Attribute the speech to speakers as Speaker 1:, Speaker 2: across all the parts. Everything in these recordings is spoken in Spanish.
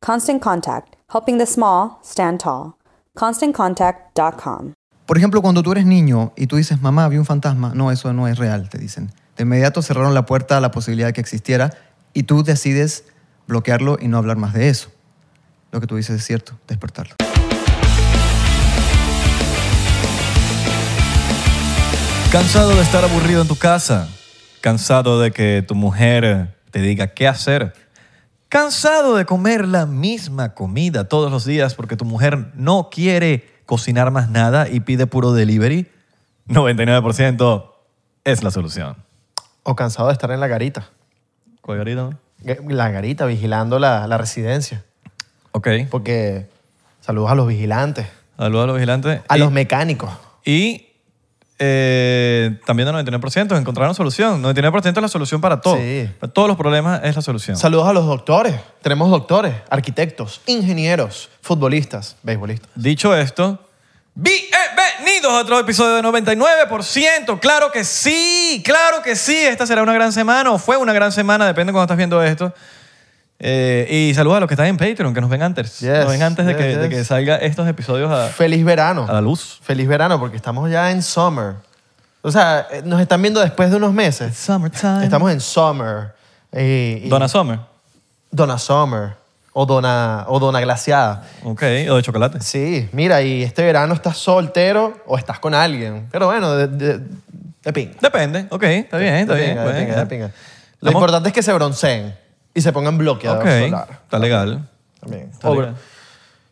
Speaker 1: Constant Contact, helping the small stand tall. ConstantContact.com.
Speaker 2: Por ejemplo, cuando tú eres niño y tú dices, mamá, vi un fantasma, no, eso no es real, te dicen. De inmediato cerraron la puerta a la posibilidad de que existiera y tú decides bloquearlo y no hablar más de eso. Lo que tú dices es cierto, despertarlo.
Speaker 3: ¿Cansado de estar aburrido en tu casa? ¿Cansado de que tu mujer te diga qué hacer? ¿Cansado de comer la misma comida todos los días porque tu mujer no quiere cocinar más nada y pide puro delivery? 99% es la solución.
Speaker 4: O cansado de estar en la garita. Eh,
Speaker 3: ¿Cuál ahorita, no?
Speaker 4: La garita, vigilando la, la residencia.
Speaker 3: Ok.
Speaker 4: Porque saludos a los vigilantes,
Speaker 3: Saludos a los vigilantes.
Speaker 4: a
Speaker 3: Y-
Speaker 4: los mecánicos.
Speaker 3: Y eh, también al 99% encontraron solución. 99% es la solución para todo.
Speaker 4: Sí.
Speaker 3: Para todos los problemas es la solución.
Speaker 4: Saludos a los doctores. Tenemos doctores, arquitectos, ingenieros, futbolistas, beisbolistas.
Speaker 3: Dicho esto, bienvenidos a otro episodio de 99%. Claro que sí, claro que sí. Esta será una gran semana o fue una gran semana, depende de cuando estás viendo esto. Eh, y saludos a los que están en Patreon, que nos ven antes.
Speaker 4: Yes,
Speaker 3: nos ven antes de,
Speaker 4: yes,
Speaker 3: que, de
Speaker 4: yes.
Speaker 3: que salga estos episodios a,
Speaker 4: Feliz verano.
Speaker 3: a la luz.
Speaker 4: Feliz verano porque estamos ya en summer. O sea, eh, nos están viendo después de unos meses.
Speaker 3: Summertime.
Speaker 4: Estamos en summer. eh, Y- y-
Speaker 3: Donna Summer.
Speaker 4: Donna Summer. O Donna, o Donna Glaciada.
Speaker 3: Ok, o de chocolate.
Speaker 4: Sí, mira, y este verano estás soltero o estás con alguien. Pero bueno, de, de, de pinga.
Speaker 3: Depende, ok, está bien, está
Speaker 4: De
Speaker 3: bien.
Speaker 4: pinga, de
Speaker 3: bueno.
Speaker 4: pinga, de pinga. Lo
Speaker 3: Estamos-
Speaker 4: importante es que se bronceen y se pongan bloqueador
Speaker 3: Ok,
Speaker 4: solar.
Speaker 3: está legal.
Speaker 4: También.
Speaker 3: Está
Speaker 4: Obra-
Speaker 3: legal.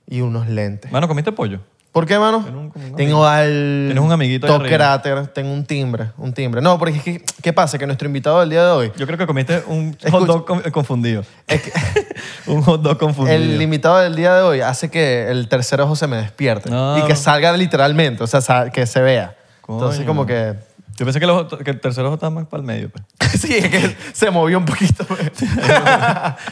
Speaker 4: Y unos lentes.
Speaker 3: Mano, ¿comiste pollo?
Speaker 4: ¿Por qué, mano?
Speaker 3: un- como un
Speaker 4: tengo al...
Speaker 3: Tienes un amiguito ahí
Speaker 4: Top
Speaker 3: arriba.
Speaker 4: cráter, tengo un timbre, un timbre. No, porque es que, ¿qué pasa? Que nuestro invitado del día de hoy,
Speaker 3: Yo creo que comiste un hot
Speaker 4: Escucha.
Speaker 3: dog con- confundido. un hot dog confundido.
Speaker 4: el invitado del día de hoy hace que el tercer ojo se me despierte
Speaker 3: No.
Speaker 4: y que salga literalmente, o sea, sa- que se vea. Entonces
Speaker 3: Ah. Coño.
Speaker 4: como que...
Speaker 3: Yo pensé que, los- que el tercer ojo estaba más para el medio. pues.
Speaker 4: sí, es que se movió un poquito.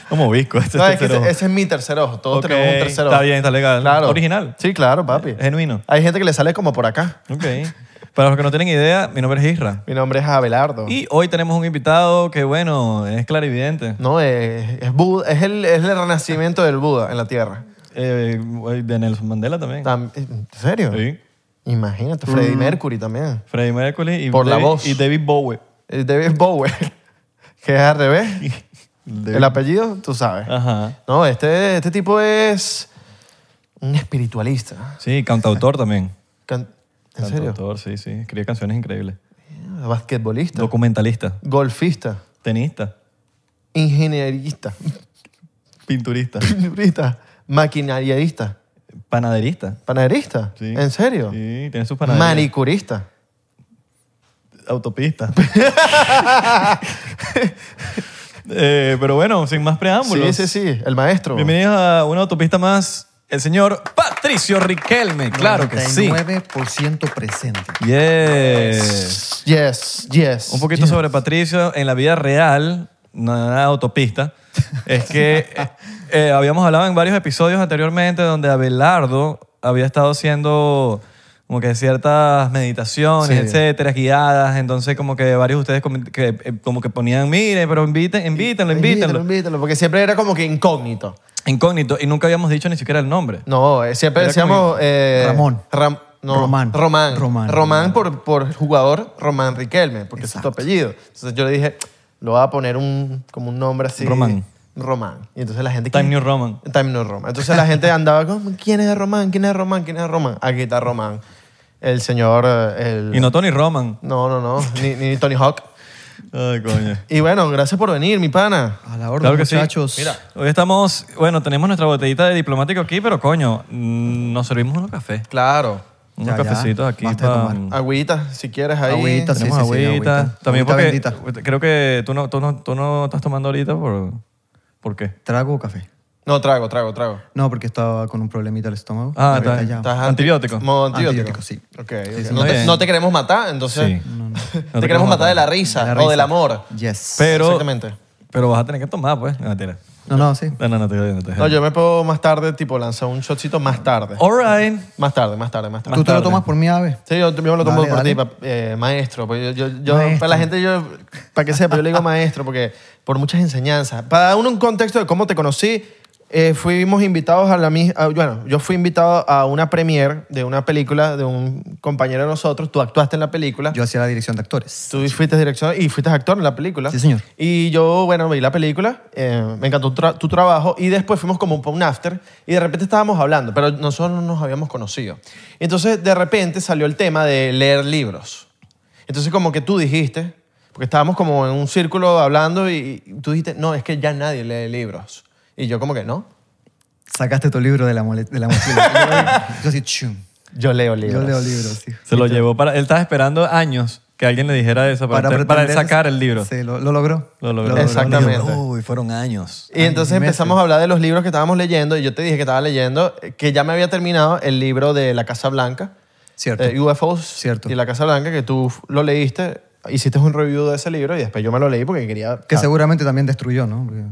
Speaker 3: Como visco este
Speaker 4: No, es que
Speaker 3: tercer
Speaker 4: ese,
Speaker 3: ojo.
Speaker 4: ese es mi tercer ojo. Todos
Speaker 3: Ok,
Speaker 4: tenemos un tercer ojo.
Speaker 3: está bien, está legal. Original.
Speaker 4: Sí, claro, papi.
Speaker 3: Genuino.
Speaker 4: Hay gente que le sale como por acá.
Speaker 3: Ok. Para los que no tienen idea, mi nombre es Isra.
Speaker 4: Mi nombre es Abelardo.
Speaker 3: Y hoy tenemos un invitado que, bueno, es clarividente.
Speaker 4: No, es, es, Buda- es el, es el renacimiento del Buda en la Tierra.
Speaker 3: Eh, de Nelson Mandela también.
Speaker 4: Tam- ¿En serio?
Speaker 3: Sí. Mm.
Speaker 4: Imagínate, Freddie Mercury también.
Speaker 3: Freddie Mercury y,
Speaker 4: Por la
Speaker 3: David,
Speaker 4: voz.
Speaker 3: y David Bowie.
Speaker 4: El David Bowie, que es al revés.
Speaker 3: David-
Speaker 4: El apellido, tú sabes.
Speaker 3: Ajá.
Speaker 4: No, este, este tipo es un espiritualista.
Speaker 3: Sí, cantautor también.
Speaker 4: Can- ¿En serio?
Speaker 3: Cantautor, sí, sí. Escribe canciones increíbles.
Speaker 4: Basquetbolista.
Speaker 3: Documentalista.
Speaker 4: golfista.
Speaker 3: Tenista.
Speaker 4: Ingenierista.
Speaker 3: Pinturista.
Speaker 4: pinturista, maquinariarista,
Speaker 3: Panaderista.
Speaker 4: panaderista.
Speaker 3: Sí.
Speaker 4: ¿En serio?
Speaker 3: Sí, tiene sus panaderías.
Speaker 4: Manicurista.
Speaker 3: Autopista. Eh, pero bueno, sin más preámbulos.
Speaker 4: Sí, sí, sí, el maestro.
Speaker 3: Bienvenidos a una autopista más. el señor Patricio Riquelme. Claro que sí.
Speaker 2: 9% presente.
Speaker 3: Yes.
Speaker 4: Yes, yes.
Speaker 3: Un poquito sobre Patricio. En la vida real, nada autopista, es que eh, eh, habíamos hablado en varios episodios anteriormente donde Abelardo había estado haciendo como que ciertas meditaciones,
Speaker 2: Sí.
Speaker 3: etcétera, guiadas. Entonces, como que varios de ustedes comen- que, eh, como que ponían, mire, pero inviten, invítenlo,
Speaker 4: Invítenlo,
Speaker 3: invítenlo.
Speaker 4: invítenlo, porque siempre era como que incógnito.
Speaker 3: Incógnito. Y nunca habíamos dicho ni siquiera el nombre.
Speaker 4: No, eh, siempre
Speaker 3: Era
Speaker 4: decíamos...
Speaker 3: como-
Speaker 4: eh,
Speaker 2: Ramón.
Speaker 4: Ram- no,
Speaker 2: Román.
Speaker 4: Román.
Speaker 2: Román.
Speaker 4: Román por, por jugador Román Riquelme, porque ese es tu
Speaker 2: Exacto.
Speaker 4: apellido. Entonces yo le dije, lo voy a poner un, como un nombre así.
Speaker 3: Román.
Speaker 4: Román. Y entonces la gente...
Speaker 3: Time New Roman.
Speaker 4: Time New Roman. Entonces la gente andaba como, ¿quién es Román? ¿Quién es Román? ¿Quién es Román? Aquí está Román. El señor... eh, El...
Speaker 3: Y no Tony Roman.
Speaker 4: No, no, no. Ni, ni Tony Hawk.
Speaker 3: Ay, coño.
Speaker 4: Y bueno, gracias por venir, mi pana.
Speaker 2: A la orden,
Speaker 3: Claro que sí.
Speaker 2: muchachos.
Speaker 3: Mira, hoy estamos, bueno, tenemos nuestra botellita de diplomático aquí, pero coño, mm, nos servimos unos cafés.
Speaker 4: Claro.
Speaker 2: Ya,
Speaker 3: Unos
Speaker 2: ya.
Speaker 3: cafecitos aquí
Speaker 2: Basta de
Speaker 3: pa- mm.
Speaker 2: tomar.
Speaker 4: Agüita, si quieres ahí.
Speaker 2: Agüita, sí.
Speaker 3: Tenemos agüita.
Speaker 2: agüita.
Speaker 3: También
Speaker 2: Agüita
Speaker 3: porque creo que tú no, tú, no, tú no estás tomando ahorita por... ¿Por qué?
Speaker 2: ¿Trago o café?
Speaker 4: No, trago, trago, trago.
Speaker 2: No, porque estaba con un problemita al estómago.
Speaker 3: Ah,
Speaker 2: Ahorita
Speaker 3: está.
Speaker 2: ya.
Speaker 3: Estás- Antibiótico.
Speaker 4: Modo antibiótico.
Speaker 2: Antibiótico, sí.
Speaker 4: Ok,
Speaker 2: Sí,
Speaker 4: ok.
Speaker 2: sí,
Speaker 4: no,
Speaker 3: está
Speaker 4: te,
Speaker 3: bien.
Speaker 4: no te queremos matar, entonces.
Speaker 3: Sí. No, no. No
Speaker 4: te,
Speaker 3: te
Speaker 4: queremos
Speaker 3: queremos
Speaker 4: matar de la
Speaker 3: matar.
Speaker 4: risa,
Speaker 2: De la
Speaker 4: o del
Speaker 2: risa.
Speaker 4: amor.
Speaker 2: Yes.
Speaker 3: Pero,
Speaker 4: Exactamente.
Speaker 3: Pero vas a tener que tomar, pues. No, mentira.
Speaker 2: No, no, sí.
Speaker 3: No, no, no, te digo, no, te
Speaker 4: No, yo me puedo más tarde, tipo, lanzar un shotcito más tarde.
Speaker 3: All right.
Speaker 4: Más tarde, más tarde, más tarde.
Speaker 2: Tú te
Speaker 3: tarde.
Speaker 2: lo tomas por mi ave.
Speaker 4: Sí, yo, yo me lo tomo
Speaker 2: Dale,
Speaker 4: por
Speaker 2: dale.
Speaker 4: ti, pa- eh, maestro. Pues yo, yo, yo-
Speaker 2: Maestro.
Speaker 4: Para la gente, yo, para que sepa, yo le digo maestro porque por muchas enseñanzas. Para dar uno un contexto de cómo te conocí, eh, fuimos invitados a la misma. Bueno, yo fui invitado a una premiere de una película de un compañero de nosotros. Tú actuaste en la película.
Speaker 2: Yo hacía la dirección de actores.
Speaker 4: Tú fuiste dirección y fuiste actor en la película.
Speaker 2: Sí, señor.
Speaker 4: Y yo, bueno, vi la película, eh, me encantó tu, tra- tu trabajo y después fuimos como un, un after y de repente estábamos hablando, pero nosotros no nos habíamos conocido. Entonces, de repente salió el tema de leer libros. Entonces, como que tú dijiste, porque estábamos como en un círculo hablando y, y tú dijiste, no, es que ya nadie lee libros. Y yo como que no,
Speaker 2: Sacaste tu libro de la, mole- de la mochila. yo así, chum.
Speaker 4: yo leo libros.
Speaker 2: Yo leo libros, sí.
Speaker 3: Se lo llevó para... Él estaba esperando años que alguien le dijera eso para, para,
Speaker 2: pretender-
Speaker 3: sacar el libro.
Speaker 2: Sí, lo, lo logró. Eh,
Speaker 3: Lo logró.
Speaker 4: Exactamente.
Speaker 3: Uy, fueron años.
Speaker 4: Y entonces
Speaker 2: Ay, meses.
Speaker 4: empezamos a hablar de los libros que estábamos leyendo y yo te dije que estaba leyendo, eh, que ya me había terminado el libro de La Casa Blanca.
Speaker 2: Cierto.
Speaker 4: eh, UFOs
Speaker 2: Cierto.
Speaker 4: y La Casa Blanca, que tú f- lo leíste, hiciste un review de ese libro y después yo me lo leí porque quería...
Speaker 3: Ah.
Speaker 2: Que seguramente también destruyó, ¿no? Porque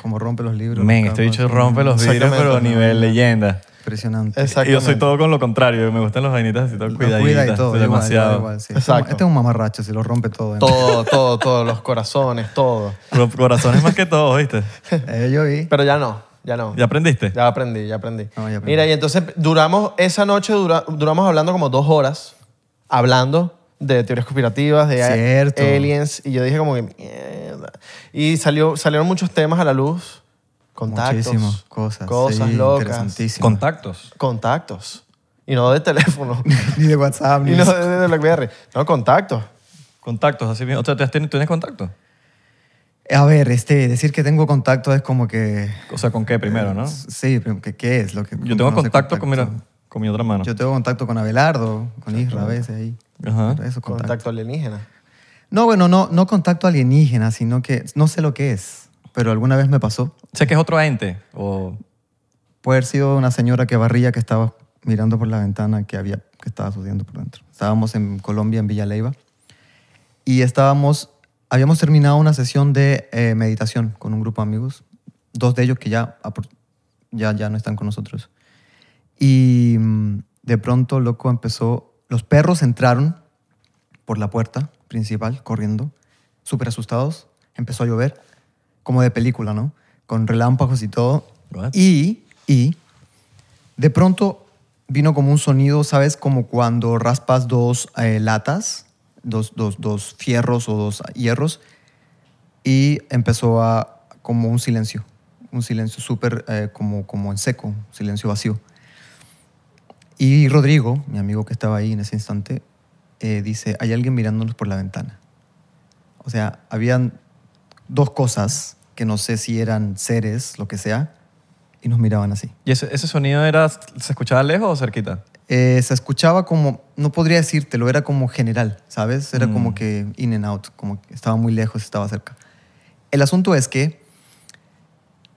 Speaker 2: como rompe los libros.
Speaker 3: Men,
Speaker 2: cada
Speaker 3: este
Speaker 2: cosa.
Speaker 3: bicho rompe los vidrios,
Speaker 4: Exactamente.
Speaker 3: pero a nivel leyenda.
Speaker 2: Impresionante.
Speaker 3: Y yo soy todo con lo contrario. Me gustan los vainitas así, todo
Speaker 2: Lo cuida y
Speaker 3: cuidaditas.
Speaker 2: todo. igual,
Speaker 3: demasiado.
Speaker 2: igual, igual, sí. Este es un-
Speaker 4: Exacto.
Speaker 2: Este es un mamarracho, se lo rompe todo. ¿eh?
Speaker 4: Todo, todo, todo, los corazones, todo.
Speaker 3: Los corazones más que todo, ¿viste?
Speaker 2: Eh, yo vi.
Speaker 4: Pero ya no, ya no.
Speaker 3: ¿Ya aprendiste?
Speaker 4: Ya aprendí, ya aprendí.
Speaker 2: No, ya aprendí.
Speaker 4: Mira, y entonces duramos, esa noche dura- duramos hablando como dos horas, hablando de teorías conspirativas, de a-
Speaker 2: Cierto.
Speaker 4: aliens, y yo dije como que mierda. Y salió, salieron muchos temas a la luz, contactos.
Speaker 2: Muchísimas cosas.
Speaker 4: Cosas
Speaker 2: sí,
Speaker 4: locas.
Speaker 2: Interesantísimas.
Speaker 3: Contactos.
Speaker 4: Contactos. Y no de teléfono.
Speaker 2: ni de WhatsApp,
Speaker 4: y
Speaker 2: ni
Speaker 4: no
Speaker 2: de-
Speaker 4: de, de BlackBerry. No, contactos.
Speaker 3: Contactos, así mismo. O sea, ¿tú tienes, tienes contactos?
Speaker 2: A ver, este, decir que tengo contacto es como que... eh,
Speaker 3: O sea, ¿con qué primero, no?
Speaker 2: Sí, pero que- ¿qué es lo que...
Speaker 3: Yo tengo
Speaker 2: no sé,
Speaker 3: contacto, con, mira, con mi otra mano.
Speaker 2: Yo tengo contacto con Abelardo, con Isra a veces ahí.
Speaker 3: Ajá.
Speaker 2: Eso, contacto.
Speaker 4: Contacto alienígena.
Speaker 2: No, bueno, no, no contacto alienígena, sino que no sé lo que es, pero alguna vez me pasó.
Speaker 3: Sé que es otro ente. O...
Speaker 2: Puede haber sido una señora que barría que estaba mirando por la ventana que había que estaba sucediendo por dentro. Estábamos en Colombia, en Villa Leiva, y estábamos, habíamos terminado una sesión de eh, meditación con un grupo de amigos, dos de ellos que ya, apor- ya, ya no están con nosotros. Y mm, de pronto, loco, empezó, los perros entraron por la puerta principal, corriendo, súper asustados, empezó a llover, como de película, ¿no? Con relámpagos y todo.
Speaker 3: What?
Speaker 2: Y, y, de pronto vino como un sonido, ¿sabes? Como cuando raspas dos eh, latas, dos, dos, dos fierros o dos hierros, y empezó a como un silencio, un silencio súper eh, como, como en seco, un silencio vacío. Y Rodrigo, mi amigo que estaba ahí en ese instante, eh, dice, hay alguien mirándonos por la ventana. O sea, habían dos cosas que no sé si eran seres, lo que sea, y nos miraban así.
Speaker 3: ¿Y ese, ese sonido era, se escuchaba lejos o cerquita?
Speaker 2: Eh, se escuchaba como, no podría decírtelo, era como general, ¿sabes? Era
Speaker 3: Mm.
Speaker 2: como que in and out, como que estaba muy lejos, estaba cerca. El asunto es que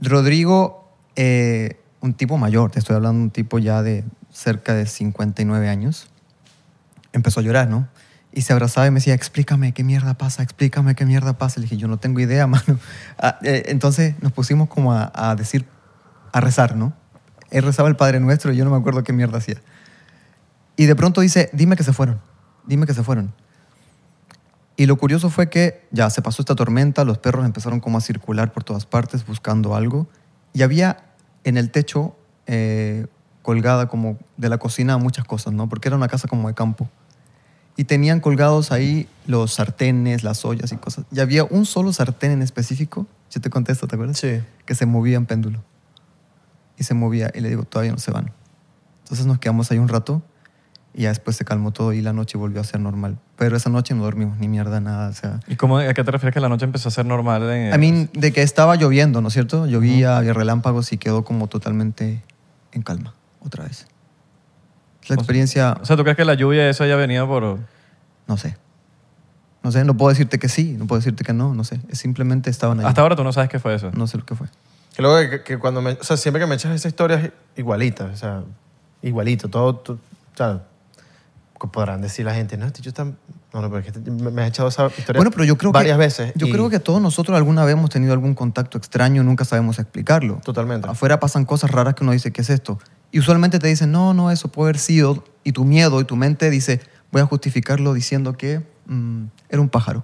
Speaker 2: Rodrigo eh, un tipo mayor, te estoy hablando de un tipo ya de cerca de 59 años, empezó a llorar, ¿no? Y se abrazaba y me decía, explícame qué mierda pasa, explícame qué mierda pasa. Le dije, yo no tengo idea, mano. Ah, eh, entonces nos pusimos como a, a decir, a rezar, ¿no? Él rezaba el Padre Nuestro y yo no me acuerdo qué mierda hacía. Y de pronto dice, dime que se fueron, dime que se fueron. Y lo curioso fue que ya se pasó esta tormenta, los perros empezaron como a circular por todas partes buscando algo y había en el techo eh, colgada como de la cocina muchas cosas, ¿no? Porque era una casa como de campo. Y tenían colgados ahí los sartenes, las ollas y cosas. Y había un solo sartén en específico, yo te contesto, ¿te acuerdas?
Speaker 4: Sí.
Speaker 2: Que se movía en péndulo. Y se movía y le digo, todavía no se van. Entonces nos quedamos ahí un rato y ya después se calmó todo y la noche volvió a ser normal. Pero esa noche no dormimos ni mierda, nada. O sea,
Speaker 3: ¿Y cómo, a qué te refieres que la noche empezó a ser normal? en-
Speaker 2: a mí, de que estaba lloviendo, ¿no es cierto? Llovía, había relámpagos y quedó como totalmente en calma otra vez. La experiencia,
Speaker 3: O sea, ¿tú crees que la lluvia eso haya venido por...?
Speaker 2: no sé. No sé, no puedo decirte que sí, no puedo decirte que no, no sé. Es Simplemente estaban ahí.
Speaker 3: Hasta ahora tú no sabes qué fue eso.
Speaker 2: No sé lo que fue.
Speaker 4: Que luego que, que cuando me, o sea, siempre que me echas esa historia es igualita, o sea, igualito, todo, to- o sea, que podrán decir la gente, no, este yo tan, no, no, pero es que este- me, me has echado esa historia
Speaker 2: Bueno, pero yo creo
Speaker 4: varias
Speaker 2: que,
Speaker 4: veces.
Speaker 2: Yo
Speaker 4: y-
Speaker 2: creo que todos nosotros alguna vez hemos tenido algún contacto extraño, nunca sabemos explicarlo.
Speaker 4: Totalmente.
Speaker 2: Afuera pasan cosas raras que uno dice, ¿qué es esto? Y usualmente te dicen, no, no, eso puede haber sido. Y tu miedo y tu mente dice, voy a justificarlo diciendo que mm, era un pájaro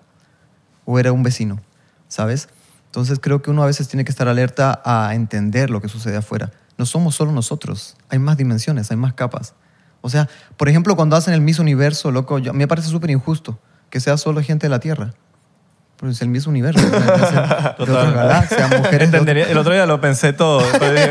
Speaker 2: o era un vecino, ¿sabes? Entonces creo que uno a veces tiene que estar alerta a entender lo que sucede afuera. No somos solo nosotros, hay más dimensiones, hay más capas. O sea, por ejemplo, cuando hacen el Miss Universo, loco, yo- a mí me parece súper injusto que sea solo gente de la Tierra. Pero es el Miss Universo. o sea, de otras
Speaker 3: Total.
Speaker 2: galaxias, mujeres de
Speaker 3: Entendería- el otro día lo pensé todo. pero dije,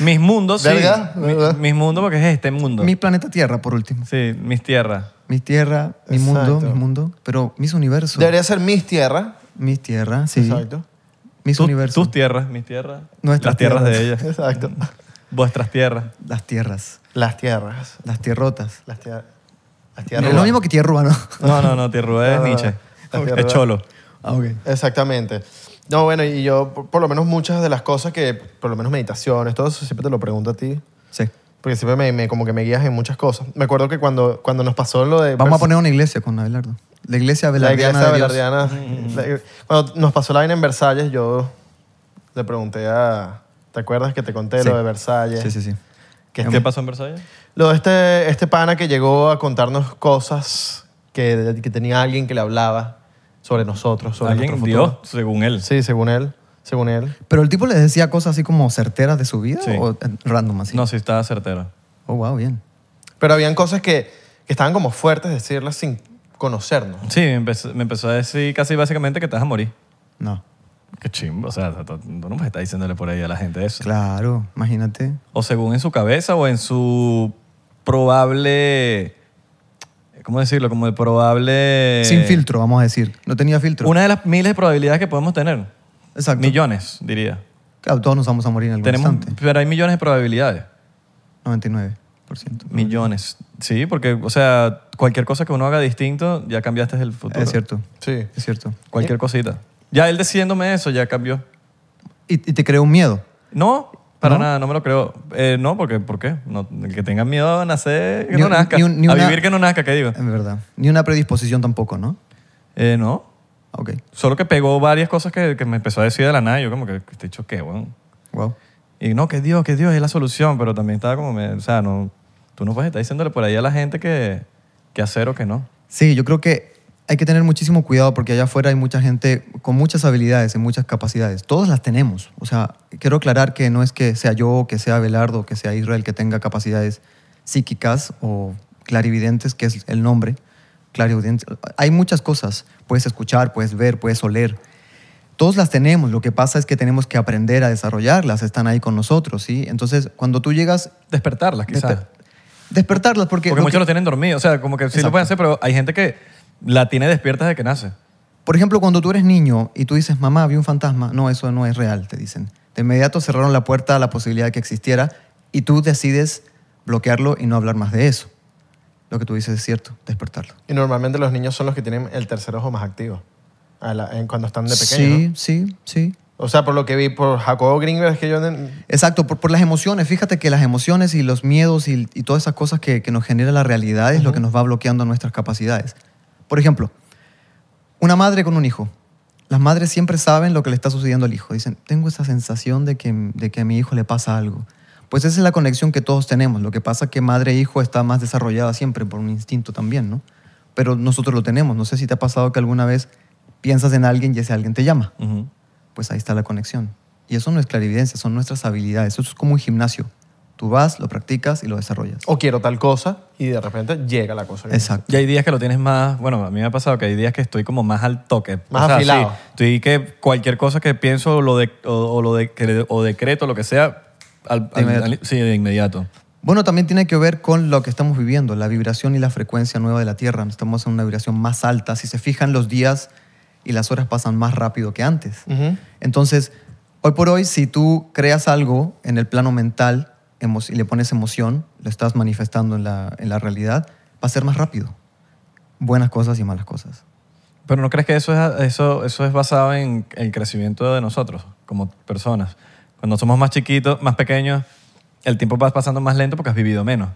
Speaker 3: mis mundos, sí.
Speaker 4: Verga,
Speaker 3: Mi-
Speaker 4: ¿verdad?
Speaker 3: mis mundos porque es este mundo.
Speaker 2: Mi planeta Tierra, por último.
Speaker 3: Sí, mis tierras.
Speaker 2: Mi tierra, mi
Speaker 4: Exacto.
Speaker 2: mundo, mi mundo. Pero mis universo.
Speaker 4: debería ser mis tierras.
Speaker 2: Mis tierra, sí.
Speaker 4: Exacto.
Speaker 2: Mis
Speaker 3: Tu-
Speaker 2: universo.
Speaker 3: Tus tierras, mis tierras.
Speaker 2: Nuestras
Speaker 3: las tierras, de
Speaker 2: tierras.
Speaker 3: ellas.
Speaker 4: Exacto.
Speaker 3: Vuestras tierras.
Speaker 2: Las tierras.
Speaker 4: Las tierras.
Speaker 2: Las tierrotas.
Speaker 4: Las tierras. Las
Speaker 2: Es
Speaker 4: tierras.
Speaker 2: lo mismo que tierra, ¿no?
Speaker 3: No, no, no, tierra es
Speaker 4: No, no, no.
Speaker 3: Nietzsche.
Speaker 4: Las
Speaker 3: Es
Speaker 4: tierras.
Speaker 3: cholo.
Speaker 2: Ah, ok.
Speaker 4: Exactamente. No, bueno, y yo, por, por lo menos muchas de las cosas que, por lo menos meditaciones, todo eso, siempre te lo pregunto a ti.
Speaker 2: Sí.
Speaker 4: Porque siempre me, me- como que me guías en muchas cosas. Me acuerdo que cuando, cuando nos pasó lo de...
Speaker 2: Vamos a poner una iglesia con Abelardo. La iglesia
Speaker 4: la iglesia
Speaker 2: Abelardiana de Dios.
Speaker 4: Belardiana, la- cuando nos pasó la vaina en Versalles, yo le pregunté a... ¿Te acuerdas que te conté
Speaker 2: Sí.
Speaker 4: lo de Versalles?
Speaker 2: Sí, sí, sí.
Speaker 4: Que este
Speaker 3: ¿Qué pasó en Versalles?
Speaker 4: Lo de este, este pana que llegó a contarnos cosas que, que tenía alguien que le hablaba sobre nosotros, sobre
Speaker 3: Alguien,
Speaker 4: nuestro futuro.
Speaker 3: Dios, según él.
Speaker 4: Sí, según él. Según él.
Speaker 2: Pero el tipo les decía cosas así como certeras de su vida
Speaker 3: Sí.
Speaker 2: o eh, random así.
Speaker 3: No, sí, estaba certero.
Speaker 2: Oh, wow, bien.
Speaker 4: Pero habían cosas que, que estaban como fuertes decirlas sin conocernos.
Speaker 3: Sí, me empezó, me empezó a decir casi básicamente que te vas a morir.
Speaker 2: No.
Speaker 3: Qué chimbo. O sea, tú tú no puedes estar diciéndole por ahí a la gente eso.
Speaker 2: Claro, imagínate.
Speaker 3: O según en su cabeza o en su probable... ¿Cómo decirlo? Como el probable...
Speaker 2: Sin filtro, vamos a decir. No tenía filtro.
Speaker 3: Eh, Una de las miles de probabilidades que podemos tener.
Speaker 2: Exacto.
Speaker 3: Millones, diría.
Speaker 2: Claro, todos nos vamos a morir en algún
Speaker 3: Tenemos,
Speaker 2: instante.
Speaker 3: pero hay millones de probabilidades.
Speaker 2: 99%.
Speaker 3: Millones. Sí, porque, o sea, cualquier cosa que uno haga distinto, ya cambiaste el futuro.
Speaker 2: Es cierto,
Speaker 4: Sí.
Speaker 2: es cierto.
Speaker 3: Cualquier cosita. Ya él diciéndome eso, ya cambió.
Speaker 2: Y, y te creó un miedo.
Speaker 3: No, para nada, no me lo creo. Eh, no, porque, ¿por qué? No, el que tenga miedo a nacer, que
Speaker 2: Ni-
Speaker 3: no nazca.
Speaker 2: ni un- ni
Speaker 3: a
Speaker 2: una- Eh.
Speaker 3: vivir que no nazca, ¿qué digo?
Speaker 2: Es verdad. Ni una predisposición tampoco, ¿no?
Speaker 3: Eh, no,
Speaker 2: Ah, Ok,
Speaker 3: solo que pegó varias cosas que, que me empezó a decir de la nada. y Yo como que, te dicho qué, weón.
Speaker 2: wow.
Speaker 3: Y no, que Dios, que Dios es la solución, pero también estaba como, me- o sea, no, tú no puedes estar diciéndole por ahí a la gente que, que hacer o que no.
Speaker 2: Sí, yo creo que hay que tener muchísimo cuidado porque allá afuera hay mucha gente con muchas habilidades y muchas capacidades. Todas las tenemos. O sea, quiero aclarar que no es que sea yo, que sea Abelardo, que sea Israel que tenga capacidades psíquicas o clarividentes, que es el nombre. Clarividente. Hay muchas cosas. Puedes escuchar, puedes ver, puedes oler. Todos las tenemos, lo que pasa es que tenemos que aprender a desarrollarlas, están ahí con nosotros, ¿sí? Entonces, cuando tú llegas...
Speaker 3: Despertarlas, quizás.
Speaker 2: desper- despertarlas, porque...
Speaker 3: Porque
Speaker 2: lo
Speaker 3: muchos
Speaker 2: que-
Speaker 3: lo tienen dormido. O sea, como que sí lo
Speaker 2: Exacto.
Speaker 3: pueden hacer, pero hay gente que la tiene despierta desde que nace.
Speaker 2: Por ejemplo, cuando tú eres niño y tú dices, mamá, vi un fantasma, no, eso no es real, te dicen. De inmediato cerraron la puerta a la posibilidad de que existiera y tú decides bloquearlo y no hablar más de eso. Lo que tú dices es cierto, despertarlo.
Speaker 4: Y normalmente los niños son los que tienen el tercer ojo más activo a la- en- cuando están de pequeños.
Speaker 2: sí,
Speaker 4: ¿no?
Speaker 2: sí, sí.
Speaker 4: O sea, por lo que vi por Jacobo Greenberg, es que yo...
Speaker 2: Exacto, por, por las emociones. Fíjate que las emociones y los miedos y, y todas esas cosas que, que nos genera la realidad es lo que nos va bloqueando nuestras capacidades. Por ejemplo, una madre con un hijo. Las madres siempre saben lo que le está sucediendo al hijo. Dicen, tengo esa sensación de que, de que a mi hijo le pasa algo. Pues esa es la conexión que todos tenemos. Lo que pasa es que madre e hijo está más desarrollada siempre por un instinto también, ¿no? Pero nosotros lo tenemos. No sé si te ha pasado que alguna vez piensas en alguien y ese alguien te llama
Speaker 3: Ujú.
Speaker 2: pues ahí está la conexión. Y eso no es clarividencia, son nuestras habilidades. Eso es como un gimnasio. Tú vas, lo practicas y lo desarrollas.
Speaker 4: O quiero tal cosa y de repente llega la cosa. que-
Speaker 2: Exacto.
Speaker 3: Y hay días que lo tienes más, bueno, a mí me ha pasado que hay días que estoy como más al toque.
Speaker 4: Más
Speaker 3: sí,
Speaker 4: afilado.
Speaker 3: estoy que cualquier cosa que pienso lo de, o, o lo de, cre- o decreto, lo que sea, al,
Speaker 2: De
Speaker 3: al-
Speaker 2: inmediato.
Speaker 3: al- sí, de inmediato.
Speaker 2: Bueno, también tiene que ver con lo que estamos viviendo, la vibración y la frecuencia nueva de la Tierra. Estamos en una vibración más alta. Si se fijan, los días y las horas pasan más rápido que antes.
Speaker 4: Ujú.
Speaker 2: Entonces, hoy por hoy, si tú creas algo en el plano mental emo- y le pones emoción, lo estás manifestando en la, en la realidad, va a ser más rápido. Buenas cosas y malas cosas.
Speaker 3: Pero ¿no crees que eso es, eso, eso es basado en el crecimiento de nosotros como personas? Cuando somos más chiquitos, más pequeños, el tiempo va pasando más lento porque has vivido menos.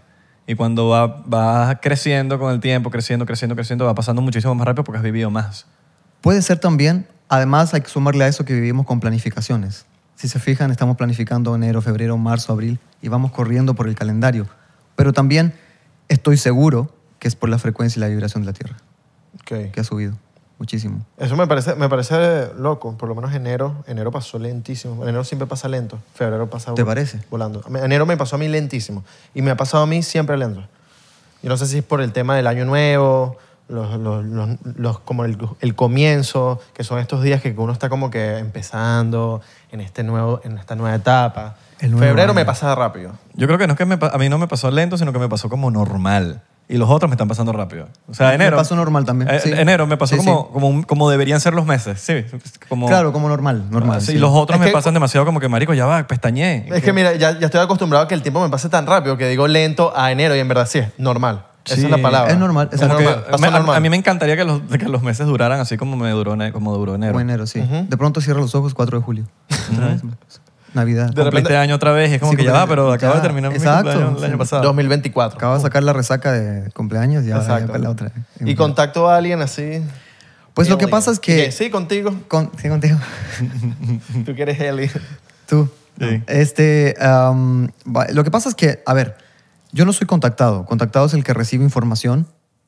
Speaker 3: Y cuando va- vas creciendo con el tiempo, creciendo, creciendo, creciendo, va pasando muchísimo más rápido porque has vivido más.
Speaker 2: Puede ser también, además hay que sumarle a eso que vivimos con planificaciones. Si se fijan, estamos planificando enero, febrero, marzo, abril y vamos corriendo por el calendario. Pero también estoy seguro que es por la frecuencia y la vibración de la Tierra,
Speaker 4: Ok.
Speaker 2: que ha subido muchísimo.
Speaker 4: Eso me parece, me parece loco. Por lo menos enero, enero pasó lentísimo. Enero siempre pasa lento. Febrero pasa
Speaker 2: ¿Te
Speaker 4: vol-
Speaker 2: parece?
Speaker 4: volando. Enero me pasó a mí lentísimo. Y me ha pasado a mí siempre lento. Yo no sé si es por el tema del año nuevo, los, los- los- los- como el, el comienzo, que son estos días que uno está como que empezando en, este nuevo, en esta nueva etapa.
Speaker 2: El nuevo
Speaker 4: Febrero me
Speaker 2: año.
Speaker 4: pasa rápido.
Speaker 3: Yo creo que no es que me pa- a mí no me pasó lento, sino que me pasó como normal. Y los otros me están pasando rápido. O sea,
Speaker 2: Me
Speaker 3: enero.
Speaker 2: pasó normal también,
Speaker 3: Eh,
Speaker 2: sí.
Speaker 3: Enero me pasó
Speaker 2: Sí,
Speaker 3: como, Como, un- como deberían ser los meses. Sí. Como,
Speaker 2: Claro, como normal, normal.
Speaker 3: Ah, sí,
Speaker 2: sí.
Speaker 3: Y los otros
Speaker 4: Es
Speaker 3: me
Speaker 4: que-
Speaker 3: pasan demasiado como que, marico, ya va, pestañé.
Speaker 4: Es que mira, ya, ya estoy acostumbrado a que el tiempo me pase tan rápido que digo lento a enero y en verdad sí es normal.
Speaker 3: Sí,
Speaker 4: Esa es la palabra.
Speaker 2: es normal,
Speaker 4: Es
Speaker 2: exacto.
Speaker 3: Como que
Speaker 4: normal. pasó
Speaker 3: me- a-
Speaker 4: normal.
Speaker 3: A, mí me encantaría que los, que los meses duraran así como, me duró, ene- como duró enero.
Speaker 2: Como enero, sí. De pronto cierra los ojos 4 de julio. Otra vez más. Navidad.
Speaker 3: de repente año otra vez y es como
Speaker 2: Sí,
Speaker 3: que ya va, pero
Speaker 2: ya,
Speaker 3: acaba de terminar mi
Speaker 2: exacto,
Speaker 3: cumpleaños el
Speaker 2: sí.
Speaker 3: año pasado.
Speaker 4: 2024.
Speaker 2: Acaba de sacar la resaca de cumpleaños y ahora ya
Speaker 4: Exacto.
Speaker 2: para la otra.
Speaker 4: Y contacto a alguien así.
Speaker 2: Pues lo
Speaker 4: Alien.
Speaker 2: que pasa es que...
Speaker 4: ¿Qué? Sí, contigo.
Speaker 2: Con- sí, contigo.
Speaker 4: Tú que eres Eli.
Speaker 2: Tú.
Speaker 3: Sí.
Speaker 2: Este, am, va- lo que pasa es que, a ver, yo no soy contactado. Contactado es el que recibe información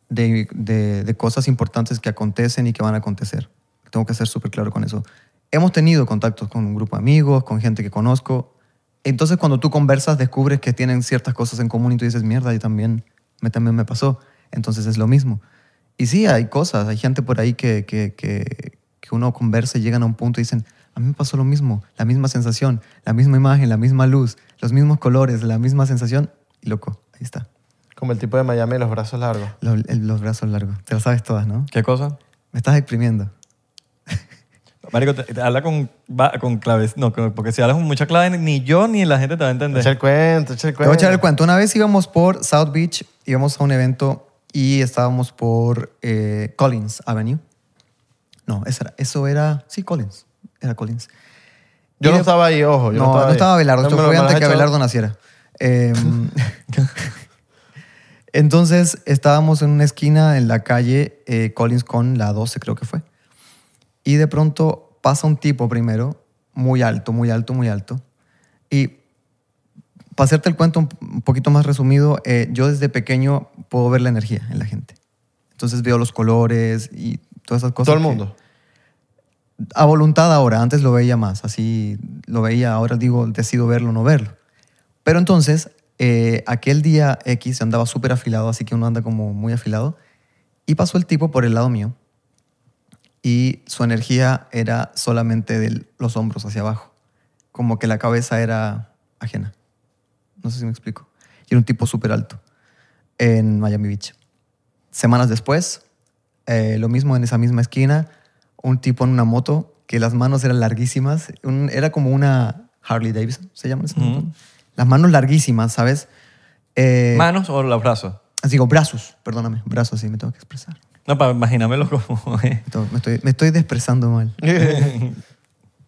Speaker 2: de, de- de cosas importantes que acontecen y que van a acontecer. Tengo que ser súper claro con eso. Hemos tenido contactos con un grupo de amigos, con gente que conozco. Entonces, cuando tú conversas, descubres que tienen ciertas cosas en común y tú dices, mierda, yo también, me, también me pasó. Entonces es lo mismo. Y sí, hay cosas, hay gente por ahí que, que, que, que uno conversa y llegan a un punto y dicen, a mí me pasó lo mismo, la misma sensación, la misma imagen, la misma luz, los mismos colores, la misma sensación. Y loco, ahí está.
Speaker 4: Como el tipo de Miami de los brazos largos.
Speaker 2: Los, el- los brazos largos. Te las sabes todas, ¿no?
Speaker 3: ¿Qué cosa?
Speaker 2: Me estás exprimiendo.
Speaker 3: Marico, te- te habla con, va- con claves. No, con- porque si hablas con mucha clave, ni yo ni la gente te va a entender.
Speaker 4: Echa el cuento, echa el
Speaker 2: Te voy
Speaker 4: cuento.
Speaker 2: a echar el cuento. Una vez íbamos por South Beach, íbamos a un evento y estábamos por eh, Collins Avenue. No, esa era- eso era, sí, Collins. Era Collins.
Speaker 4: Yo no estaba ahí, ojo. Yo
Speaker 2: no,
Speaker 4: no, estaba
Speaker 2: no
Speaker 4: ahí.
Speaker 2: estaba Abelardo.
Speaker 4: No
Speaker 2: Esto
Speaker 4: me lo-
Speaker 2: fue
Speaker 4: me lo has
Speaker 2: antes que
Speaker 4: hecho-
Speaker 2: Abelardo naciera. Eh, Entonces estábamos en una esquina en la calle eh, Collins con la 12, creo que fue. Y de pronto pasa un tipo primero, muy alto, muy alto, muy alto. Y para hacerte el cuento un un poquito más resumido, eh, yo desde pequeño puedo ver la energía en la gente. Entonces veo los colores y todas esas cosas.
Speaker 4: Todo el
Speaker 2: que-
Speaker 4: mundo.
Speaker 2: a voluntad ahora, antes lo veía más, así lo veía, ahora digo, decido verlo o no verlo. Pero entonces, eh, aquel día X yo andaba súper afilado, así que uno anda como muy afilado, y pasó el tipo por el lado mío, y su energía era solamente de los hombros hacia abajo, como que la cabeza era ajena. No sé si me explico. Y era un tipo súper alto en Miami Beach. Semanas después, eh, lo mismo en esa misma esquina, un tipo en una moto que las manos eran larguísimas, un- era como una Harley Davidson, se llama esa moto? Las manos larguísimas, ¿sabes? Eh,
Speaker 3: ¿Manos o los brazos?
Speaker 2: Digo, brazos, perdóname, brazos, sí, me tengo que expresar.
Speaker 3: No, para imaginármelo como es.
Speaker 2: Me tengo- me estoy, me estoy expresando mal.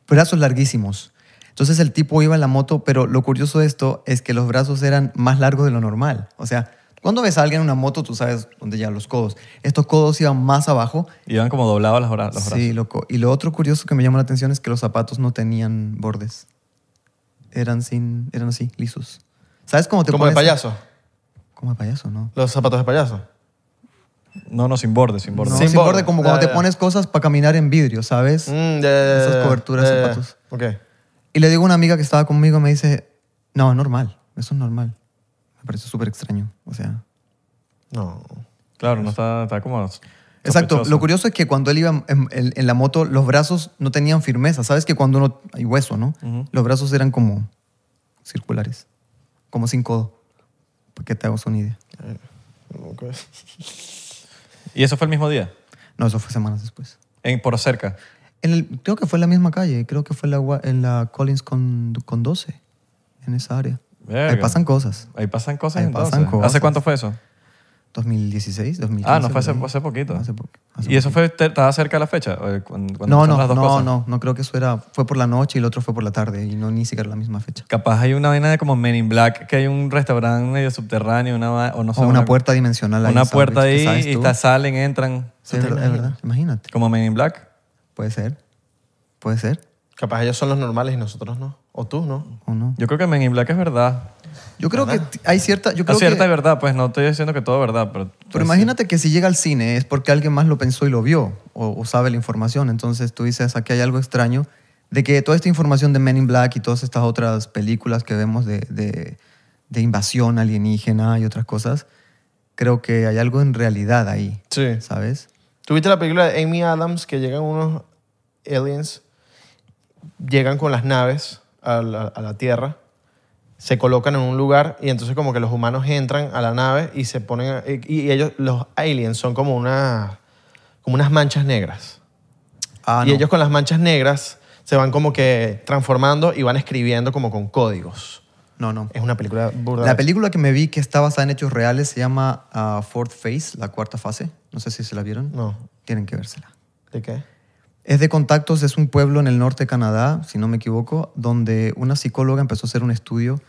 Speaker 2: brazos larguísimos. Entonces el tipo iba en la moto, pero lo curioso de esto es que los brazos eran más largos de lo normal. O sea, cuando ves a alguien en una moto, tú sabes dónde llegan los codos. Estos codos iban más abajo.
Speaker 3: Iban como doblados los, bra- los brazos.
Speaker 2: Sí, loco. Y lo otro curioso que me llamó la atención es que los zapatos no tenían bordes. Eran sin, eran así, lisos. ¿Sabes cómo te
Speaker 4: Como de
Speaker 2: pones-
Speaker 4: payaso.
Speaker 2: Como de payaso, ¿no?
Speaker 4: Los zapatos de payaso.
Speaker 3: No, no, sin borde, sin borde.
Speaker 2: No,
Speaker 4: Sin
Speaker 2: sin,
Speaker 4: borde.
Speaker 2: borde, como
Speaker 4: Ya,
Speaker 2: cuando
Speaker 4: ya,
Speaker 2: te
Speaker 4: ya.
Speaker 2: pones cosas para caminar en vidrio, ¿sabes?
Speaker 4: Mm, ya, ya, ya,
Speaker 2: Esas
Speaker 4: ya,
Speaker 2: coberturas
Speaker 4: ya, ya, ya.
Speaker 2: zapatos.
Speaker 4: Ok.
Speaker 2: Y le digo a una amiga que estaba conmigo, me dice, no, es normal, eso es normal. Me pareció súper extraño, o sea...
Speaker 4: No.
Speaker 3: Claro, no está, está como
Speaker 2: Exacto,
Speaker 3: sospechoso.
Speaker 2: lo curioso es que cuando él iba en, en- en la moto, los brazos no tenían firmeza, ¿sabes? Que cuando uno... hay hueso, ¿no? Los brazos eran como circulares, como sin codo, para que te hagas una idea.
Speaker 4: Ok.
Speaker 3: Y eso fue el mismo día,
Speaker 2: No, eso fue semanas después.
Speaker 3: en, por cerca.
Speaker 2: En el- creo que fue en la misma calle, creo que fue en la, gua- en la Collins con, con 12, en esa área. Ahí
Speaker 3: Verga.
Speaker 2: pasan cosas.
Speaker 3: Ahí pasan cosas
Speaker 2: Ahí
Speaker 3: entonces.
Speaker 2: pasan cosas.
Speaker 3: ¿Hace cuánto fue eso?
Speaker 2: 2016, 2015.
Speaker 3: Ah, no, fue hace,
Speaker 2: por ahí.
Speaker 3: hace poquito.
Speaker 2: Hace po- hace
Speaker 3: ¿Y eso fue, te- estaba cerca de la fecha? O, eh, cuando- cuando
Speaker 2: No, no,
Speaker 3: pasaron las dos
Speaker 2: no,
Speaker 3: cosas.
Speaker 2: no, no creo que eso era. Fue por la noche y el otro fue por la tarde y no ni siquiera la misma fecha.
Speaker 3: Capaz hay una vaina de como Men in Black, que hay un restaurante medio subterráneo, una, va- o no sé,
Speaker 2: o una puerta dimensional ahí.
Speaker 3: Una
Speaker 2: en
Speaker 3: puerta
Speaker 2: Sandwich,
Speaker 3: ahí
Speaker 2: que sabes
Speaker 3: y
Speaker 2: tú.
Speaker 3: ta- salen, entran,
Speaker 2: Sí, es verdad, es verdad. Imagínate.
Speaker 3: como Men in Black.
Speaker 2: Puede ser. Puede ser.
Speaker 4: Capaz ellos son los normales y nosotros no. O tú no.
Speaker 2: O no.
Speaker 3: Yo creo que Men in Black es verdad.
Speaker 2: Yo creo que t- hay cierta. Yo
Speaker 3: No
Speaker 2: creo
Speaker 3: cierta
Speaker 2: que-
Speaker 3: es verdad, pues no estoy diciendo que todo es verdad, pero...
Speaker 2: Pero imagínate que si llega al cine es porque alguien más lo pensó y lo vio o, o sabe la información. Entonces tú dices, aquí hay algo extraño de que toda esta información de Men in Black y todas estas otras películas que vemos de, de- de invasión alienígena y otras cosas, creo que hay algo en realidad ahí,
Speaker 4: Sí.
Speaker 2: ¿sabes?
Speaker 4: ¿Tuviste la película de Amy Adams que llegan unos aliens, llegan con las naves a la, a la Tierra, se colocan en un lugar y entonces como que los humanos entran a la nave y se ponen a- y, y ellos los aliens son como una como unas manchas negras
Speaker 2: Ah,
Speaker 4: y
Speaker 2: no.
Speaker 4: ellos con las manchas negras se van como que transformando y van escribiendo como con códigos.
Speaker 2: no, no.
Speaker 4: Es una película burda.
Speaker 2: La película que me vi que está basada en hechos reales se llama ah, Fourth Phase, la cuarta fase. No sé si se la vieron.
Speaker 4: No.
Speaker 2: Tienen que vérsela.
Speaker 4: ¿De qué?
Speaker 2: Es de contactos, es un pueblo en el norte de Canadá, si no me equivoco, donde una psicóloga empezó a hacer un estudio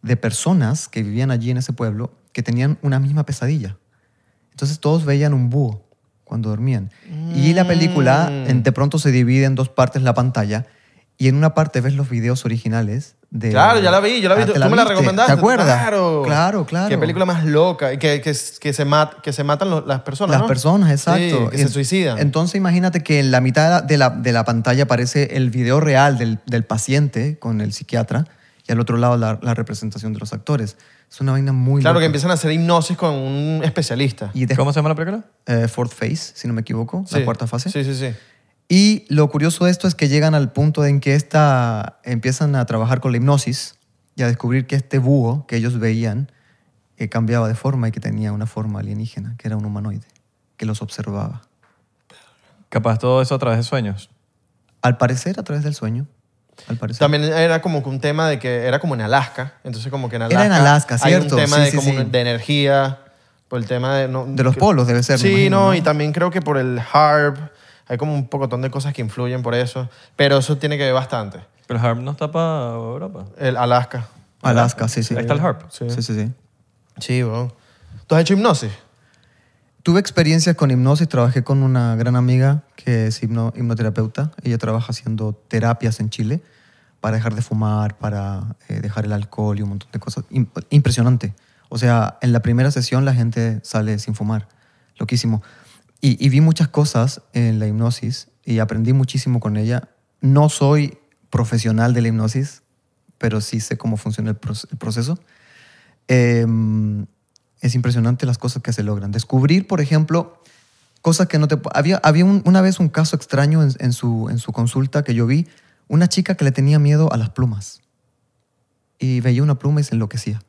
Speaker 2: de personas que vivían allí en ese pueblo que tenían una misma pesadilla. Entonces todos veían un búho cuando dormían. Y la película
Speaker 4: Mm.
Speaker 2: en- de pronto se divide en dos partes la pantalla y en una parte ves los videos originales de...
Speaker 4: Claro, ya la vi, yo la vi.
Speaker 2: Ah,
Speaker 4: Tú,
Speaker 2: ¿te
Speaker 4: me la
Speaker 2: viste?
Speaker 4: recomendaste.
Speaker 2: ¿Te acuerdas?
Speaker 4: Claro.
Speaker 2: Claro, claro.
Speaker 4: Qué película más loca. y Que, que, que se, mat- que se matan lo- las personas,
Speaker 2: Las
Speaker 4: ¿no?
Speaker 2: personas,
Speaker 4: Sí,
Speaker 2: exacto.
Speaker 4: que
Speaker 2: Y
Speaker 4: se
Speaker 2: en-
Speaker 4: suicidan.
Speaker 2: Entonces imagínate que en la mitad de la- de la, de la pantalla aparece el video real del, del paciente con el psiquiatra y al otro lado la, la representación de los actores. Es una vaina muy
Speaker 4: claro,
Speaker 2: loca.
Speaker 4: que empiezan a hacer hipnosis con un especialista.
Speaker 2: Y de-
Speaker 3: ¿Cómo se llama la película?
Speaker 2: eh, Fourth Phase, si no me equivoco,
Speaker 4: Sí.
Speaker 2: la cuarta fase.
Speaker 4: Sí, sí, sí.
Speaker 2: Y lo curioso de esto es que llegan al punto en que esta, empiezan a trabajar con la hipnosis y a descubrir que este búho que ellos veían eh, cambiaba de forma y que tenía una forma alienígena, que era un humanoide, que los observaba.
Speaker 3: Capaz todo eso a través de sueños.
Speaker 2: Al parecer, a través del sueño. Al parecer.
Speaker 4: También era como que un tema de que era como en Alaska. Entonces, como que en Alaska.
Speaker 2: Era en Alaska,
Speaker 4: Hay un
Speaker 2: cierto.
Speaker 4: tema
Speaker 2: Sí,
Speaker 4: de,
Speaker 2: sí,
Speaker 4: como
Speaker 2: sí.
Speaker 4: un- de energía. Por el tema de. no-
Speaker 2: De los
Speaker 4: que-
Speaker 2: polos debe ser, me
Speaker 4: Sí,
Speaker 2: imagino,
Speaker 4: no,
Speaker 2: ¿no?
Speaker 4: y también creo que por el HARP. Hay como un pocotón de cosas que influyen por eso. Pero eso tiene que ver bastante.
Speaker 3: Pero el harp no está para Europa.
Speaker 4: El Alaska.
Speaker 2: Alaska, sí, sí.
Speaker 3: Ahí está el harp.
Speaker 4: Sí.
Speaker 2: Sí, sí, sí.
Speaker 4: Sí, weón. ¿Tú has hecho hipnosis?
Speaker 2: Tuve experiencias con hipnosis. Trabajé con una gran amiga que es hipno- hipnoterapeuta. Ella trabaja haciendo terapias en Chile para dejar de fumar, para eh, dejar el alcohol y un montón de cosas. Im- impresionante. O sea, en la primera sesión la gente sale sin fumar. Loquísimo. Y, y vi muchas cosas en la hipnosis y aprendí muchísimo con ella. No soy profesional de la hipnosis, pero sí sé cómo funciona el proce- el proceso. Eh, es impresionante las cosas que se logran. Descubrir, por ejemplo, cosas que no te... Había, había un- una vez un caso extraño en, en su, en su consulta que yo vi, una chica que le tenía miedo a las plumas. Y veía una pluma y se enloquecía.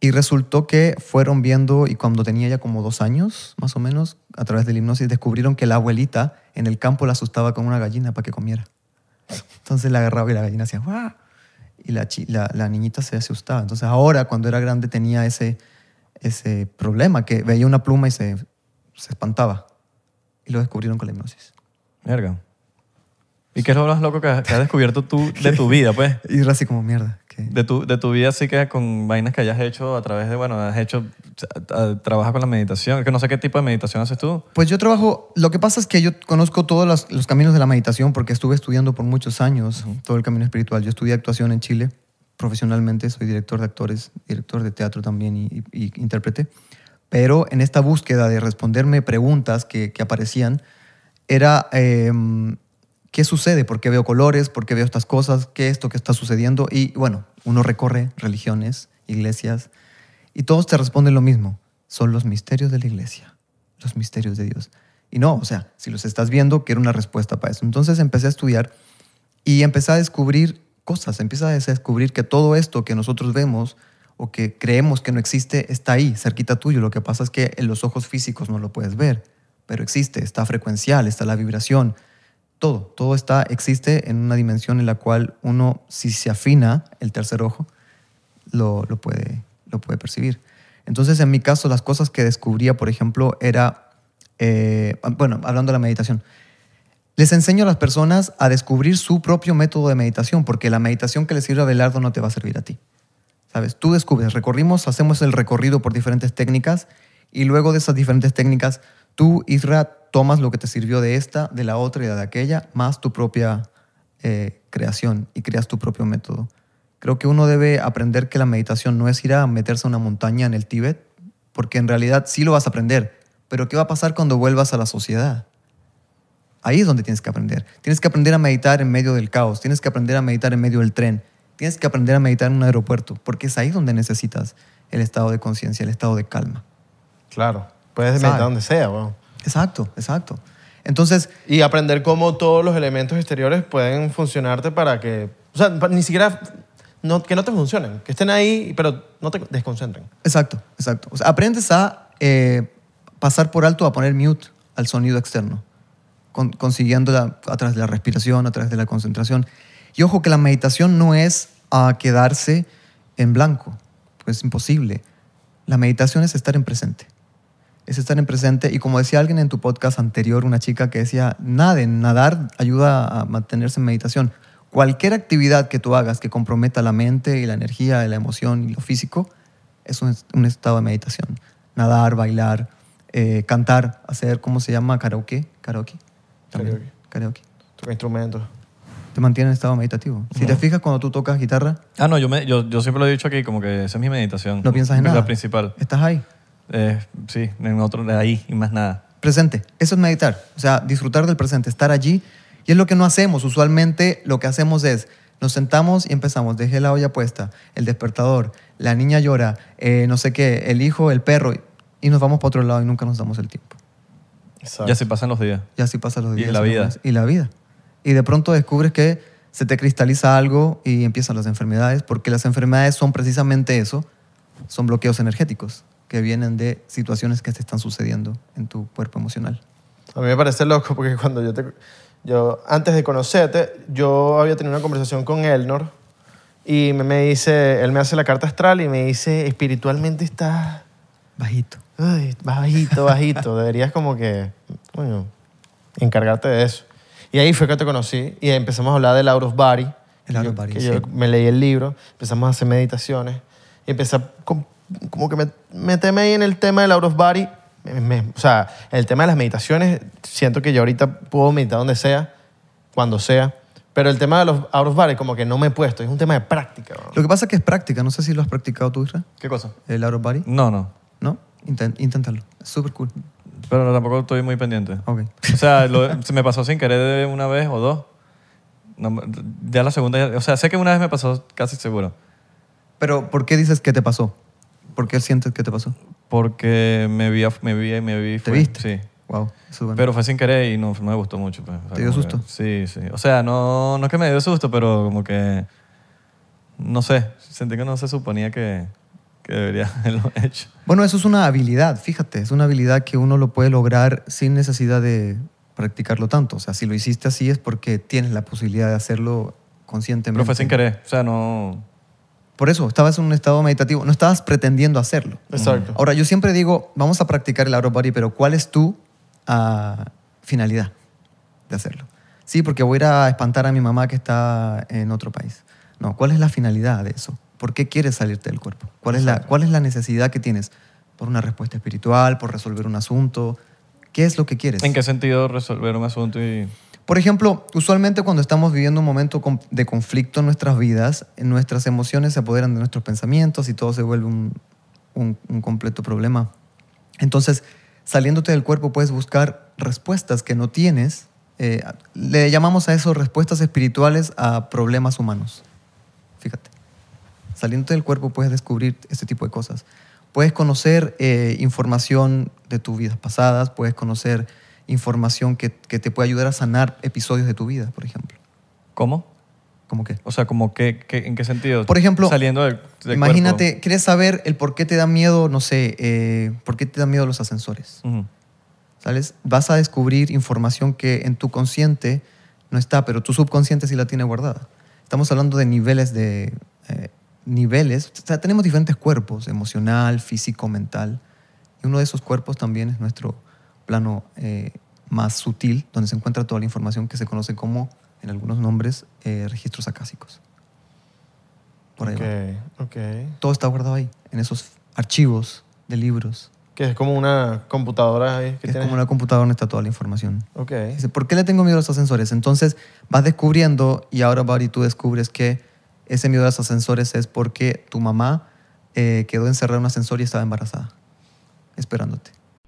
Speaker 2: Y resultó que fueron viendo, y cuando tenía ya como dos años, más o menos, a través del hipnosis, descubrieron que la abuelita en el campo la asustaba con una gallina para que comiera. Entonces la agarraba y la gallina hacía ¡guau! Y la, chi- la, la niñita se asustaba. Entonces ahora, cuando era grande, tenía ese, ese problema, que veía una pluma y se, se espantaba. Y lo descubrieron con la hipnosis.
Speaker 3: Verga. ¿Y qué es lo más loco que, que has descubierto tú de tu vida, pues?
Speaker 2: Y era así como, mierda. ¿qué?
Speaker 3: De tu, de tu vida sí que con vainas que hayas hecho a través de, bueno, has hecho, a- a- trabajas con la meditación, que no sé qué tipo de meditación haces tú.
Speaker 2: Pues yo trabajo, lo que pasa es que yo conozco todos los, los caminos de la meditación porque estuve estudiando por muchos años todo el camino espiritual. Yo estudié actuación en Chile profesionalmente, soy director de actores, director de teatro también y, y- y intérprete. Pero en esta búsqueda de responderme preguntas que, que aparecían, era eh, qué sucede, por qué veo colores, por qué veo estas cosas, qué es esto que está sucediendo. Y bueno, uno recorre religiones, iglesias, y todos te responden lo mismo. Son los misterios de la iglesia, los misterios de Dios. Y no, o sea, si los estás viendo, quiero una respuesta para eso. Entonces empecé a estudiar y empecé a descubrir cosas, empecé a descubrir que todo esto que nosotros vemos o que creemos que no existe está ahí, cerquita tuyo. Lo que pasa es que en los ojos físicos no lo puedes ver, pero existe, está frecuencial, está la vibración, todo, todo está, existe en una dimensión en la cual uno, si se afina el tercer ojo, lo, lo puede, lo puede percibir. Entonces, en mi caso, las cosas que descubría, por ejemplo, era, eh, bueno, hablando de la meditación, les enseño a las personas a descubrir su propio método de meditación, porque la meditación que les sirve a Belardo no te va a servir a ti. ¿Sabes? Tú descubres, recorrimos, hacemos el recorrido por diferentes técnicas y luego de esas diferentes técnicas, tú, Isra, tomas lo que te sirvió de esta, de la otra y de aquella, más tu propia eh, creación y creas tu propio método. Creo que uno debe aprender que la meditación no es ir a meterse a una montaña en el Tíbet, porque en realidad sí lo vas a aprender, pero ¿qué va a pasar cuando vuelvas a la sociedad? Ahí es donde tienes que aprender. Tienes que aprender a meditar en medio del caos, tienes que aprender a meditar en medio del tren, tienes que aprender a meditar en un aeropuerto, porque es ahí donde necesitas el estado de conciencia, el estado de calma.
Speaker 4: Claro. Puedes
Speaker 2: Sabe.
Speaker 4: meditar donde sea, weón.
Speaker 2: Exacto, exacto. Entonces,
Speaker 4: Y aprender cómo todos los elementos exteriores pueden funcionarte para que... O sea, pa- ni siquiera... No, que no te funcionen. Que estén ahí, pero no te desconcentren.
Speaker 2: Exacto, exacto. O sea, aprendes a eh, pasar por alto, a poner mute al sonido externo, con- consiguiendo la- a través de la respiración, a través de la concentración. Y ojo que la meditación no es a quedarse en blanco, pues es imposible. La meditación es estar en presente. Es estar en presente y como decía alguien en tu podcast anterior, una chica que decía, naden, nadar ayuda a mantenerse en meditación. Cualquier actividad que tú hagas que comprometa la mente y la energía, y la emoción y lo físico, es un, un estado de meditación. Nadar, bailar, eh, cantar, hacer, ¿cómo se llama? Karaoke. Karaoke. También. Karaoke.
Speaker 4: Toca instrumentos.
Speaker 2: Te mantiene en estado meditativo. Si te fijas cuando tú tocas guitarra,
Speaker 3: Ah, no, yo, me, yo, yo siempre lo he dicho aquí, como que esa es mi meditación.
Speaker 2: no piensas en
Speaker 3: Mm, Es
Speaker 2: nada.
Speaker 3: La principal.
Speaker 2: Estás ahí,
Speaker 3: Eh, sí, en otro, de ahí y más nada.
Speaker 2: presente. Eso es meditar. O sea, disfrutar del presente, estar allí. Y es lo que no hacemos. Usualmente lo que hacemos es, nos sentamos y empezamos. Dejé la olla puesta, el despertador, la niña llora, eh, no sé qué, el hijo, el perro. Y nos vamos para otro lado y nunca nos damos el tiempo.
Speaker 4: Exacto.
Speaker 3: Ya se pasan los días.
Speaker 2: Y así pasan los
Speaker 3: Y
Speaker 2: días.
Speaker 3: la
Speaker 2: los
Speaker 3: vida.
Speaker 2: meses, Y la vida. Y de pronto descubres que se te cristaliza algo y empiezan las enfermedades, porque las enfermedades son precisamente eso, son bloqueos energéticos que vienen de situaciones que te están sucediendo en tu cuerpo emocional.
Speaker 4: A mí me parece loco porque cuando yo te... Yo, antes de conocerte, yo había tenido una conversación con Elnor y me, me dice... Él me hace la carta astral y me dice, espiritualmente estás...
Speaker 2: Bajito.
Speaker 4: Ay, bajito, bajito. Deberías como que, coño, encargarte de eso. Y ahí fue que te conocí y empezamos a hablar del Out of Body.
Speaker 2: El
Speaker 4: que
Speaker 2: out of
Speaker 4: yo-
Speaker 2: body,
Speaker 4: que
Speaker 2: sí.
Speaker 4: yo me leí el libro, empezamos a hacer meditaciones y empecé a com- como que me, meterme ahí en el tema del Out of Body. Me- me- o sea, el tema de las meditaciones, siento que yo ahorita puedo meditar donde sea, cuando sea. Pero el tema de los Out of Body como que no me he puesto. Es un tema de práctica. ¿no?
Speaker 2: Lo que pasa es que es práctica, no sé si lo has practicado tú, Isra,
Speaker 4: ¿Qué cosa?
Speaker 2: el out of body,
Speaker 3: No, no.
Speaker 2: ¿no? Inten- inténtalo, es súper cool.
Speaker 3: Pero tampoco estoy muy pendiente.
Speaker 2: Ok.
Speaker 3: O sea, lo- se me pasó sin querer de una vez o dos. No me- ya la segunda, ya- o sea, sé que una vez me pasó casi seguro.
Speaker 2: Pero, ¿por qué dices que te pasó? ¿Por qué sientes que te pasó?
Speaker 3: Porque me vi, af- me vi, me vi.
Speaker 2: ¿Te
Speaker 3: fue-
Speaker 2: viste?
Speaker 3: Sí.
Speaker 2: Wow, eso es bueno.
Speaker 3: Pero fue sin querer y no, no me gustó mucho. pues. O sea,
Speaker 2: ¿Te dio
Speaker 3: como que-
Speaker 2: susto?
Speaker 3: sí, sí. O sea, no, no es que me dio susto, pero como que. No sé. Sentí que no se suponía que, que debería haberlo hecho.
Speaker 2: Bueno, eso es una habilidad, fíjate, es una habilidad que uno lo puede lograr sin necesidad de practicarlo tanto. O sea, si lo hiciste así es porque tienes la posibilidad de hacerlo conscientemente.
Speaker 3: Pero fue sin querer. O sea, no.
Speaker 2: Por eso, estabas en un estado meditativo, no estabas pretendiendo hacerlo.
Speaker 4: Exacto.
Speaker 2: Ahora, yo siempre digo, vamos a practicar el out of body, pero ¿cuál es tu ah, finalidad de hacerlo? Sí, porque voy a ir a espantar a mi mamá que está en otro país. No, ¿cuál es la finalidad de eso? ¿Por qué quieres salirte del cuerpo? ¿Cuál es, la, ¿Cuál es la necesidad que tienes? ¿Por una respuesta espiritual? ¿Por resolver un asunto? ¿Qué es lo que quieres?
Speaker 3: ¿En qué sentido resolver un asunto y...?
Speaker 2: Por ejemplo, usualmente cuando estamos viviendo un momento com- de conflicto en nuestras vidas, nuestras emociones se apoderan de nuestros pensamientos y todo se vuelve un, un- un completo problema. Entonces, saliéndote del cuerpo puedes buscar respuestas que no tienes. Eh, le llamamos a eso respuestas espirituales a problemas humanos. Fíjate. Saliéndote del cuerpo puedes descubrir este tipo de cosas. Puedes conocer eh, información de tus vidas pasadas, puedes conocer información que, que te puede ayudar a sanar episodios de tu vida, por ejemplo.
Speaker 3: ¿Cómo?
Speaker 2: ¿Cómo que?
Speaker 3: O sea, como que, que- ¿en qué sentido?
Speaker 2: Por ejemplo,
Speaker 3: saliendo del, del
Speaker 2: Imagínate, quieres saber el por qué te da miedo, no sé, eh, por qué te da miedo los ascensores.
Speaker 3: cuerpo. Ujú.
Speaker 2: ¿Sales? Vas a descubrir información que en tu consciente no está, pero tu subconsciente sí la tiene guardada. Estamos hablando de niveles de... eh, niveles. O sea, tenemos diferentes cuerpos, emocional, físico, mental. Y uno de esos cuerpos también es nuestro plano eh, más sutil, donde se encuentra toda la información que se conoce como, en algunos nombres, eh, registros acásicos. Por ahí va.
Speaker 4: Ok, ok.
Speaker 2: Todo está guardado ahí, en esos archivos de libros.
Speaker 4: Que es como una computadora ahí que
Speaker 2: Que es
Speaker 4: tiene.
Speaker 2: como una computadora donde está toda la información.
Speaker 4: Ok.
Speaker 2: Dice, ¿por qué le tengo miedo a los ascensores? Entonces vas descubriendo y ahora, Bari, tú descubres que ese miedo a los ascensores es porque tu mamá eh, quedó encerrada en un ascensor y estaba embarazada, esperándote.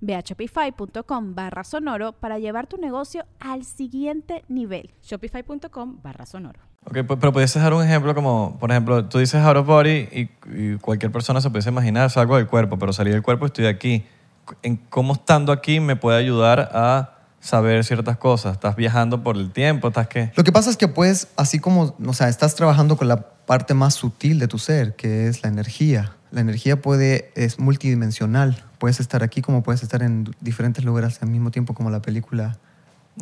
Speaker 5: Ve a shopify.com barra sonoro para llevar tu negocio al siguiente nivel.
Speaker 6: Shopify.com barra sonoro.
Speaker 3: Ok, pe- pero pudieses dar un ejemplo como, por ejemplo, tú dices out of body y, y cualquier persona se pudiese imaginar, salgo del cuerpo, pero salí del cuerpo y estoy aquí. C- En cómo estando aquí me puede ayudar a saber ciertas cosas. Estás viajando por el tiempo, estás que...
Speaker 2: Lo que pasa es que puedes, así como, o sea, estás trabajando con la parte más sutil de tu ser, que es la energía. La energía puede, es multidimensional. Puedes estar aquí como puedes estar en diferentes lugares al mismo tiempo, como la película,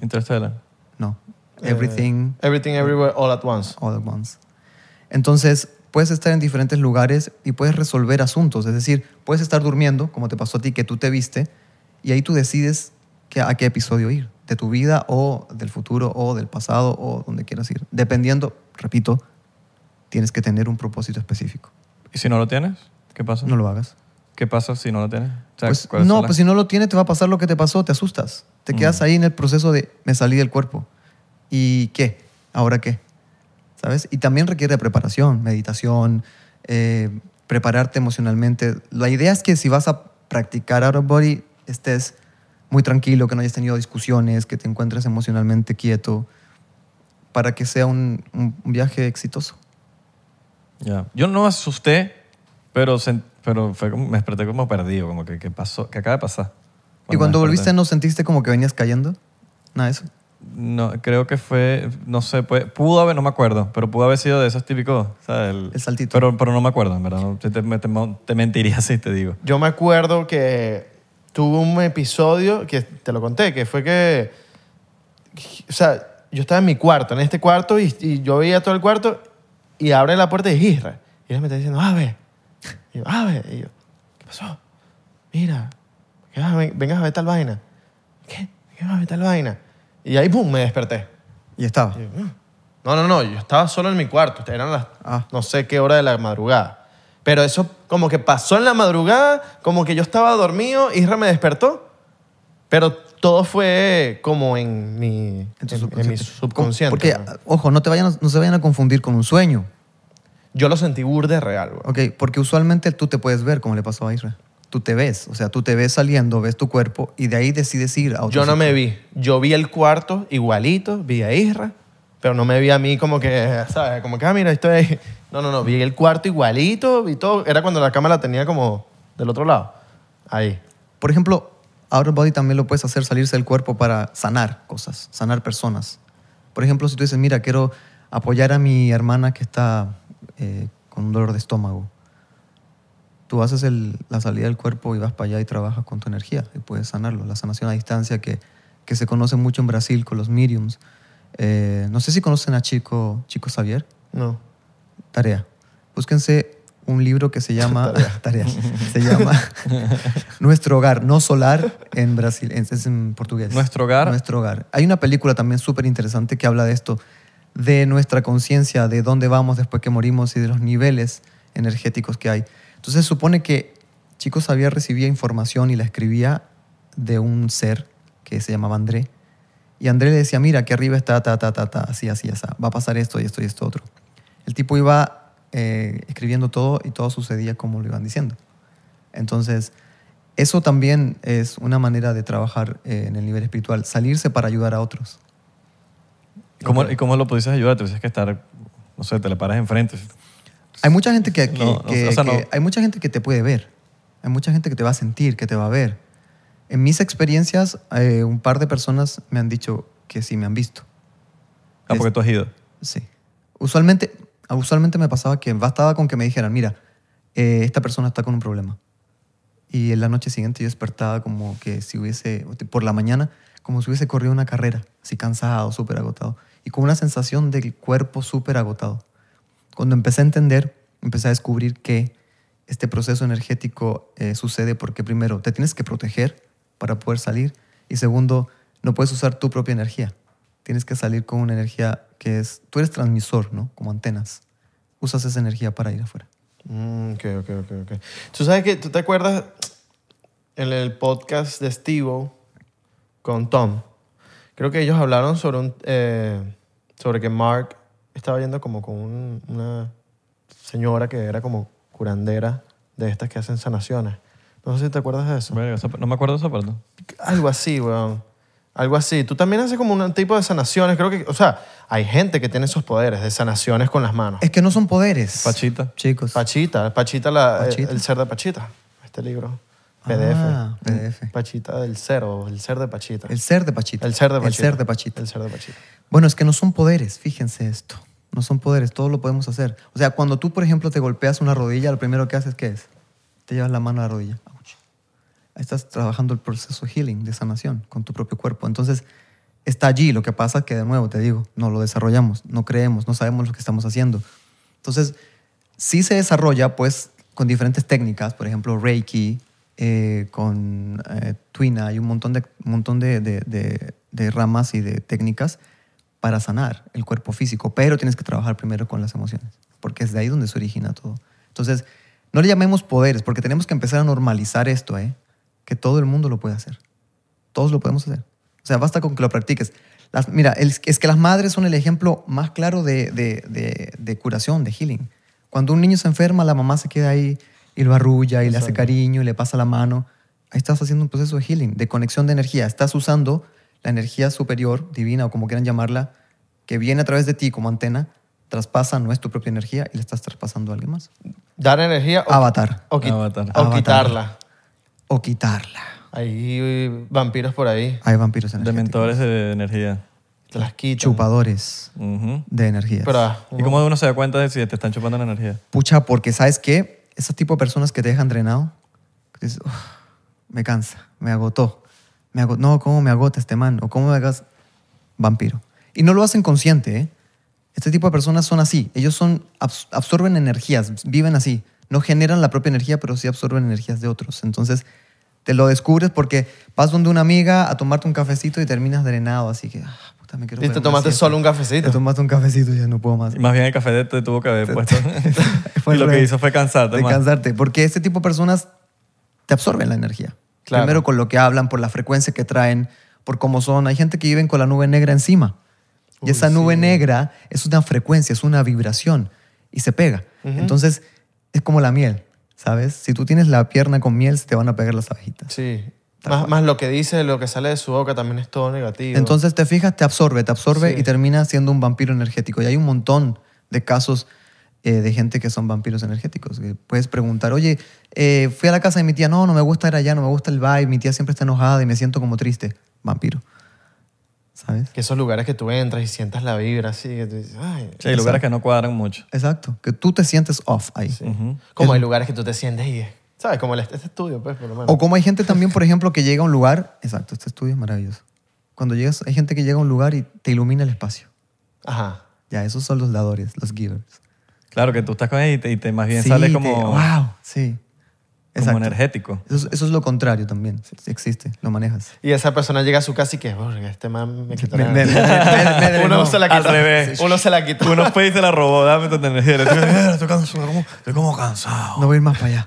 Speaker 3: Interstellar.
Speaker 2: no,
Speaker 4: Eh,
Speaker 2: Everything.
Speaker 4: everything Everywhere All at Once.
Speaker 2: all at once. Entonces, puedes estar en diferentes lugares y puedes resolver asuntos. Es decir, puedes estar durmiendo, como te pasó a ti, que tú te viste, y ahí tú decides que- a qué episodio ir, de tu vida o del futuro o del pasado o donde quieras ir. Dependiendo, repito, tienes que tener un propósito específico.
Speaker 3: ¿Y si no lo tienes? ¿Qué pasa?
Speaker 2: No lo hagas.
Speaker 3: ¿Qué pasa si no lo tienes? O sea,
Speaker 2: Pues,
Speaker 3: ¿cuáles
Speaker 2: no,
Speaker 3: son las-
Speaker 2: pues si no lo tienes, te va a pasar lo que te pasó, te asustas. Te quedas ahí en el proceso de me salí del cuerpo. ¿Y qué? ¿Ahora qué? ¿Sabes? Y también requiere de preparación, meditación, eh, prepararte emocionalmente. La idea es que si vas a practicar out of body, estés muy tranquilo, que no hayas tenido discusiones, que te encuentres emocionalmente quieto, para que sea un- un- un viaje exitoso.
Speaker 3: Ya. Yo no me asusté, pero, sen- pero fue como- me desperté como perdido, como que ¿qué pasó? ¿Qué acaba de pasar?
Speaker 2: ¿Y cuando
Speaker 3: me
Speaker 2: volviste
Speaker 3: desperté.
Speaker 2: no sentiste como que venías cayendo? Nada, de eso.
Speaker 3: No, creo que fue, no sé, puede- pudo haber, no me acuerdo, pero pudo haber sido de esos típicos, ¿sabes?
Speaker 2: El saltito.
Speaker 3: Pero, pero no me acuerdo, en verdad. no, te, te- me- te- te mentiría si te digo.
Speaker 4: Yo me acuerdo que tuve un episodio que te lo conté, que fue que. O sea, yo estaba en mi cuarto, en este cuarto, y, y yo veía todo el cuarto, y abre la puerta y es Isra. Y ella me está diciendo, ave. Y yo, ave. Y yo, ¿qué pasó? Mira, que vas a ven- vengas a ver tal vaina. ¿Qué? ¿Qué vas a ver tal vaina? Y ahí, pum, me desperté.
Speaker 2: Y estaba.
Speaker 4: Y yo, "Mm". No, no, no, yo estaba solo en mi cuarto, eran las
Speaker 2: Ah.
Speaker 4: no sé qué hora de la madrugada. Pero eso como que pasó en la madrugada, como que yo estaba dormido, Isra me despertó, pero todo fue como en mi, en,
Speaker 2: en tu
Speaker 4: en mi
Speaker 2: subconsciente. ah,
Speaker 4: subconsciente.
Speaker 2: Porque, ojo, no, te vayan, no se vayan a confundir con un sueño.
Speaker 4: Yo lo sentí burde real, güey.
Speaker 2: Ok, porque usualmente tú te puedes ver, como le pasó a Israel. Tú te ves, o sea, tú te ves saliendo, ves tu cuerpo y de ahí decides ir a otro
Speaker 4: Yo no
Speaker 2: sitio.
Speaker 4: me vi. Yo vi el cuarto igualito, vi a Isra, pero no me vi a mí como que, ¿sabes? Como que, ah, mira, estoy ahí. No, no, no. Vi el cuarto igualito, vi todo. Era cuando la cámara la tenía como del otro lado. Ahí.
Speaker 2: Por ejemplo, out of body también lo puedes hacer salirse del cuerpo para sanar cosas, sanar personas. Por ejemplo, si tú dices, mira, quiero apoyar a mi hermana que está eh, con un dolor de estómago. Tú haces el- la salida del cuerpo y vas para allá y trabajas con tu energía y puedes sanarlo. La sanación a distancia que, que se conoce mucho en Brasil con los mediums. Eh, no sé si conocen a Chico, Chico Xavier.
Speaker 4: No.
Speaker 2: Tarea. Búsquense un libro que se llama Tarea. Se llama Nuestro hogar, no solar en Brasil, es, es en portugués.
Speaker 3: Nuestro hogar.
Speaker 2: Nuestro hogar. Hay una película también súper interesante que habla de esto, de nuestra conciencia, de dónde vamos después que morimos y de los niveles energéticos que hay. Entonces se supone que Chico Xavier recibía información y la escribía de un ser que se llamaba André. Y André le decía, mira, aquí arriba está, ta, ta, ta, ta, así, así, así. Va a pasar esto y esto y esto otro. El tipo iba eh, escribiendo todo y todo sucedía como lo iban diciendo. Entonces, eso también es una manera de trabajar eh, en el nivel espiritual, salirse para ayudar a otros.
Speaker 3: ¿Cómo, ¿Y cómo lo pudiste ayudar? Te dices que estar, no sé, te le paras enfrente. ah,
Speaker 2: Hay mucha gente que, que-
Speaker 3: No, no,
Speaker 2: que-
Speaker 3: o sea,
Speaker 2: que-
Speaker 3: no.
Speaker 2: hay mucha gente que te puede ver, hay mucha gente que te va a sentir, que te va a ver. En mis experiencias, eh, un par de personas me han dicho que sí me han visto.
Speaker 3: Ah, porque tú has ido.
Speaker 2: Sí. Usualmente, usualmente me pasaba que bastaba con que me dijeran, mira, eh, esta persona está con un problema. Y en la noche siguiente yo despertaba como que si hubiese, por la mañana, como si hubiese corrido una carrera, así cansado, súper agotado. Y con una sensación del cuerpo súper agotado. Cuando empecé a entender, empecé a descubrir que este proceso energético eh, sucede porque primero, te tienes que proteger para poder salir y segundo, no puedes usar tu propia energía. Tienes que salir con una energía que es, tú eres transmisor, ¿no? Como antenas. Usas esa energía para ir afuera.
Speaker 4: Mm, ok, ok, ok, ok. Tú sabes que, ¿tú te acuerdas en el podcast de Steve con Tom? Creo que ellos hablaron sobre un, eh, sobre que Mark estaba yendo como con un- una señora que era como curandera de estas que hacen sanaciones. No sé si te acuerdas de eso.
Speaker 3: Verga, esa- No me acuerdo de esa parte.
Speaker 4: Algo así, weón. Algo así. Tú también haces como un tipo de sanaciones. Creo que, o sea, hay gente que tiene esos poderes de sanaciones con las manos.
Speaker 2: Es que no son poderes.
Speaker 3: Pachita.
Speaker 2: Chicos.
Speaker 4: Pachita, Pachita, la- eh,
Speaker 2: Pachita.
Speaker 4: el ser de Pachita, este libro, PDF.
Speaker 2: Ah, PDF.
Speaker 4: Pachita del cero, el ser de Pachita.
Speaker 2: El ser de Pachita.
Speaker 4: El ser de
Speaker 2: El
Speaker 4: Pachita.
Speaker 2: ser de Pachita.
Speaker 4: El ser de Pachita.
Speaker 2: Bueno, es que no son poderes, fíjense esto. No son poderes, todo lo podemos hacer. O sea, cuando tú, por ejemplo, te golpeas una rodilla, lo primero que haces, ¿qué es? Te llevas la mano a la rodilla. Ouch. Estás trabajando el proceso healing, de sanación, con tu propio cuerpo. Entonces, está allí. Lo que pasa es que, de nuevo, te digo, no lo desarrollamos, no creemos, no sabemos lo que estamos haciendo. Entonces, sí se desarrolla, pues, con diferentes técnicas, por ejemplo, Reiki, eh, con eh, Twina, hay un montón, de, un montón de, de- de- de ramas y de técnicas para sanar el cuerpo físico, pero tienes que trabajar primero con las emociones, porque es de ahí donde se origina todo. Entonces, no le llamemos poderes, porque tenemos que empezar a normalizar esto, ¿eh? que todo el mundo lo puede hacer. Todos lo podemos hacer. O sea, basta con que lo practiques. Las- mira, el- es que las madres son el ejemplo más claro de, de- de- de curación, de healing. Cuando un niño se enferma, la mamá se queda ahí y lo arrulla y le hace cariño y le pasa la mano. Ahí estás haciendo un proceso de healing, de conexión de energía. Estás usando la energía superior, divina o como quieran llamarla, que viene a través de ti como antena, traspasa, no es tu propia energía y la estás traspasando a alguien más.
Speaker 4: Dar energía o,
Speaker 2: Avatar.
Speaker 4: o qui-
Speaker 3: Avatar.
Speaker 4: o
Speaker 2: Avatar.
Speaker 4: quitarla.
Speaker 2: O quitarla.
Speaker 4: Hay vampiros por ahí,
Speaker 2: Hay vampiros energéticos.
Speaker 3: Dementores de energía.
Speaker 4: te las quitan.
Speaker 2: Chupadores
Speaker 3: Ujú.
Speaker 2: de energía.
Speaker 4: Pero, ah,
Speaker 3: ¿Y cómo uno se da cuenta de si te están chupando la energía?
Speaker 2: Pucha, porque ¿sabes qué? Ese tipo de personas que te dejan drenado, que dices, "Uf, me cansa, me agotó. Me ago- no, ¿cómo me agota este man? ¿O cómo me hagas vampiro? Y no lo hacen consciente, ¿eh? Este tipo de personas son así. Ellos son, abs- absorben energías, viven así. No generan la propia energía, pero sí absorben energías de otros. Entonces, te lo descubres porque vas donde una amiga a tomarte un cafecito y terminas drenado. Así que, ah, puta, me quiero
Speaker 4: Y
Speaker 2: pegar
Speaker 4: te
Speaker 2: una
Speaker 4: tomaste
Speaker 2: siesta.
Speaker 4: solo un cafecito.
Speaker 2: Te tomaste un cafecito y ya no puedo más.
Speaker 3: Y más bien el café de- te tuvo que haber puesto.
Speaker 2: Fue
Speaker 3: y
Speaker 2: al
Speaker 3: lo que
Speaker 2: revés.
Speaker 3: hizo fue cansarte.
Speaker 2: De
Speaker 3: más.
Speaker 2: cansarte, porque este tipo de personas te absorben la energía.
Speaker 4: Claro.
Speaker 2: Primero con lo que hablan, por la frecuencia que traen, por cómo son. Hay gente que viven con la nube negra encima. Y esa nube negra es una frecuencia, es una vibración. y se pega. Entonces, es como la miel, ¿sabes? Si tú tienes la pierna con miel, se te van a pegar las abejitas.
Speaker 4: Sí. Más, más lo que dice, lo que sale de su boca también es todo negativo.
Speaker 2: Entonces te fijas, te absorbe, te absorbe
Speaker 4: Sí.
Speaker 2: y termina siendo un vampiro energético. Y hay un montón de casos eh, de gente que son vampiros energéticos. que Puedes preguntar, oye, eh, fui a la casa de mi tía, no, no me gusta ir allá, no me gusta el vibe, mi tía siempre está enojada y me siento como triste. Vampiro. ¿Sabes?
Speaker 4: Que esos lugares que tú entras y sientas la vibra así, que tú dices, ay.
Speaker 3: Sí, hay lugares que no cuadran mucho.
Speaker 2: Exacto. Que tú te sientes off ahí.
Speaker 4: Como hay lugares que tú te sientes y, ¿sabes? Como el- este estudio, pues, por lo menos.
Speaker 2: O como hay gente también, por ejemplo, que llega a un lugar. Exacto, este estudio es maravilloso. Cuando llegas, hay gente que llega a un lugar y te ilumina el espacio.
Speaker 4: Ajá.
Speaker 2: Ya, esos son los dadores, los givers.
Speaker 3: Claro que tú estás con él y te, y te- más bien
Speaker 2: Sí,
Speaker 3: sale
Speaker 2: te-
Speaker 3: como,
Speaker 2: ¡Wow! Sí.
Speaker 3: como
Speaker 2: Exacto.
Speaker 3: energético.
Speaker 2: Eso, es- eso es lo contrario también. Sí Existe, lo manejas.
Speaker 4: Y esa persona llega a su casa y que, "Verga, este man me quitó la
Speaker 2: Me- me- me- me- me
Speaker 4: Uno
Speaker 2: drenó.
Speaker 4: se la quitó.
Speaker 3: Al revés.
Speaker 4: Uno se la quitó.
Speaker 3: Uno fue y se la robó, dame tu energía. Estoy, estoy cansado, como- estoy como cansado.
Speaker 2: No voy a ir más para allá.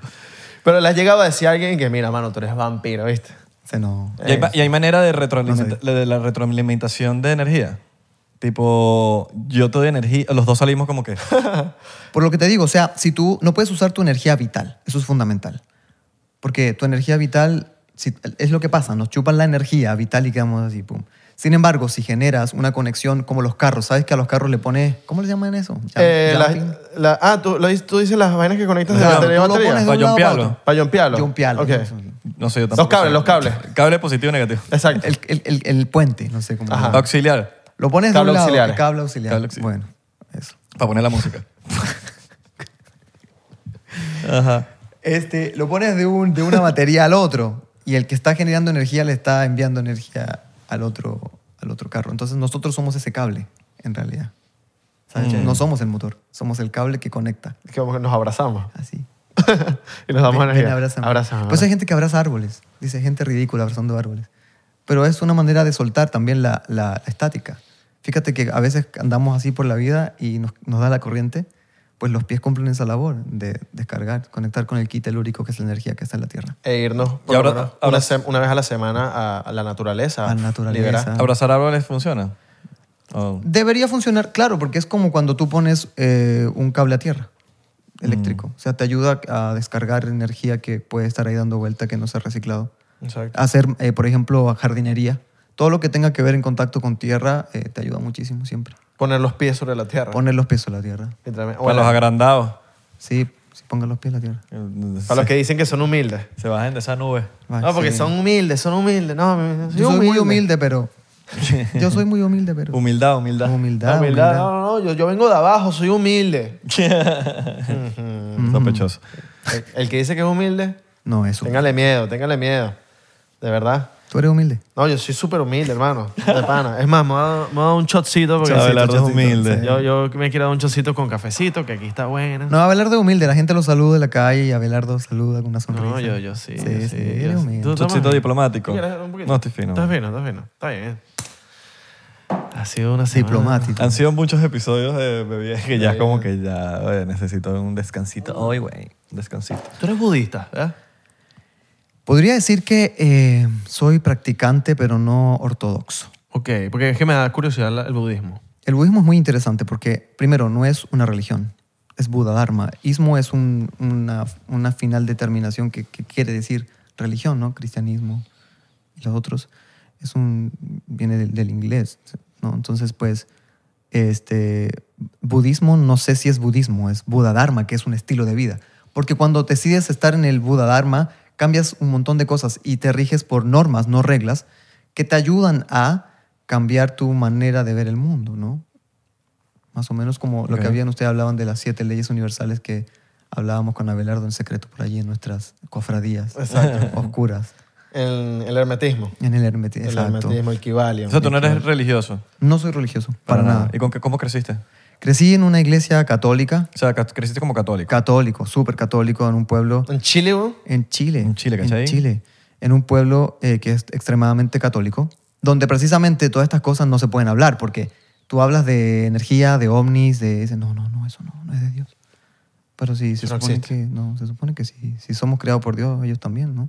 Speaker 4: Pero le ha llegado a decir a alguien que, mira, mano, tú eres vampiro, ¿viste?
Speaker 2: Se no.
Speaker 3: Y hay, ma- y hay manera de, retroalimenta-
Speaker 2: No
Speaker 3: de la retroalimentación de energía. Tipo, yo te doy energía, los dos salimos como que.
Speaker 2: Por lo que te digo, o sea, si tú no puedes usar tu energía vital, eso es fundamental. Porque tu energía vital si- es lo que pasa, nos chupan la energía vital y quedamos así, pum. Sin embargo, si generas una conexión como los carros, ¿sabes que a los carros le pones, ¿cómo le llaman eso? Jam-
Speaker 4: Eh, la-
Speaker 2: jumping.
Speaker 4: la- ah, tú, lo dices- tú dices las vainas que conectas de
Speaker 3: No,
Speaker 4: batería a
Speaker 2: tú lo pones de
Speaker 4: batería.
Speaker 3: Para
Speaker 2: un lado
Speaker 3: jumpearlo.
Speaker 2: para otro.
Speaker 4: Para jumpearlo.
Speaker 2: Jumpearlo,
Speaker 4: Ok.
Speaker 2: no
Speaker 3: No sé, yo tampoco.
Speaker 4: cables,
Speaker 3: sé.
Speaker 4: los cables.
Speaker 3: Cable positivo y negativo.
Speaker 4: Exacto.
Speaker 2: El, el- el- el puente, no sé cómo.
Speaker 4: Ajá.
Speaker 2: se llama.
Speaker 3: Auxiliar,
Speaker 2: Lo pones
Speaker 4: Cable
Speaker 2: de un lado,
Speaker 4: auxiliar.
Speaker 2: el cable auxiliar.
Speaker 3: Cable auxiliar.
Speaker 2: Bueno, eso.
Speaker 3: para poner la música. Ajá.
Speaker 2: Este, lo pones de, un, de una batería al otro y el que está generando energía le está enviando energía al otro, al otro carro. Entonces nosotros somos ese cable, en realidad. ¿Sabes? No somos el motor, somos el cable que conecta.
Speaker 4: Que como que nos abrazamos.
Speaker 2: Así.
Speaker 4: y nos damos
Speaker 2: Ven- ven,
Speaker 4: energía.
Speaker 2: abrázame.
Speaker 4: Abrazamos.
Speaker 2: Pues hay gente que abraza árboles. Dice gente ridícula abrazando árboles. Pero es una manera de soltar también la, la- la estática. Fíjate que a veces andamos así por la vida y nos, nos da la corriente, pues los pies cumplen esa labor de descargar, conectar con el kit telúrico, que es la energía que está en la Tierra.
Speaker 4: e irnos por
Speaker 3: Y
Speaker 4: lo
Speaker 3: ahora-
Speaker 4: menos
Speaker 3: ahora-
Speaker 4: una, sem- una vez a la semana a, a la naturaleza.
Speaker 2: A la naturaleza.
Speaker 4: liberar.
Speaker 3: ¿Abrazar árboles funciona? Oh.
Speaker 2: Debería funcionar, claro, porque es como cuando tú pones eh, un cable a tierra eléctrico. O sea, te ayuda a descargar energía que puede estar ahí dando vuelta, que no se ha reciclado.
Speaker 4: Exacto.
Speaker 2: Hacer, eh, por ejemplo, jardinería. Todo lo que tenga que ver en contacto con tierra eh, te ayuda muchísimo siempre.
Speaker 4: Poner los pies sobre la tierra.
Speaker 2: Poner los pies a la tierra.
Speaker 4: Literalmente.
Speaker 3: Para
Speaker 4: Bueno,
Speaker 3: los agrandados.
Speaker 2: Sí, sí, pongan los pies a la tierra.
Speaker 4: para Ah, los que dicen que son humildes.
Speaker 3: Se bajen de esa nube.
Speaker 2: Va,
Speaker 4: no, porque
Speaker 2: sí.
Speaker 4: son humildes, son humildes. No,
Speaker 2: Yo soy muy humilde, pero... Yo soy muy humilde, pero...
Speaker 3: Humildad, humildad.
Speaker 2: Humildad,
Speaker 4: La humildad,
Speaker 2: Ah, humildad.
Speaker 4: No, no, no, yo, yo vengo de abajo, soy humilde.
Speaker 3: Mm. Sospechoso.
Speaker 4: El, el que dice que es humilde,
Speaker 2: No, eso.
Speaker 4: téngale miedo, téngale miedo. De verdad.
Speaker 2: Tú eres humilde.
Speaker 4: No, yo soy súper humilde, hermano. De pana. Es más, me voy a me voy a dar un shotcito. Porque
Speaker 3: Chao, Abelardo es
Speaker 4: Shotcito.
Speaker 3: humilde.
Speaker 4: Sí, Yo, yo me quiero dar un shotcito con cafecito, que aquí está bueno.
Speaker 2: No, Abelardo es humilde. La gente lo saluda en la calle y Abelardo saluda con una sonrisa.
Speaker 4: No, yo, yo sí.
Speaker 2: Sí,
Speaker 4: yo
Speaker 2: sí,
Speaker 4: yo
Speaker 2: eres humilde.
Speaker 4: ¿Tú
Speaker 3: Un chocito
Speaker 4: tomas?
Speaker 3: diplomático.
Speaker 4: ¿Tú quieres un poquito?
Speaker 3: No, estoy fino.
Speaker 4: Estás fino, estás fino. Está bien. Ha sido una semana.
Speaker 2: Diplomático.
Speaker 4: Ah,
Speaker 3: Han sido muchos episodios de bebidas que ya
Speaker 4: Sí.
Speaker 3: como que ya oye, necesito un descansito hoy, güey. Un descansito.
Speaker 4: Tú eres budista, ¿verdad?
Speaker 2: Podría decir que eh, soy practicante, pero no ortodoxo.
Speaker 4: Ok, porque es que me da curiosidad la- el budismo.
Speaker 2: El budismo es muy interesante porque, primero, no es una religión, es Buda Dharma. Ismo es un- una, una final determinación que, que quiere decir religión, ¿no? Cristianismo y los otros. Es un, viene del, del inglés, ¿no? Entonces, pues, este, budismo no sé si es budismo, es Buda Dharma, que es un estilo de vida. Porque cuando decides estar en el Buda Dharma, cambias un montón de cosas y te riges por normas, no reglas, que te ayudan a cambiar tu manera de ver el mundo, ¿no? Más o menos como lo
Speaker 3: Ok.
Speaker 2: que habían, ustedes hablaban de las siete leyes universales que hablábamos con Abelardo en secreto por allí en nuestras cofradías oscuras,
Speaker 4: El, el hermetismo.
Speaker 2: en el hermetismo.
Speaker 4: El
Speaker 2: Exacto.
Speaker 4: hermetismo, el kibalion.
Speaker 3: O sea, tú no eres religioso.
Speaker 2: No soy religioso, para, nada.
Speaker 3: ¿Y con qué, cómo creciste?
Speaker 2: Crecí en una iglesia católica,
Speaker 3: O sea, cat- creciste como católico.
Speaker 2: católico, súper católico, en un pueblo
Speaker 4: En Chile, bro,
Speaker 2: en Chile.
Speaker 3: En Chile, ¿cachai?
Speaker 2: En Chile, en un pueblo eh, que es extremadamente católico, donde precisamente todas estas cosas no se pueden hablar, porque tú hablas de energía, de ovnis, de... dicen, no, no, no, eso no, no es de Dios. Pero sí, se,
Speaker 4: No
Speaker 2: supone
Speaker 4: existe.
Speaker 2: que, no, se supone que sí, si somos creados por Dios, ellos también, ¿no?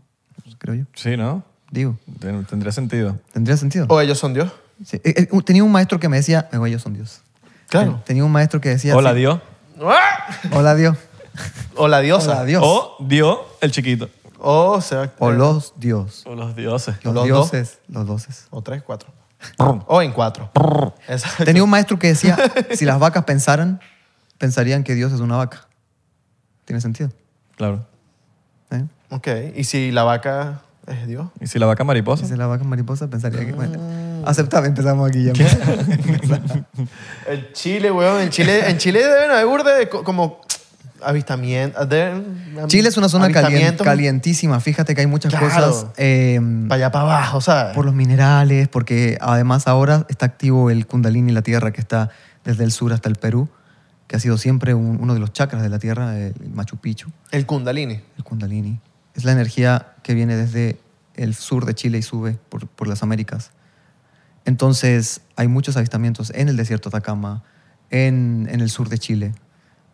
Speaker 2: Creo yo.
Speaker 3: Sí, ¿no?
Speaker 2: Digo,
Speaker 3: Ten- Tendría sentido.
Speaker 2: ¿tendría sentido?
Speaker 4: o ellos son Dios.
Speaker 2: Sí, eh, eh, un- Tenía un maestro que me decía, "Oh, ellos son Dios.
Speaker 4: Claro.
Speaker 2: Tenía un maestro que decía...
Speaker 3: Hola,
Speaker 2: sí,
Speaker 3: Dios.
Speaker 2: Hola, Dios.
Speaker 4: O la diosa.
Speaker 2: Hola, Dios.
Speaker 3: O Dios, el chiquito.
Speaker 4: O sea,
Speaker 2: O los Dios.
Speaker 3: O los dioses.
Speaker 2: Los,
Speaker 4: Los dos.
Speaker 2: dioses. Los dioses.
Speaker 4: o tres, cuatro. o en cuatro. Exacto.
Speaker 2: Tenía un maestro que decía, si las vacas pensaran, pensarían que Dios es una vaca. ¿Tiene sentido?
Speaker 3: Claro.
Speaker 2: ¿Eh?
Speaker 4: Ok. ¿Y si la vaca es Dios?
Speaker 3: ¿Y si la vaca mariposa?
Speaker 2: Si es la vaca mariposa, pensaría que...
Speaker 4: Ah.
Speaker 2: Bueno, aceptame, empezamos aquí ya.
Speaker 4: El Chile, weón. En Chile, en Chile deben haber burda de co- como avistamiento. deben-
Speaker 2: Chile es una zona calien-
Speaker 4: avistamientos
Speaker 2: calientísima. Fíjate que hay muchas
Speaker 4: Claro.
Speaker 2: cosas eh,
Speaker 4: Para allá, para abajo, ¿sabes?
Speaker 2: por los minerales, porque además ahora está activo el Kundalini, la tierra que está desde el sur hasta el Perú, que ha sido siempre un- uno de los chakras de la tierra, el Machu Picchu,
Speaker 4: El Kundalini.
Speaker 2: el Kundalini. Es la energía que viene desde el sur de Chile y sube por, por las Américas. Entonces, hay muchos avistamientos en el desierto de Atacama, en, en el sur de Chile,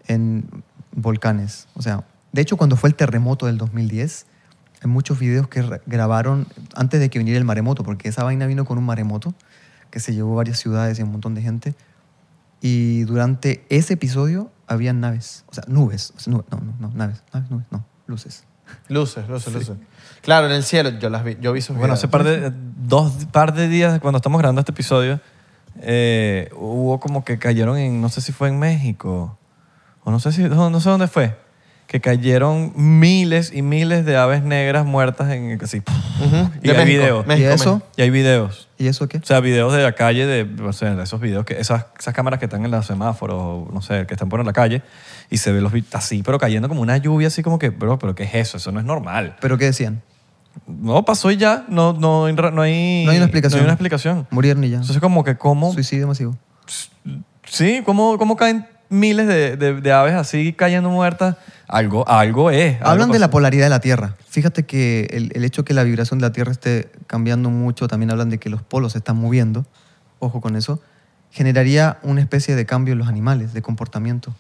Speaker 2: en volcanes. O sea, de hecho, cuando fue el terremoto del 2010, hay muchos videos que re- grabaron antes de que viniera el maremoto, porque esa vaina vino con un maremoto que se llevó varias ciudades y un montón de gente. Y durante ese episodio habían naves, o sea, nubes. O sea, nube- no, no, no, naves, naves, nubes, no, luces.
Speaker 4: Luces, luces, luces. Claro, en el cielo yo las vi, yo vi sus
Speaker 3: Bueno,
Speaker 4: videos.
Speaker 3: hace par de, dos par de días, cuando estamos grabando este episodio, eh, hubo como que cayeron en, no sé si fue en México, o no sé, si, no, no sé dónde fue, que cayeron miles y miles de aves negras muertas en así.
Speaker 4: Ujú.
Speaker 3: Y
Speaker 4: De
Speaker 3: hay
Speaker 4: México,
Speaker 3: videos.
Speaker 4: México,
Speaker 2: ¿Y eso?
Speaker 4: México.
Speaker 3: Y hay videos.
Speaker 2: ¿Y eso qué?
Speaker 3: O sea, videos de la calle, de o sea, de esos videos, que esas, esas cámaras que están en los semáforos, o no sé, que están por la calle, y se ven los vi- así, pero cayendo como una lluvia, así como que, bro, pero ¿qué es eso? Eso no es normal.
Speaker 2: ¿Pero qué decían?
Speaker 3: No, pasó y ya. No, no, hay ra- no hay...
Speaker 2: No hay una explicación.
Speaker 3: No hay una explicación.
Speaker 2: Murieron y ya.
Speaker 3: Entonces como que cómo...
Speaker 2: Suicidio masivo.
Speaker 3: Sí, cómo, cómo caen miles de, de- de aves así cayendo muertas. Algo, algo es. algo
Speaker 2: Hablan de la
Speaker 3: pasó.
Speaker 2: polaridad de la Tierra. Fíjate que el, el hecho que la vibración de la Tierra esté cambiando mucho, también hablan de que los polos se están moviendo, ojo con eso, generaría una especie de cambio en los animales, de comportamiento.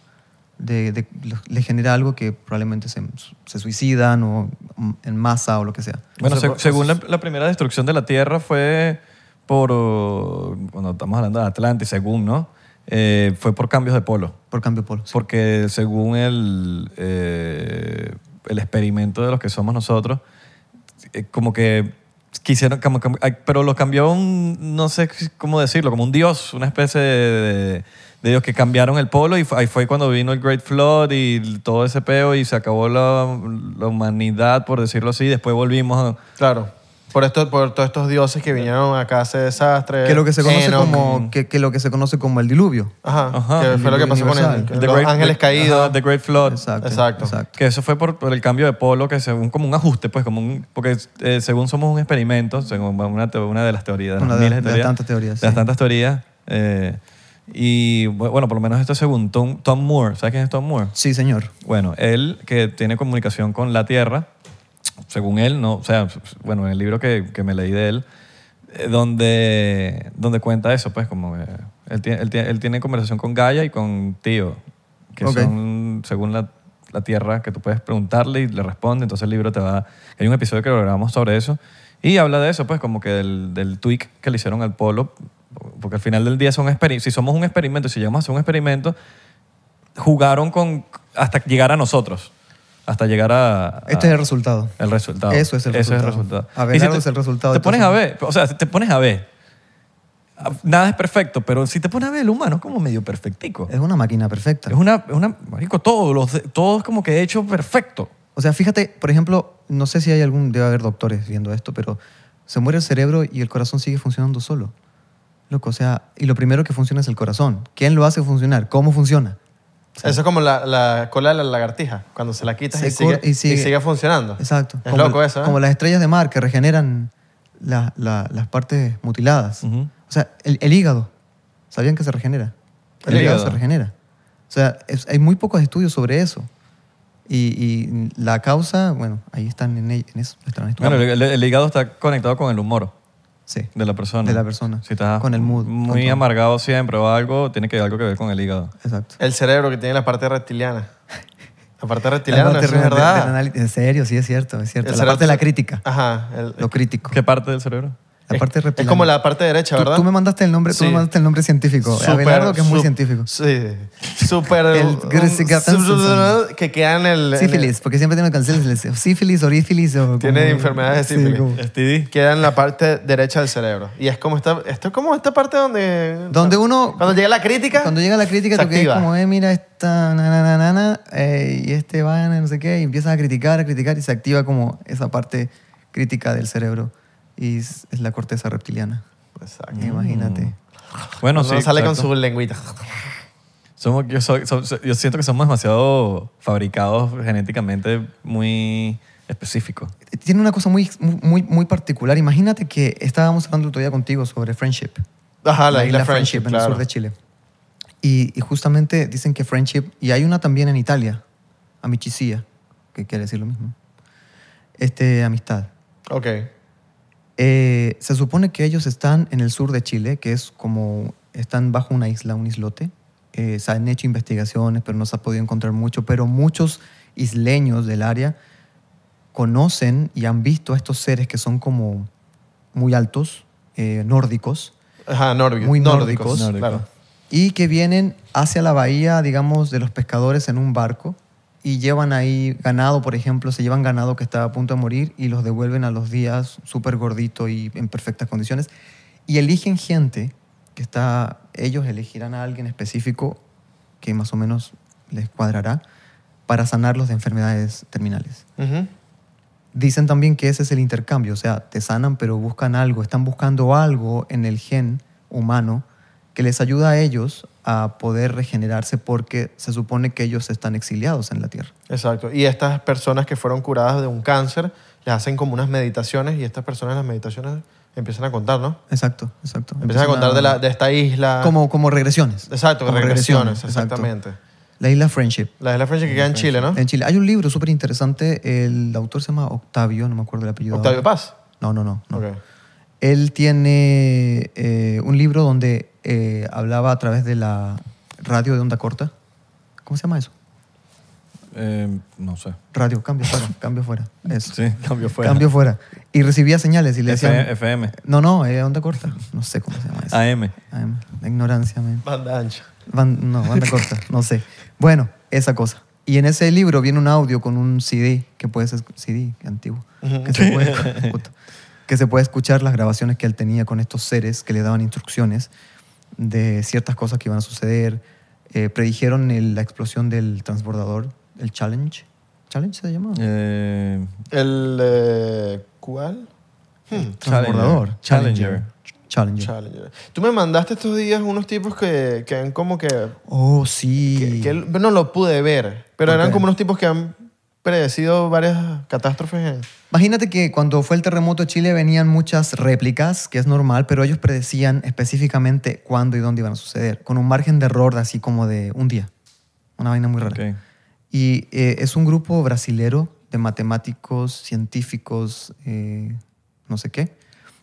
Speaker 2: De, de- los- les genera algo que probablemente se, se suicidan o mm, en masa o lo que sea.
Speaker 3: Bueno,
Speaker 2: Entonces,
Speaker 3: seg- según la, la primera destrucción de la Tierra fue por... oh, Cuando estamos hablando de Atlantis, según, ¿no? Eh, fue por cambios de polo.
Speaker 2: por cambio de polos.
Speaker 3: Porque según el, eh, el experimento de los que somos nosotros, eh, como que quisieron, como- como- ay, pero lo cambió un, no sé cómo decirlo, como un dios, una especie de, de- de dios que cambiaron el polo y fu- ahí fue cuando vino el Great Flood y todo ese peo y se acabó la, la humanidad, por decirlo así, después volvimos a...
Speaker 4: Claro. Por, esto, por todos estos dioses que vinieron acá a hacer desastres.
Speaker 2: que lo que se conoce
Speaker 4: Enoch.
Speaker 2: como que, que lo que se conoce como el diluvio.
Speaker 4: Ajá,
Speaker 3: Ajá,
Speaker 4: que
Speaker 3: el
Speaker 4: fue lo que pasó con
Speaker 2: universal.
Speaker 4: el,
Speaker 2: The
Speaker 4: los
Speaker 3: Great-
Speaker 4: ángeles
Speaker 3: the-
Speaker 4: caídos.
Speaker 3: ajá, the Great Flood.
Speaker 4: Exacto.
Speaker 3: Que eso fue por, por el cambio de polo, que según como un ajuste, pues como un, porque eh, según somos un experimento, según una, teo- una de las teorías, de las
Speaker 2: Una de-
Speaker 3: miles de
Speaker 2: de
Speaker 3: teorías,
Speaker 2: tantas teorías,
Speaker 3: de las
Speaker 2: sí.
Speaker 3: tantas teorías, eh, y bu- bueno, por lo menos esto es según Tom, Tom Moore, ¿sabes quién es Tom Moore?
Speaker 2: Sí, señor.
Speaker 3: Bueno, él que tiene comunicación con la Tierra, según él, no, o sea, bueno, en el libro que, que me leí de él, eh, donde, donde cuenta eso, pues como que él, tiene- él tiene- él tiene conversación con Gaia y con Tío, que
Speaker 2: Ok.
Speaker 3: son, según la, la Tierra, que tú puedes preguntarle y le responde, entonces el libro te va... Hay un episodio que lo grabamos sobre eso y habla de eso, pues como que del, del tweak que le hicieron al polo, porque al final del día son experi- si somos un experimento, si llegamos a hacer un experimento, jugaron con hasta llegar a nosotros, hasta llegar a, a-
Speaker 2: Este es el resultado.
Speaker 3: el resultado.
Speaker 2: Eso es el resultado. Abelardo
Speaker 3: Y te-
Speaker 2: es el resultado
Speaker 3: Te
Speaker 2: de
Speaker 3: pones
Speaker 2: todo
Speaker 3: a
Speaker 2: eso.
Speaker 3: ver, o sea, si te pones a ver. a- Nada es perfecto, pero si te pones a ver, el humano es como medio perfectico.
Speaker 2: Es una máquina perfecta.
Speaker 3: Es una, es una marico, todo, los, de- todo es como que hecho perfecto.
Speaker 2: O sea, fíjate, por ejemplo, no sé si hay algún, debe haber doctores viendo esto, pero se muere el cerebro y el corazón sigue funcionando solo. Loco, o sea, y lo primero que funciona es el corazón. ¿Quién lo hace funcionar? ¿Cómo funciona?
Speaker 4: Eso es como la, la cola de la lagartija, cuando se la quitas
Speaker 2: Se
Speaker 4: y, sigue,
Speaker 2: cor- y sigue-
Speaker 4: y sigue funcionando.
Speaker 2: Exacto.
Speaker 4: Es loco
Speaker 2: el-
Speaker 4: eso, ¿eh?
Speaker 2: Como las estrellas de mar que regeneran la- la- las partes mutiladas.
Speaker 3: Ujú.
Speaker 2: O sea, el, el hígado. ¿Sabían que se regenera? El,
Speaker 3: El
Speaker 2: hígado.
Speaker 3: hígado.
Speaker 2: se regenera. O sea, es- hay muy pocos estudios sobre eso. Y, y la causa, bueno, ahí están en, ell- en eso. Están
Speaker 3: Bueno,
Speaker 2: estudiando.
Speaker 3: el, el- el hígado está conectado con el humor
Speaker 2: sí.
Speaker 3: de la persona.
Speaker 2: De la persona.
Speaker 3: Si estás
Speaker 2: Con el mood, con
Speaker 3: Muy
Speaker 2: todo.
Speaker 3: amargado siempre o algo, tiene que algo que ver con el hígado.
Speaker 2: Exacto.
Speaker 4: El cerebro que tiene la parte reptiliana. La parte reptiliana,
Speaker 2: La parte
Speaker 4: eso es
Speaker 2: de- de-
Speaker 4: verdad.
Speaker 2: del anali- en serio, sí es cierto, es
Speaker 4: El
Speaker 2: cierto. La
Speaker 4: cerebro-
Speaker 2: parte de la crítica,
Speaker 4: Ajá. el-
Speaker 2: lo crítico.
Speaker 3: ¿Qué parte del cerebro?
Speaker 2: La
Speaker 4: Es-
Speaker 2: parte
Speaker 4: es
Speaker 2: reptiliana.
Speaker 4: como la parte derecha,
Speaker 2: Tú-
Speaker 4: ¿verdad?
Speaker 2: Tú, me mandaste el nombre, tú me
Speaker 4: Sí.
Speaker 2: mandaste el nombre científico.
Speaker 4: Súper,
Speaker 2: Abelardo, que es muy
Speaker 4: sup-
Speaker 2: científico.
Speaker 4: Sí. Súper.
Speaker 2: El
Speaker 4: un-
Speaker 2: Grisigatensis.
Speaker 4: que queda en el. en
Speaker 2: Sífilis, porque siempre tiene canceles. Sífilis, orífilis o...
Speaker 4: el- tiene
Speaker 2: como-
Speaker 4: enfermedades de
Speaker 2: sí,
Speaker 4: sífilis.
Speaker 2: como-
Speaker 3: STD.
Speaker 4: Queda en la parte derecha del cerebro. Y es como esta, esto es como esta parte donde.
Speaker 2: Donde uno-
Speaker 4: Cuando llega la crítica.
Speaker 2: Cuando llega la crítica,
Speaker 4: se
Speaker 2: tú quedas
Speaker 4: activa.
Speaker 2: como, eh, mira, esta na, na, na, na, na, eh, y este va, no sé qué, y empiezas a criticar, a criticar, y se activa como esa parte crítica del cerebro. Y es, es la corteza reptiliana.
Speaker 4: Exacto.
Speaker 2: Imagínate.
Speaker 3: Bueno,
Speaker 4: Cuando
Speaker 3: sí.
Speaker 4: sale
Speaker 3: exacto.
Speaker 4: con su lengüita.
Speaker 3: Somos, yo, soy- so- so- yo siento que somos demasiado fabricados genéticamente muy específicos.
Speaker 2: Tiene una cosa muy, muy, muy particular. Imagínate que estábamos hablando otro día contigo sobre friendship.
Speaker 4: Ajá, Ah, la,
Speaker 2: la
Speaker 4: isla
Speaker 2: isla Friendship,
Speaker 4: Friendship,
Speaker 2: en el
Speaker 4: claro.
Speaker 2: sur de Chile. Y, y justamente dicen que Friendship, y hay una también en Italia, amicizia, que quiere decir lo mismo, este, amistad.
Speaker 4: Ok.
Speaker 2: Eh, se supone que ellos están en el sur de Chile, que es como están bajo una isla, un islote. Eh, se han hecho investigaciones, pero no se ha podido encontrar mucho. Pero muchos isleños del área conocen y han visto a estos seres que son como muy altos, eh, nórdicos,
Speaker 4: Ajá, nórdicos.
Speaker 2: Muy
Speaker 4: nórdicos.
Speaker 2: nórdicos.
Speaker 4: Claro.
Speaker 2: y que vienen hacia la bahía, digamos, de los pescadores en un barco y llevan ahí ganado, por ejemplo, se llevan ganado que está a punto de morir y los devuelven a los días súper gordito y en perfectas condiciones y eligen gente que está, ellos elegirán a alguien específico que más o menos les cuadrará para sanarlos de enfermedades terminales.
Speaker 4: Ujú.
Speaker 2: Dicen también que ese es el intercambio, o sea, te sanan pero buscan algo, están buscando algo en el gen humano que les ayuda a ellos a poder regenerarse porque se supone que ellos están exiliados en la Tierra.
Speaker 4: Exacto. Y estas personas que fueron curadas de un cáncer, les hacen como unas meditaciones y estas personas en las meditaciones empiezan a contar, ¿no?
Speaker 2: Exacto, exacto.
Speaker 4: Empiezan a contar de, la, de esta isla.
Speaker 2: Como, como regresiones.
Speaker 4: Exacto,
Speaker 2: Como
Speaker 4: regresiones,
Speaker 2: exacto.
Speaker 4: exactamente.
Speaker 2: La isla Friendship.
Speaker 4: La isla Friendship que queda en Chile, ¿no?
Speaker 2: En Chile. Hay un libro súper interesante, el autor se llama Octavio, no me acuerdo el apellido.
Speaker 4: Octavio
Speaker 2: ahora.
Speaker 4: Paz.
Speaker 2: No, no, no. no.
Speaker 4: Ok.
Speaker 2: Él tiene eh, un libro donde eh, hablaba a través de la radio de onda corta. ¿Cómo se llama eso?
Speaker 3: Eh, no sé.
Speaker 2: Radio, cambio fuera, cambio fuera. Eso.
Speaker 3: Sí, cambio fuera.
Speaker 2: Cambio fuera. Y recibía señales y le decían...
Speaker 3: F- FM.
Speaker 2: No, no, eh, onda corta. No sé cómo se llama eso.
Speaker 3: AM.
Speaker 2: AM. La ignorancia, man.
Speaker 4: Banda ancha.
Speaker 2: Ban- no, banda corta, no sé. Bueno, esa cosa. Y en ese libro viene un audio con un CD, que puede ser CD antiguo, que se puede, puta, que se puede escuchar las grabaciones que él tenía con estos seres que le daban instrucciones de ciertas cosas que iban a suceder. Eh, predijeron el- la explosión del transbordador, el Challenge. ¿Challenge se llama?
Speaker 3: Eh,
Speaker 4: El. eh, ¿Cuál? Hmm,
Speaker 2: transbordador.
Speaker 3: Challenger.
Speaker 2: Challenger. Challenger.
Speaker 4: Challenger. Tú me mandaste estos días unos tipos que, que han como que.
Speaker 2: oh, sí.
Speaker 4: que- que no lo pude ver, pero eran
Speaker 2: Ok.
Speaker 4: como unos tipos que han predecido varias catástrofes en.
Speaker 2: Imagínate que cuando fue el terremoto de Chile venían muchas réplicas, que es normal, pero ellos predecían específicamente cuándo y dónde iban a suceder, con un margen de error de así como de un día. Una vaina muy rara.
Speaker 3: Ok.
Speaker 2: Y eh, es un grupo brasilero de matemáticos, científicos, eh, no sé qué,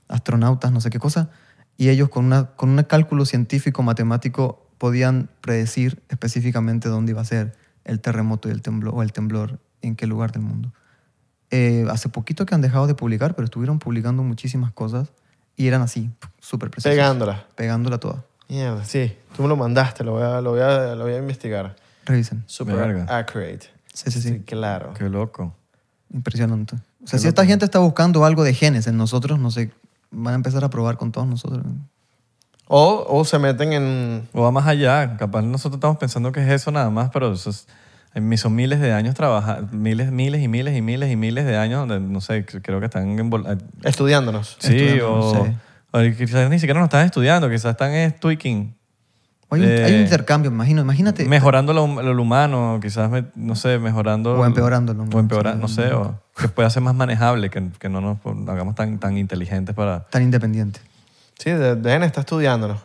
Speaker 2: astronautas, no sé qué cosa, y ellos con, una, con un cálculo científico, matemático, podían predecir específicamente dónde iba a ser el terremoto y el temblor, o el temblor en qué lugar del mundo. Eh, hace poquito que han dejado de publicar, pero estuvieron publicando muchísimas cosas y eran así, súper precisos.
Speaker 4: pegándola.
Speaker 2: Pegándola toda.
Speaker 4: Mierda, sí. Tú me lo mandaste, lo voy a, lo voy a, lo voy a investigar.
Speaker 2: Revisen.
Speaker 4: Super
Speaker 3: Verga.
Speaker 4: accurate.
Speaker 2: Sí, sí, sí.
Speaker 4: claro.
Speaker 3: Qué loco.
Speaker 2: Impresionante. O sea, si esta gente está buscando algo de genes en nosotros, no sé, van a empezar a probar con todos nosotros.
Speaker 4: O, o se meten en.
Speaker 3: O va más allá. Capaz nosotros estamos pensando que es eso nada más, pero eso es, en- son miles de años trabajando, miles, miles y miles y miles y miles de años donde, no sé, creo que están eh, envol-
Speaker 4: estudiándonos.
Speaker 3: Sí,
Speaker 2: Estudiando,
Speaker 3: o,
Speaker 2: no sé.
Speaker 3: o quizás ni siquiera nos están estudiando, quizás están es tweaking,
Speaker 2: Hay un,
Speaker 3: Eh,
Speaker 2: hay un intercambio, me imagino. Imagínate.
Speaker 3: mejorando lo, hum- lo humano, quizás, me- no sé, mejorando...
Speaker 2: O empeorándolo, ¿no?
Speaker 3: O empeorar,
Speaker 2: Sí,
Speaker 3: no sé, o que pueda ser más manejable, que, que no nos pon- hagamos tan, tan inteligentes para...
Speaker 2: Tan independiente.
Speaker 4: Sí, de- deben estar estudiándonos.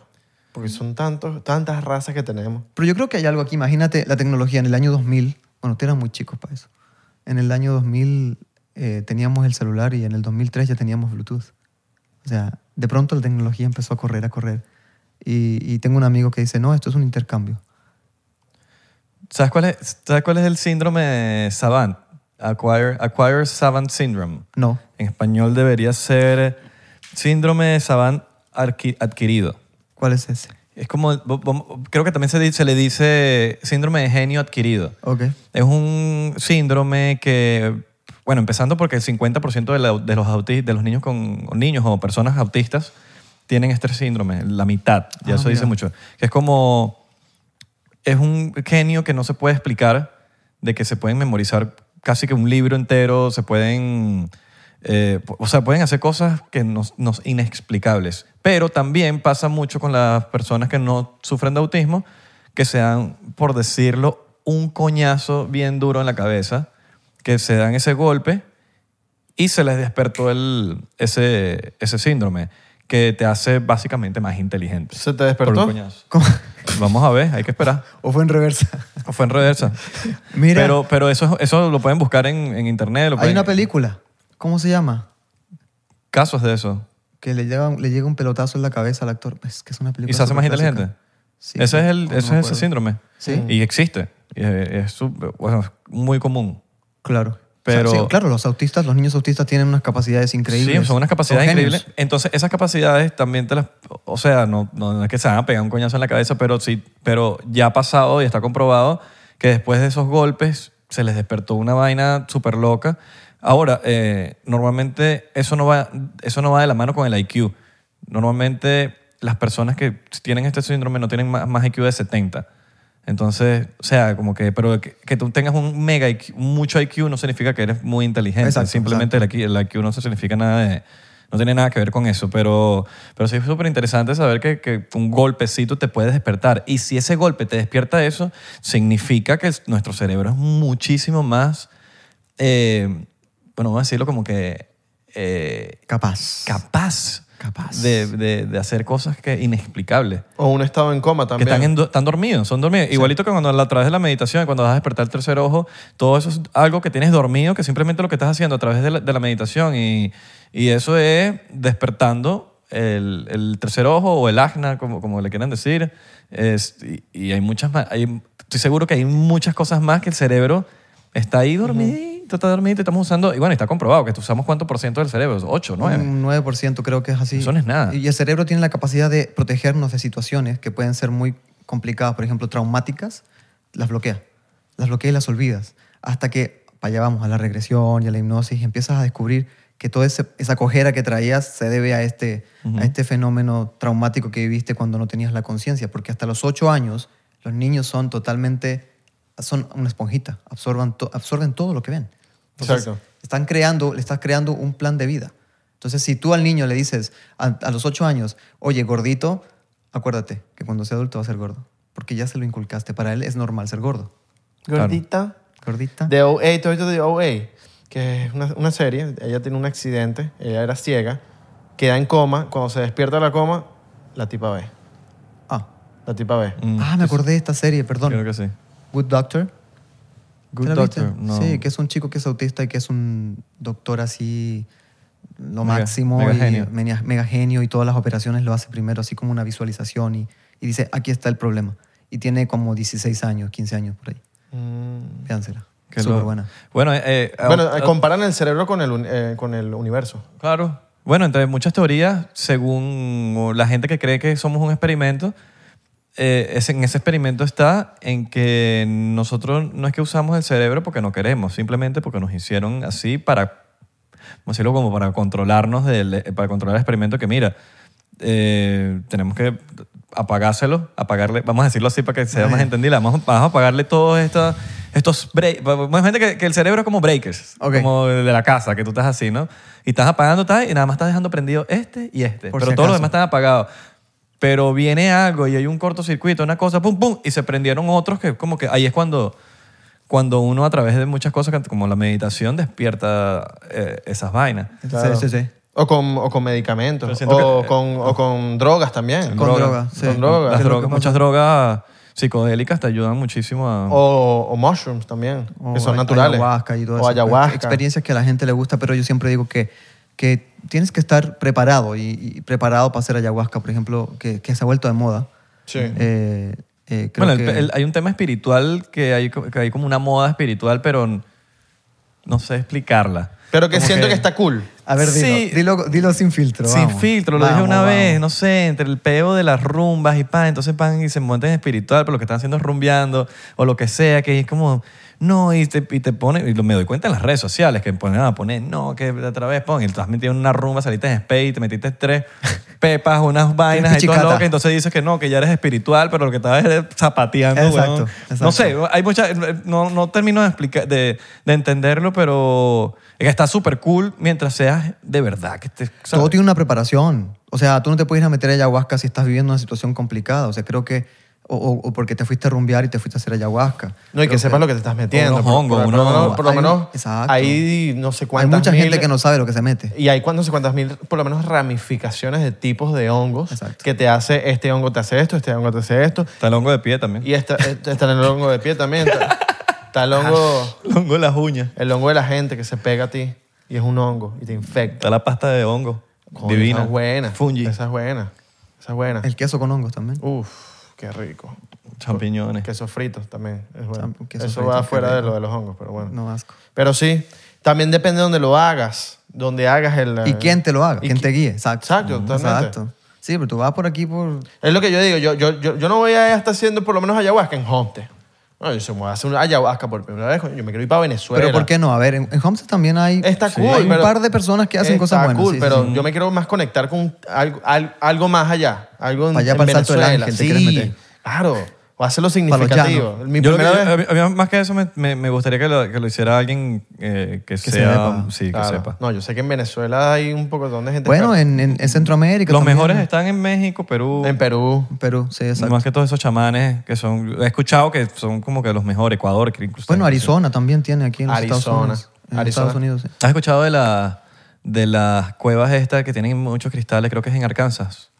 Speaker 4: Porque son tantos, tantas razas que tenemos.
Speaker 2: Pero yo creo que hay algo aquí. Imagínate la tecnología en el año 2000. Bueno, ustedes eran muy chicos para eso. En el año 2000 eh, teníamos el celular y en el 2003 ya teníamos Bluetooth. O sea, de pronto la tecnología empezó a correr, a correr. Y, y tengo un amigo que dice, no, esto es un intercambio.
Speaker 3: ¿Sabes cuál es, ¿sabes cuál es el síndrome de Savant? Acquire, Acquire Savant Syndrome.
Speaker 2: No.
Speaker 3: En español debería ser Síndrome de Savant arqui- adquirido.
Speaker 2: ¿Cuál es ese?
Speaker 3: Es como, bo- bo- creo que también se, di- se le dice síndrome de genio adquirido.
Speaker 2: Ok.
Speaker 3: Es un síndrome que, bueno, empezando porque el 50% de, la- de los auti- de los niños con o niños o personas autistas tienen este síndrome, la mitad, ya
Speaker 2: Ah,
Speaker 3: eso dice
Speaker 2: mira.
Speaker 3: mucho, que es como es un genio que no se puede explicar, de que se pueden memorizar casi que un libro entero, se pueden, eh, o sea, pueden hacer cosas que nos, nos inexplicables. Pero también pasa mucho con las personas que no sufren de autismo, que se dan, por decirlo, un coñazo bien duro en la cabeza, que se dan ese golpe y se les despertó el, ese, ese síndrome que te hace básicamente más inteligente.
Speaker 4: ¿Se te despertó?
Speaker 3: Por un coñazo.
Speaker 2: ¿Cómo?
Speaker 3: Vamos a ver, hay que esperar.
Speaker 2: ¿O fue en reversa?
Speaker 3: O Fue en reversa.
Speaker 2: Mira.
Speaker 3: Pero, pero eso, eso lo pueden buscar en, en internet. lo
Speaker 2: Hay
Speaker 3: pueden-
Speaker 2: una película. ¿Cómo se llama?
Speaker 3: Casos de eso.
Speaker 2: Que le llega, le llega un pelotazo en la cabeza al actor. Es que es una película.
Speaker 3: ¿Y se hace más
Speaker 2: superclásica.
Speaker 3: inteligente?
Speaker 2: Sí,
Speaker 3: ese es, el,
Speaker 2: no
Speaker 3: ese,
Speaker 2: me
Speaker 3: es ese
Speaker 2: acuerdo.
Speaker 3: síndrome.
Speaker 2: Sí.
Speaker 3: Y existe. Y es, es su- bueno, es muy común.
Speaker 2: Claro.
Speaker 3: Pero-
Speaker 2: O sea, sí, claro, los autistas, los niños autistas tienen unas capacidades increíbles.
Speaker 3: Sí, son unas capacidades
Speaker 2: Son genios.
Speaker 3: increíbles. Entonces, esas capacidades también te las... O sea, no, no, no es que se van a pegar un coñazo en la cabeza, pero, sí, pero ya ha pasado y está comprobado que después de esos golpes se les despertó una vaina súper loca. Ahora, eh, normalmente eso no, va, eso no va de la mano con el IQ. Normalmente las personas que tienen este síndrome no tienen más, más IQ de 70. Entonces, o sea, como que, pero que, que tú tengas un mega IQ, mucho IQ no significa que eres muy inteligente.
Speaker 2: Exacto,
Speaker 3: Simplemente el IQ, el IQ no se significa nada de- No tiene nada que ver con eso, pero, pero sí es súper interesante saber que, que un golpecito te puede despertar. Y si ese golpe te despierta eso, significa que el- nuestro cerebro es muchísimo más, eh, bueno, vamos a decirlo como que eh,
Speaker 2: Capaz.
Speaker 3: capaz,
Speaker 2: Capaz.
Speaker 3: De, de- de hacer cosas que inexplicables.
Speaker 4: O un estado en coma
Speaker 3: Que
Speaker 4: también.
Speaker 3: están, en do- están dormidos, son dormidos. Igualito que cuando a través de la meditación, cuando vas a despertar el tercer ojo, todo eso es algo que tienes dormido, que simplemente lo que estás haciendo a través de la, de la meditación. Y, y eso es despertando el, el tercer ojo o el ajna, como, como le quieran decir. Es- y, y hay muchas más. hay- estoy seguro que hay muchas cosas más que el cerebro está ahí dormidito, está dormidito, estamos usando. Y bueno, está comprobado que usamos cuánto por ciento del cerebro, 8, 9.
Speaker 2: Un 9% creo que es así.
Speaker 3: Eso no es nada.
Speaker 2: Y el cerebro tiene la capacidad de protegernos de situaciones que pueden ser muy complicadas, por ejemplo, traumáticas, las bloquea. Las bloquea y las olvidas. Hasta que, para allá vamos, a la regresión y a la hipnosis, y empiezas a descubrir que toda ese- esa cojera que traías se debe a este, a este fenómeno traumático que viviste cuando no tenías la conciencia. Porque hasta los 8 años, los niños son totalmente, son una esponjita, absorban to- absorben todo lo que ven. Entonces,
Speaker 4: Exacto.
Speaker 2: están creando, le estás creando un plan de vida. Entonces, si tú al niño le dices a, a los ocho años, oye, gordito, acuérdate que cuando sea adulto va a ser gordo, porque ya se lo inculcaste. Para él es normal ser gordo.
Speaker 4: Gordita.
Speaker 2: Gordita.
Speaker 4: De OA, ¿tú has visto de OA? Que es una, una serie. Ella tiene un accidente. Ella era ciega. Queda en coma. Cuando se despierta de la coma, la tipa ve.
Speaker 2: Ah.
Speaker 4: La tipa ve.
Speaker 2: Ah, me acordé de esta serie, perdón.
Speaker 3: Mm. Creo que sí.
Speaker 2: Good Doctor.
Speaker 3: Good
Speaker 2: ¿Te la viste?
Speaker 3: Doctor, no.
Speaker 2: Sí, que es un chico que es autista y que es un doctor así lo
Speaker 3: Mega-
Speaker 2: máximo.
Speaker 3: mega
Speaker 2: y
Speaker 3: genio.
Speaker 2: menia- mega genio y todas las operaciones lo hace primero, así como una visualización y, y dice, aquí está el problema. Y tiene como 16 años, 15 años por ahí.
Speaker 3: Mm.
Speaker 4: Mm.
Speaker 2: Véansela.
Speaker 3: Que
Speaker 2: Súper
Speaker 3: lo-
Speaker 2: buena.
Speaker 3: Bueno, eh,
Speaker 2: Ah,
Speaker 3: eh,
Speaker 4: Bueno,
Speaker 3: au-
Speaker 4: eh, comparan el cerebro con el, uni- eh, con el universo.
Speaker 3: Claro. Bueno, entre muchas teorías, según la gente que cree que somos un experimento, eh, es- en ese experimento está en que nosotros no es que usamos el cerebro porque no queremos, simplemente porque nos hicieron así para, vamos a decirlo como para controlarnos, del, eh, para controlar el experimento que mira, eh, tenemos que apagárselo, apagarle, vamos a decirlo así para que sea más entendible, vamos, vamos a apagarle todos estos, estos break, gente que, que el cerebro es como breakers,
Speaker 2: Ok.
Speaker 3: como como de la casa, que tú estás así, ¿no? Y estás apagando tal, y nada más estás dejando prendido este y este.
Speaker 2: Por
Speaker 3: pero
Speaker 2: si
Speaker 3: todos
Speaker 2: acaso.
Speaker 3: los demás están apagados. Pero viene algo y hay un cortocircuito, una cosa, pum, pum, y se prendieron otros que como que ahí es cuando, cuando uno a través de muchas cosas, que- como la meditación, despierta eh, esas vainas.
Speaker 4: Claro.
Speaker 2: Sí, sí, sí.
Speaker 4: O con, o con medicamentos.
Speaker 3: Pero siento
Speaker 4: O,
Speaker 3: que-
Speaker 4: con, o con drogas también.
Speaker 2: Con droga, sí.
Speaker 4: Con
Speaker 3: Las
Speaker 4: drogas.
Speaker 2: lo
Speaker 3: drogas,
Speaker 2: que
Speaker 3: muchas drogas psicodélicas te ayudan muchísimo a...
Speaker 2: Oh,
Speaker 4: O, o mushrooms también,
Speaker 2: O
Speaker 4: que son
Speaker 2: ay-
Speaker 4: naturales.
Speaker 2: Ayahuasca y todo
Speaker 4: o
Speaker 2: eso. pues,
Speaker 4: ayahuasca.
Speaker 2: Experiencias que a la gente le gusta, pero yo siempre digo que, que tienes que estar preparado y, y preparado para hacer ayahuasca, por ejemplo, que, que se ha vuelto de moda.
Speaker 4: Sí.
Speaker 2: Eh, eh, creo
Speaker 3: bueno, el-
Speaker 2: que-
Speaker 3: el- hay un tema espiritual que hay, co- que hay como una moda espiritual, pero n- no sé explicarla.
Speaker 4: Pero que
Speaker 3: Como
Speaker 4: siento que... está cool.
Speaker 2: A ver, dilo,
Speaker 3: Sí.
Speaker 2: dilo, dilo sin filtro.
Speaker 3: Sin
Speaker 2: vamos.
Speaker 3: filtro, lo dije
Speaker 2: Vamos,
Speaker 3: una
Speaker 2: vamos.
Speaker 3: vez, no sé, entre el peo de las rumbas y pan, entonces pan y se montan en espiritual, pero lo que están haciendo es rumbeando o lo que sea, que es como, no, y te, y te pone, y lo- me doy cuenta en las redes sociales que ponen a poner, no, que otra vez pon, y estás metido en una rumba, saliste en space, te metiste tres pepas, unas vainas y todo
Speaker 2: pichicata.
Speaker 3: loco, entonces dices que no, que ya eres espiritual, pero lo que estabas es zapateando,
Speaker 2: Exacto,
Speaker 3: weón.
Speaker 2: exacto.
Speaker 3: No sé, hay muchas, no, no termino de, explicar, de, de entenderlo, pero es que está súper cool mientras seas de verdad, que estés, ¿sabes?
Speaker 2: Todo tiene una preparación. O sea, tú no te puedes ir a meter ayahuasca si estás viviendo una situación complicada. O sea, creo que... O, o- o porque te fuiste a rumbear y te fuiste a hacer ayahuasca.
Speaker 4: No, y que
Speaker 2: Creo
Speaker 4: sepas lo que te estás metiendo.
Speaker 3: unos
Speaker 4: por-
Speaker 3: hongos,
Speaker 4: por, por
Speaker 3: unos-
Speaker 4: lo menos- por lo
Speaker 2: hay un-
Speaker 4: menos
Speaker 2: exacto.
Speaker 4: hay no sé
Speaker 2: Hay
Speaker 4: cuántas
Speaker 2: mucha gente
Speaker 4: mil-
Speaker 2: que no sabe lo que se mete.
Speaker 4: Y hay cuan- no sé cuántas mil, por lo menos, ramificaciones de tipos de hongos
Speaker 2: Exacto.
Speaker 4: que te hace, este hongo te hace esto, este hongo te hace esto,
Speaker 3: Está el hongo de pie también.
Speaker 4: y esta- este- está el hongo de pie también, está, está el, hongo,
Speaker 3: El hongo de las uñas.
Speaker 4: el hongo de la gente que se pega a ti y es un hongo y te infecta.
Speaker 3: Está la pasta de hongo.
Speaker 4: Coño,
Speaker 3: Divina.
Speaker 4: Esa es buena.
Speaker 3: Fungi.
Speaker 4: Esa es buena. Esa es buena.
Speaker 2: El queso con hongos también.
Speaker 4: Uf, qué rico.
Speaker 3: Champiñones.
Speaker 4: Queso frito también. es bueno.
Speaker 2: Tam- queso
Speaker 4: Eso
Speaker 2: frito,
Speaker 4: va
Speaker 2: qué
Speaker 4: fuera de
Speaker 2: rico.
Speaker 4: lo de los hongos, pero bueno.
Speaker 2: No, asco.
Speaker 4: Pero sí, también depende de donde lo hagas, donde hagas el... eh,
Speaker 2: ¿Y quién te lo haga?
Speaker 4: y
Speaker 2: ¿Quién
Speaker 4: qui-
Speaker 2: te guíe? Exacto.
Speaker 4: Exacto,
Speaker 2: Ujú.
Speaker 4: totalmente.
Speaker 2: Exacto. Sí, pero tú vas por aquí por...
Speaker 4: Es lo que yo digo, yo, yo, yo, yo no voy a estar haciendo por lo menos ayahuasca en Homestead. No, yo se me voy a hacer una ayahuasca por primera vez, coño, yo me quiero ir para Venezuela.
Speaker 2: Pero ¿por qué no? A ver, en, en Homestead también hay,
Speaker 4: Está cool,
Speaker 2: hay un
Speaker 4: pero-
Speaker 2: par de personas que hacen
Speaker 4: Está
Speaker 2: cosas buenas.
Speaker 4: cool,
Speaker 2: sí, sí,
Speaker 4: pero
Speaker 2: sí.
Speaker 4: yo me quiero más conectar con algo, al- algo más allá, algo en,
Speaker 2: Para allá,
Speaker 4: en
Speaker 2: para el Salto del
Speaker 4: Venezuela.
Speaker 2: Ángel, te
Speaker 4: sí,
Speaker 2: quieres meter.
Speaker 4: claro, o hacerlo
Speaker 2: los llanos.
Speaker 4: significativo. Mi
Speaker 3: Yo lo que-
Speaker 4: primera vez...
Speaker 3: a mí- a mí más que eso, me, me- me gustaría que lo, que lo hiciera alguien eh, que,
Speaker 2: se
Speaker 3: sea.
Speaker 2: sepa.
Speaker 3: sí,
Speaker 4: Claro.
Speaker 3: que sepa.
Speaker 4: No, yo sé que en Venezuela hay un poco de gente...
Speaker 2: Bueno,
Speaker 4: experta.
Speaker 2: en, en- en Centroamérica
Speaker 3: Los
Speaker 2: también.
Speaker 3: mejores están en México, Perú.
Speaker 4: en Perú.
Speaker 2: En Perú, sí, exacto.
Speaker 3: Más que todos esos chamanes que son. He escuchado que son como que los mejores. Ecuador, que incluso.
Speaker 2: Bueno, Arizona también tiene aquí en los Estados
Speaker 4: Arizona.
Speaker 2: Unidos. En
Speaker 4: Arizona.
Speaker 2: Estados Unidos, sí.
Speaker 3: ¿Has escuchado de, la, de las cuevas estas que tienen muchos cristales? Creo que es en Arkansas.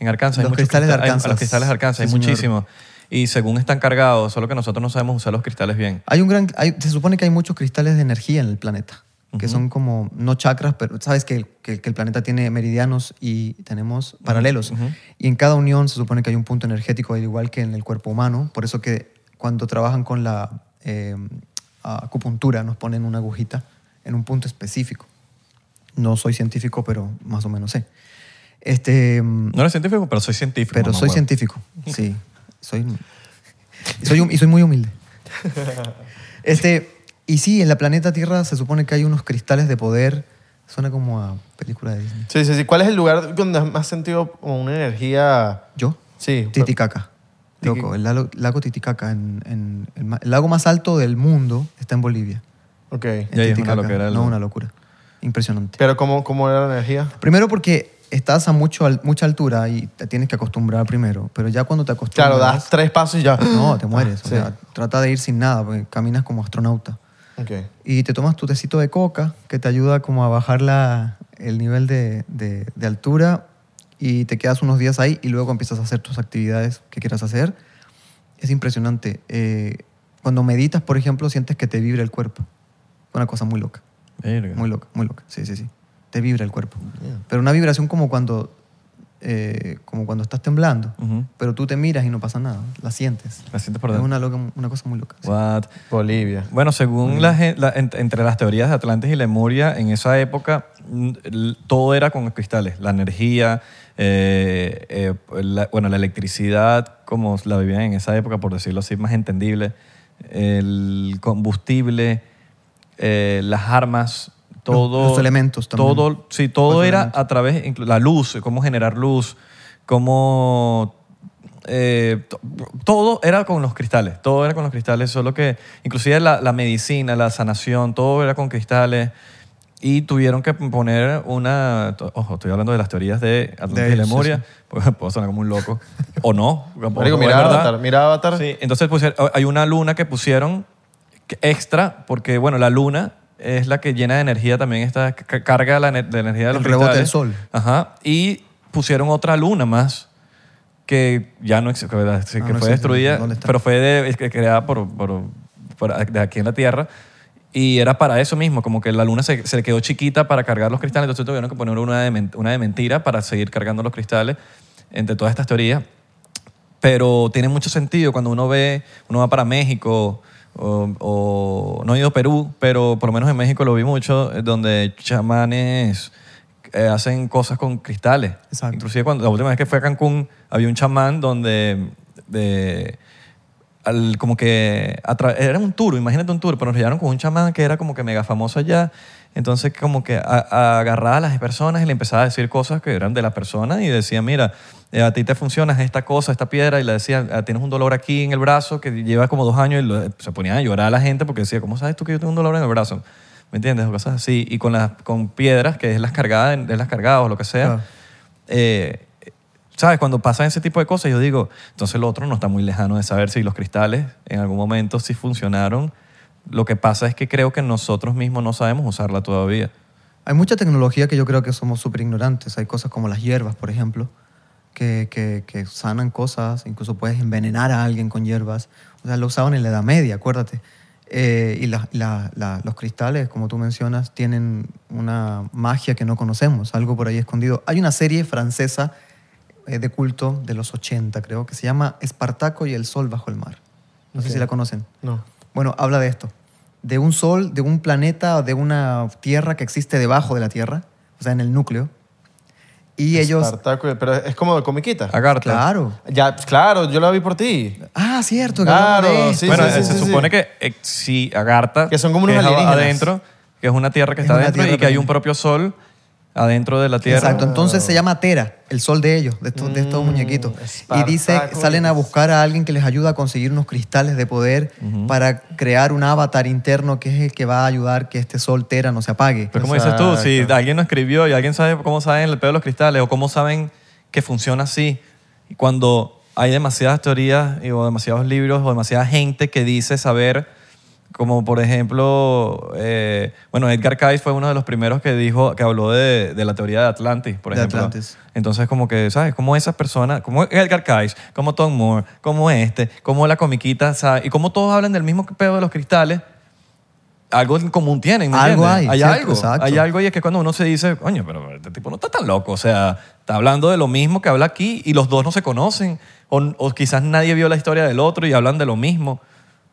Speaker 3: En Arkansas hay
Speaker 2: Los
Speaker 3: muchos
Speaker 2: cristales de
Speaker 3: cristales- hay-
Speaker 2: Arkansas.
Speaker 3: los cristales de Arkansas, hay
Speaker 2: Sí, señor.
Speaker 3: muchísimos. Y según están cargados, solo que nosotros no sabemos usar los cristales bien.
Speaker 2: Hay un gran, hay- se supone que hay muchos cristales de energía en el planeta, que son como, no chakras, pero sabes que, que- que el planeta tiene meridianos y tenemos paralelos. Y en cada unión se supone que hay un punto energético, al igual que en el cuerpo humano. Por eso que cuando trabajan con la eh, acupuntura nos ponen una agujita en un punto específico. No soy científico, pero más o menos sé. Este,
Speaker 3: No eres científico, pero soy científico.
Speaker 2: pero
Speaker 3: mamá
Speaker 2: soy
Speaker 3: huevo.
Speaker 2: científico, sí. Soy, y, soy, hum- y soy muy humilde. Este, y sí, en la planeta Tierra se supone que hay unos cristales de poder. Suena como a película de Disney.
Speaker 4: Sí, sí, sí. ¿Cuál es el lugar donde más has sentido como una energía?
Speaker 2: ¿Yo?
Speaker 4: Sí.
Speaker 2: Titicaca. Loco, el lago, lago Titicaca. En, en- el, ma- el lago más alto del mundo está en Bolivia.
Speaker 4: Ok.
Speaker 2: En
Speaker 3: Y ahí es una
Speaker 2: Titicaca.
Speaker 3: loquera, el-
Speaker 2: No, una locura. Impresionante.
Speaker 4: Pero ¿cómo, cómo era la energía?
Speaker 2: primero porque estás a mucho, al- mucha altura y te tienes que acostumbrar primero. Pero ya cuando te acostumbras...
Speaker 4: Claro, das tres pasos y ya.
Speaker 2: No, te mueres. o
Speaker 4: Sí.
Speaker 2: sea, trata de ir sin nada porque caminas como astronauta.
Speaker 4: Ok.
Speaker 2: y te tomas tu tecito de coca que te ayuda como a bajar la- el nivel de, de- de altura y te quedas unos días ahí y luego empiezas a hacer tus actividades que quieras hacer. Es impresionante. Eh, cuando meditas, por ejemplo, sientes que te vibra el cuerpo. Una cosa muy loca,
Speaker 3: Verga.
Speaker 2: muy loca, muy loca. Sí, sí, sí. Te vibra el cuerpo. Pero una vibración como cuando, eh, como cuando estás temblando,
Speaker 3: Ujú.
Speaker 2: pero tú te miras y no pasa nada, la sientes.
Speaker 3: La sientes por
Speaker 2: Es
Speaker 3: dentro.
Speaker 2: una, loca, una cosa muy loca. sí.
Speaker 3: What?
Speaker 4: Bolivia.
Speaker 3: Bueno, según la gen- la- ent- entre las teorías de Atlantis y Lemuria, en esa época mm, l- todo era con cristales. La energía, eh, eh, la- bueno, la electricidad, como la vivían en esa época, por decirlo así, más entendible, el combustible, eh, las armas, todo...
Speaker 2: los elementos también.
Speaker 3: Todo, Sí, todo
Speaker 2: Otro
Speaker 3: era
Speaker 2: elemento.
Speaker 3: a través, inclu- la luz, cómo generar luz, cómo... eh, to- todo era con los cristales, todo era con los cristales, solo que inclusive la, la medicina, la sanación, todo era con cristales y tuvieron que poner una... to- Ojo, estoy hablando de las teorías de Atlantis
Speaker 2: De-
Speaker 3: y
Speaker 2: sí,
Speaker 3: Lemuria, porque puedo sonar como un loco, o no. tampoco,
Speaker 4: Marico,
Speaker 3: es
Speaker 4: mira
Speaker 3: verdad.
Speaker 4: Avatar, mira Avatar.
Speaker 3: Sí, entonces pusieron- hay una luna que pusieron que- extra, porque bueno, la luna es la que llena de energía también, esta ca- carga la, ener- de energía de los
Speaker 2: El rebote del
Speaker 3: cristales.
Speaker 2: sol.
Speaker 3: Ajá, y pusieron otra luna más que ya no existe, que, ¿verdad? Sí,
Speaker 2: Ah,
Speaker 3: que
Speaker 2: no
Speaker 3: fue
Speaker 2: existe.
Speaker 3: destruida,
Speaker 2: ¿Dónde está?
Speaker 3: pero fue de- es que creada por, por- por- de aquí en la Tierra. Y era para eso mismo, como que la luna se, se le quedó chiquita para cargar los cristales, entonces tuvieron que poner una de, men- una de mentira para seguir cargando los cristales, entre todas estas teorías pero tiene mucho sentido cuando uno ve, uno va para México o, o- no he ido a Perú, pero por lo menos en México lo vi mucho, eh, donde chamanes eh, hacen cosas con cristales.
Speaker 2: Exacto.
Speaker 3: Inclusive cuando la última vez que fui a Cancún había un chamán donde de, al- como que atra- era un tour, imagínate un tour, pero nos llevaron con un chamán que era como que mega famoso allá. Entonces como que a- a- agarraba a las personas y le empezaba a decir cosas que eran de la persona y decía, mira, eh, a ti te funciona esta cosa, esta piedra, y le decía, "Ah, tienes un dolor aquí en el brazo que lleva como dos años y lo- se ponían a llorar a la gente porque decía, ¿cómo sabes tú que yo tengo un dolor en el brazo? ¿Me entiendes? O cosas así. Y con, las, con piedras, que es las cargadas, en- es las cargadas o lo que sea.
Speaker 2: Claro.
Speaker 3: Eh, ¿Sabes? Cuando pasan ese tipo de cosas, yo digo, entonces lo otro no está muy lejano de saber si los cristales en algún momento sí funcionaron. Lo que pasa es que creo que nosotros mismos no sabemos usarla todavía.
Speaker 2: Hay mucha tecnología que yo creo que somos súper ignorantes. Hay cosas como las hierbas, por ejemplo, que, que- que sanan cosas. Incluso puedes envenenar a alguien con hierbas. O sea, lo usaban en la Edad Media, acuérdate. Eh, y la- la- la- los cristales, como tú mencionas, tienen una magia que no conocemos, algo por ahí escondido. Hay una serie francesa eh, de culto de los 80, creo, que se llama Espartaco y el sol bajo el mar. No sé si la conocen.
Speaker 4: No.
Speaker 2: Bueno, habla de esto. De un sol, de un planeta, de una tierra que existe debajo de la Tierra, o sea, en el núcleo. Y ellos...
Speaker 4: Espartaco, pero es como de comiquita.
Speaker 3: Agartha.
Speaker 2: Claro.
Speaker 4: Ya, pues, claro, yo la vi por ti.
Speaker 2: Ah, cierto. que
Speaker 4: Claro,
Speaker 2: hablamos de esto.
Speaker 4: sí,
Speaker 3: bueno,
Speaker 4: sí,
Speaker 3: eh,
Speaker 4: sí,
Speaker 3: se
Speaker 4: sí,
Speaker 3: supone
Speaker 4: sí.
Speaker 3: que eh, si Agartha,
Speaker 4: Que son como unos
Speaker 3: es a-
Speaker 4: alienígenas.
Speaker 3: adentro, que es una tierra que
Speaker 2: Es
Speaker 3: está
Speaker 2: una
Speaker 3: adentro
Speaker 2: tierra
Speaker 3: y que hay un
Speaker 2: pequeña.
Speaker 3: propio sol adentro de la tierra.
Speaker 2: Exacto, entonces se llama Tera, el sol de ellos, de estos, de estos muñequitos. Y dice,
Speaker 4: Mm, Espartaco
Speaker 2: salen a
Speaker 4: es-
Speaker 2: buscar a alguien que les ayuda a conseguir unos cristales de poder para crear un avatar interno que es el que va a ayudar que este sol Tera no se apague.
Speaker 3: Pero como dices tú, si alguien lo escribió y alguien sabe cómo saben el pedo de los cristales o cómo saben que funciona así, y cuando hay demasiadas teorías y- o demasiados libros o demasiada gente que dice saber, como por ejemplo, eh, bueno, Edgar Cayce fue uno de los primeros que dijo, que habló de, de la teoría de Atlantis, por
Speaker 2: De
Speaker 3: ejemplo.
Speaker 2: Atlantis.
Speaker 3: Entonces, como que, ¿sabes? Como esas personas, como Edgar Cayce, como Tom Moore, como este, como la comiquita, ¿sabes? Y como todos hablan del mismo pedo de los cristales, algo en común tienen. ¿me
Speaker 2: Algo
Speaker 3: entiendes?
Speaker 2: hay,
Speaker 3: Hay
Speaker 2: cierto,
Speaker 3: algo.
Speaker 2: exacto.
Speaker 3: Hay algo y es que cuando uno se dice, coño, pero este tipo no está tan loco. O sea, está hablando de lo mismo que habla aquí y los dos no se conocen. O, o quizás nadie vio la historia del otro y hablan de lo mismo.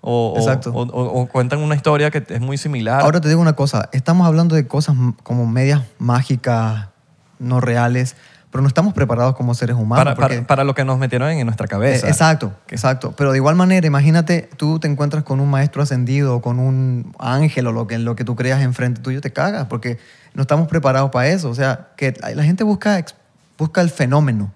Speaker 3: O, o-
Speaker 2: Exacto.
Speaker 3: o- o- o cuentan una historia que es muy similar.
Speaker 2: Ahora te digo una cosa, estamos hablando de cosas m- como medias mágicas, no reales, pero no estamos preparados como seres humanos.
Speaker 3: para, para-
Speaker 2: porque-
Speaker 3: para lo que nos metieron en nuestra cabeza.
Speaker 2: Eh, Exacto, exacto. Pero de igual manera, imagínate, tú te encuentras con un maestro ascendido o con un ángel o lo que, lo que tú creas enfrente tuyo, te cagas, porque no estamos preparados para eso. O sea, que la, la gente busca, ex- busca el fenómeno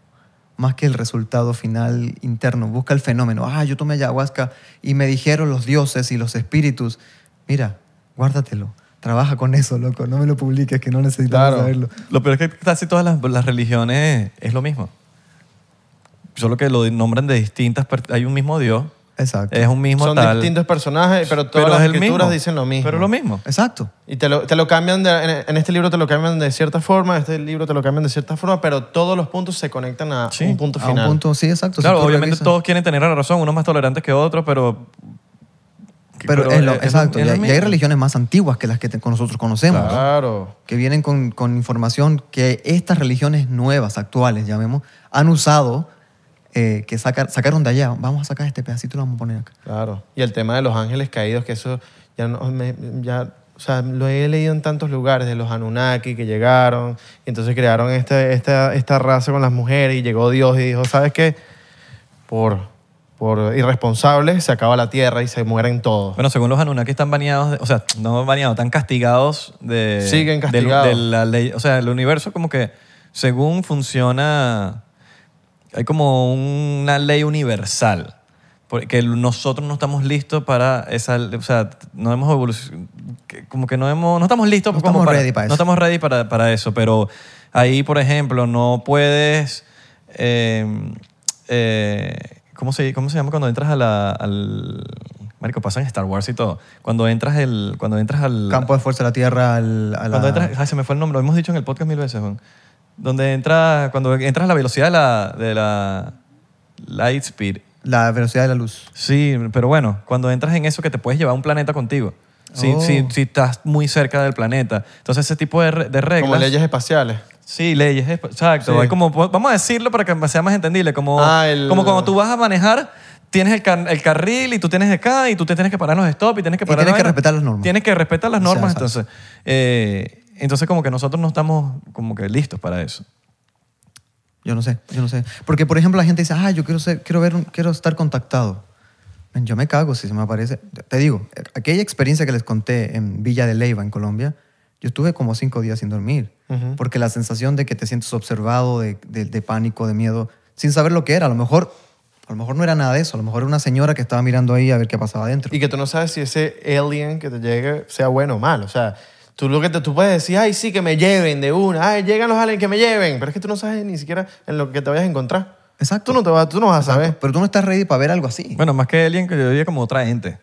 Speaker 2: más que el resultado final interno, busca el fenómeno. Ah, yo tomé ayahuasca y me dijeron los dioses y los espíritus. Mira, guárdatelo, trabaja con eso, loco, no me lo publiques, que no necesitamos
Speaker 4: Claro.
Speaker 2: saberlo.
Speaker 3: Lo peor es que casi todas las, las religiones es lo mismo. Solo que lo nombran de distintas... per- Hay un mismo Dios.
Speaker 2: Exacto.
Speaker 3: Es un mismo
Speaker 4: Son
Speaker 3: tal.
Speaker 4: distintos personajes, pero todas
Speaker 3: Pero
Speaker 4: las
Speaker 3: es el
Speaker 4: escrituras
Speaker 3: mismo.
Speaker 4: dicen lo mismo.
Speaker 3: Pero es lo mismo.
Speaker 2: Exacto.
Speaker 4: Y te lo, te lo cambian, de- en, en este libro te lo cambian de cierta forma, en este libro te lo cambian de cierta forma, pero todos los puntos se conectan a
Speaker 3: Sí,
Speaker 4: un punto
Speaker 2: A un
Speaker 4: final.
Speaker 2: punto, sí, exacto. Si
Speaker 3: claro,
Speaker 2: tú
Speaker 3: obviamente
Speaker 2: revisas-
Speaker 3: todos quieren tener la razón, unos más tolerantes que otros, pero...
Speaker 2: Pero, es lo,
Speaker 3: es- es
Speaker 2: exacto,
Speaker 3: lo
Speaker 2: y hay, y hay
Speaker 3: mismo.
Speaker 2: religiones más antiguas que las que te- con nosotros conocemos,
Speaker 4: Claro.
Speaker 2: que vienen con, con información que estas religiones nuevas, actuales, llamemos, han usado, eh, que saca- sacaron de allá. Vamos a sacar este pedacito y lo vamos a poner acá.
Speaker 4: Claro. Y el tema de los ángeles caídos, que eso ya no me- ya, o sea, lo he leído en tantos lugares, de los Anunnaki que llegaron, y entonces crearon este- esta, esta raza con las mujeres, y llegó Dios y dijo, ¿sabes qué? Por, por irresponsables se acaba la tierra y se mueren todos.
Speaker 3: Bueno, según los Anunnaki están baneados, de- o sea, no baneados, están castigados de... del-
Speaker 4: Siguen castigados.
Speaker 3: De, la ley, o sea, el universo como que según funciona, hay como una ley universal, porque nosotros no estamos listos para esa, o sea, no hemos evolucionado, como que no, hemos, no estamos listos
Speaker 2: No
Speaker 3: como
Speaker 2: estamos ready para
Speaker 3: No
Speaker 2: eso.
Speaker 3: estamos ready para, para eso, pero ahí, por ejemplo, no puedes... eh, eh, ¿cómo, se, ¿Cómo se llama cuando entras a la, al... Marico, pasa en Star Wars y todo. Cuando entras, el, cuando entras al...
Speaker 2: Campo de fuerza de la tierra, al, a la-
Speaker 3: Cuando entras... Ay, se me fue el nombre. Lo hemos dicho en el podcast mil veces, Juan. Donde entras... Cuando entras a la velocidad de la... De la light speed.
Speaker 2: la velocidad de la luz.
Speaker 3: Sí, pero bueno, cuando entras en eso que te puedes llevar un planeta contigo. Si,
Speaker 2: Oh.
Speaker 3: si, si estás muy cerca del planeta. Entonces ese tipo de, re- de reglas...
Speaker 4: Como leyes espaciales.
Speaker 3: Sí, leyes, exacto.
Speaker 4: Sí.
Speaker 3: Hay como, vamos a decirlo para que sea más entendible, como,
Speaker 4: Ah, el-
Speaker 3: como cuando tú vas a manejar, tienes el, car- el carril y tú tienes acá y tú te tienes que parar en los stop y tienes que
Speaker 2: Y
Speaker 3: parar
Speaker 2: tienes
Speaker 3: la
Speaker 2: que
Speaker 3: vaina.
Speaker 2: respetar las normas.
Speaker 3: Tienes que respetar las
Speaker 2: O sea,
Speaker 3: normas,
Speaker 2: exacto.
Speaker 3: entonces. eh, entonces como que nosotros no estamos como que listos para eso.
Speaker 2: Yo no sé, yo no sé. Porque, por ejemplo, la gente dice, ah, yo quiero, ser, quiero, ver, un- quiero estar contactado. Men, yo me cago si se me aparece. Te digo, aquella experiencia que les conté en Villa de Leyva, en Colombia, yo estuve como cinco días sin dormir. Porque la sensación de que te sientes observado, de, de- de pánico, de miedo, sin saber lo que era. A lo mejor... A lo mejor no era nada de eso, a lo mejor era una señora que estaba mirando ahí a ver qué pasaba adentro.
Speaker 4: Y que tú no sabes si ese alien que te llegue sea bueno o malo. O sea, tú lo que te, tú puedes decir, ay, sí, que me lleven de una, ay, llegan los aliens que me lleven. Pero es que tú no sabes ni siquiera en lo que te vayas a encontrar.
Speaker 2: Exacto.
Speaker 4: Tú no, te vas, tú no vas a saber.
Speaker 2: Pero tú no estás ready para ver algo así.
Speaker 3: Bueno, más que alguien que yo diría como otra gente.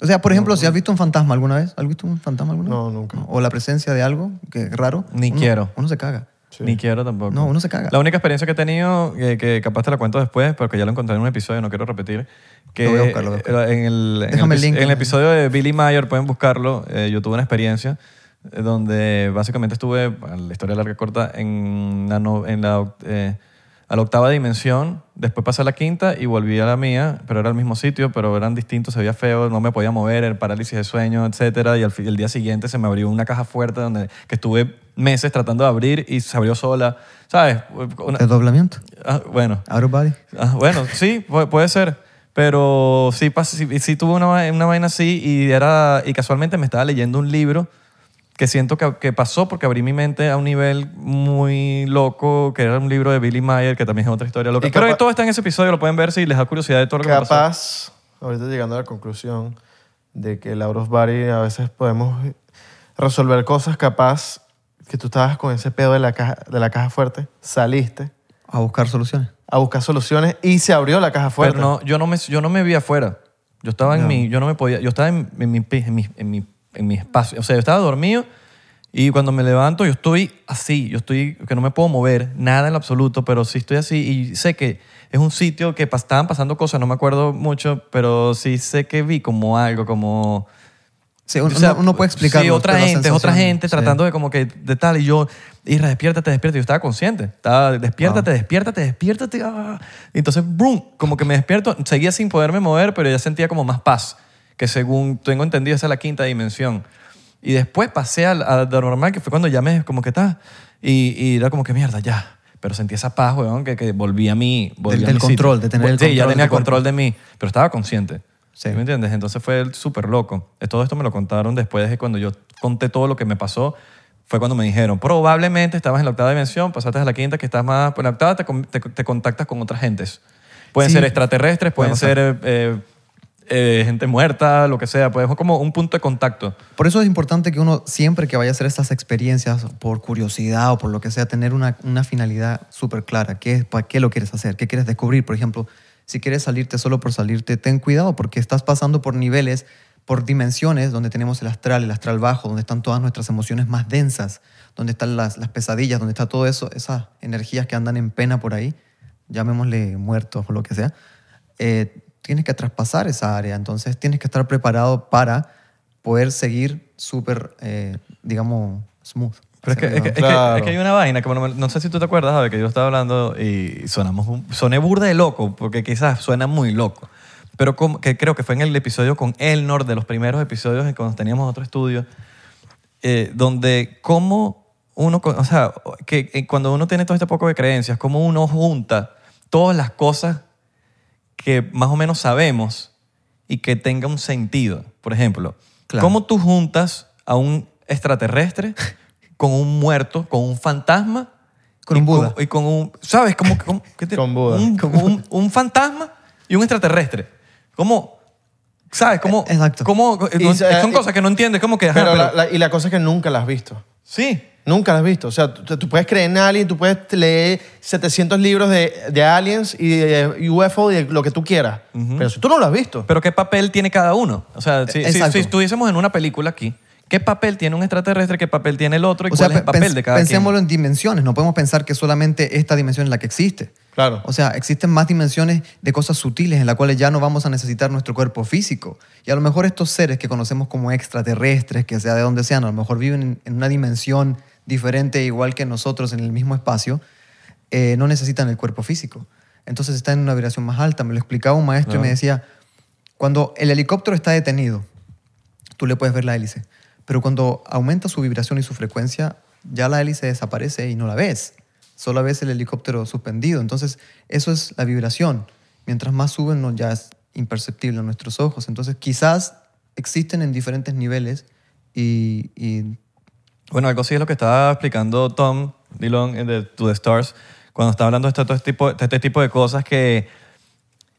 Speaker 2: O sea, por ejemplo, si has visto un fantasma alguna vez, ¿has visto un fantasma alguna
Speaker 4: No,
Speaker 2: vez?
Speaker 4: nunca.
Speaker 2: O la presencia de algo que raro.
Speaker 3: Ni
Speaker 2: uno-
Speaker 3: quiero.
Speaker 2: Uno se caga.
Speaker 3: Ni quiero tampoco.
Speaker 2: No, uno se caga.
Speaker 3: La única experiencia que he tenido, eh, que capaz te la cuento después, porque ya lo encontré en un episodio, no quiero repetir, que
Speaker 2: Lo voy a buscar, lo voy a buscar.
Speaker 3: en el, en
Speaker 2: Déjame
Speaker 3: el,
Speaker 2: el
Speaker 3: epi-
Speaker 2: link.
Speaker 3: en el episodio de Billy Mayer, pueden buscarlo, eh, yo tuve una experiencia eh, donde básicamente estuve, a la historia larga y corta, en la, no- en la oct- eh, a la octava dimensión, después pasé a la quinta y volví a la mía, pero era el mismo sitio, pero eran distintos, se veía feo, no me podía mover, el parálisis de sueño, etcétera, y al fi- el día siguiente se me abrió una caja fuerte donde, que estuve meses tratando de abrir y se abrió sola, ¿sabes? Una-
Speaker 2: Desdoblamiento.
Speaker 3: ah, bueno,
Speaker 2: Out of body.
Speaker 3: Ah, bueno, sí, pu- puede ser. Pero sí, pas- sí, sí tuve una, va- una vaina así y, era, y casualmente me estaba leyendo un libro que siento que, que pasó porque abrí mi mente a un nivel muy loco, que era un libro de Billy Mayer, que también es otra historia loca.
Speaker 4: Y
Speaker 3: Pero
Speaker 4: capa-
Speaker 3: todo está en ese episodio, lo pueden ver si les da curiosidad de todo lo que me pasó.
Speaker 4: Capaz, ahorita llegando a la conclusión de que el out of body a veces podemos resolver cosas capaz que tú estabas con ese pedo de la caja, de la caja fuerte, saliste
Speaker 2: A buscar soluciones.
Speaker 4: a buscar soluciones y se abrió la caja fuerte.
Speaker 3: Pero no, yo no me, yo no me vi afuera. Yo estaba en mi, yo no me podía, yo estaba en, en mi, en, mi, en, mi, en mi espacio. O sea, yo estaba dormido y cuando me levanto yo estoy así, yo estoy, que no me puedo mover, nada en lo absoluto, pero sí estoy así y sé que es un sitio que pas- estaban pasando cosas, no me acuerdo mucho, pero sí sé que vi como algo, como...
Speaker 2: Sí, uno,
Speaker 3: O sea,
Speaker 2: uno- uno puede explicarlo.
Speaker 3: Sí, otra
Speaker 2: pero la
Speaker 3: gente, es otra
Speaker 2: sensación,
Speaker 3: gente
Speaker 2: sí.
Speaker 3: tratando de como que de tal. Y yo, Isra, despiértate, despiértate. Yo estaba consciente. Estaba,
Speaker 2: Ah.
Speaker 3: despiértate, despiértate, despiértate. ah. Y entonces, ¡brum! Como que me despierto. Seguía sin poderme mover, pero ya sentía como más paz. Que según tengo entendido, esa es la quinta dimensión. Y después pasé al, a lo normal, que fue cuando ya me, como que está. Y, y era como que mierda, ya. Pero sentí esa paz, weón, que, que volví a mí. Volví
Speaker 2: Del-
Speaker 3: a
Speaker 2: del
Speaker 3: mi
Speaker 2: control, de
Speaker 3: sitio.
Speaker 2: tener el
Speaker 3: Sí, ya
Speaker 2: control de
Speaker 3: tenía
Speaker 2: tu cuerpo.
Speaker 3: control de mí, pero estaba consciente.
Speaker 2: Sí.
Speaker 3: ¿Sí ¿Me entiendes? Entonces fue súper loco. Eh, Todo esto me lo contaron después de cuando yo conté todo lo que me pasó. Fue cuando me dijeron, probablemente estabas en la octava dimensión, pasaste a la quinta, que estás más... En la octava te, con- te- te contactas con otras gentes. Pueden
Speaker 2: Sí.
Speaker 3: ser extraterrestres, pueden
Speaker 2: pasar.
Speaker 3: ser eh, eh, eh, gente muerta, lo que sea. Pues es como un punto de contacto.
Speaker 2: Por eso es importante que uno, siempre que vaya a hacer estas experiencias, por curiosidad o por lo que sea, tener una, una finalidad súper clara. ¿Qué es, ¿Para qué lo quieres hacer? ¿Qué quieres descubrir? Por ejemplo, si quieres salirte solo por salirte, ten cuidado porque estás pasando por niveles, por dimensiones donde tenemos el astral, el astral bajo, donde están todas nuestras emociones más densas, donde están las, las pesadillas, donde está todo eso, esas energías que andan en pena por ahí, llamémosle muertos o lo que sea. eh, tienes que traspasar esa área, entonces tienes que estar preparado para poder seguir súper, eh, digamos, smooth.
Speaker 3: Pero es que, es, que, es que-
Speaker 4: Claro.
Speaker 3: es que hay una vaina que bueno, no sé si tú te acuerdas, Javi, que yo estaba hablando y sonamos un- soné burda de loco, porque quizás suena muy loco. Pero como- que creo que fue en el episodio con Elnor, de los primeros episodios en cuando teníamos otro estudio, eh, donde cómo uno, co- o sea, que eh, cuando uno tiene todo este poco de creencias, cómo uno junta todas las cosas que más o menos sabemos y que tenga un sentido. Por ejemplo,
Speaker 2: Claro.
Speaker 3: ¿cómo tú juntas a un extraterrestre con un muerto, con un fantasma?
Speaker 2: Con
Speaker 3: y
Speaker 2: un Buda.
Speaker 3: y con un, ¿sabes? Como, que- como- ¿qué te-
Speaker 4: Con Buda.
Speaker 3: Un, un- un fantasma y un extraterrestre. ¿Cómo? ¿Sabes? ¿Cómo?
Speaker 2: Eh, exacto.
Speaker 3: cómo-
Speaker 4: Y
Speaker 3: no-
Speaker 4: se-
Speaker 3: son
Speaker 4: y-
Speaker 3: cosas que no entiendes. Como que... ajá,
Speaker 4: Pero
Speaker 3: pero-
Speaker 4: la- la- y la cosa es que nunca la has visto.
Speaker 3: sí.
Speaker 4: Nunca la has visto. O sea, tú, tú puedes creer en Alien, tú puedes leer 700 libros de, de Aliens y de UFO y de lo que tú quieras. Pero si tú no lo has visto.
Speaker 3: Pero ¿qué papel tiene cada uno? O sea, si, si,
Speaker 2: Exacto.
Speaker 3: si estuviésemos en una película aquí, ¿qué papel tiene un extraterrestre? ¿Qué papel tiene el otro? ¿Y
Speaker 2: O sea,
Speaker 3: cuál es el
Speaker 2: pe-
Speaker 3: papel
Speaker 2: pens-
Speaker 3: de cada
Speaker 2: pensémoslo en dimensiones. No podemos pensar que solamente esta dimensión es la que existe.
Speaker 4: Claro.
Speaker 2: O sea, existen más dimensiones de cosas sutiles en las cuales ya no vamos a necesitar nuestro cuerpo físico. Y a lo mejor estos seres que conocemos como extraterrestres, que sea de donde sean, a lo mejor viven en- en una dimensión diferente, igual que nosotros, en el mismo espacio, eh, no necesitan el cuerpo físico. entonces está en una vibración más alta. Me lo explicaba un maestro
Speaker 3: Ah.
Speaker 2: y me decía, cuando el helicóptero está detenido, tú le puedes ver la hélice, pero cuando aumenta su vibración y su frecuencia, ya la hélice desaparece y no la ves. Solo ves el helicóptero suspendido. Entonces, eso es la vibración. Mientras más suben, no, ya es imperceptible a nuestros ojos. Entonces, quizás existen en diferentes niveles y, y
Speaker 3: Bueno, algo así es lo que estaba explicando Tom Dillon en de To The Stars cuando estaba hablando de este, todo este tipo, de este tipo de cosas que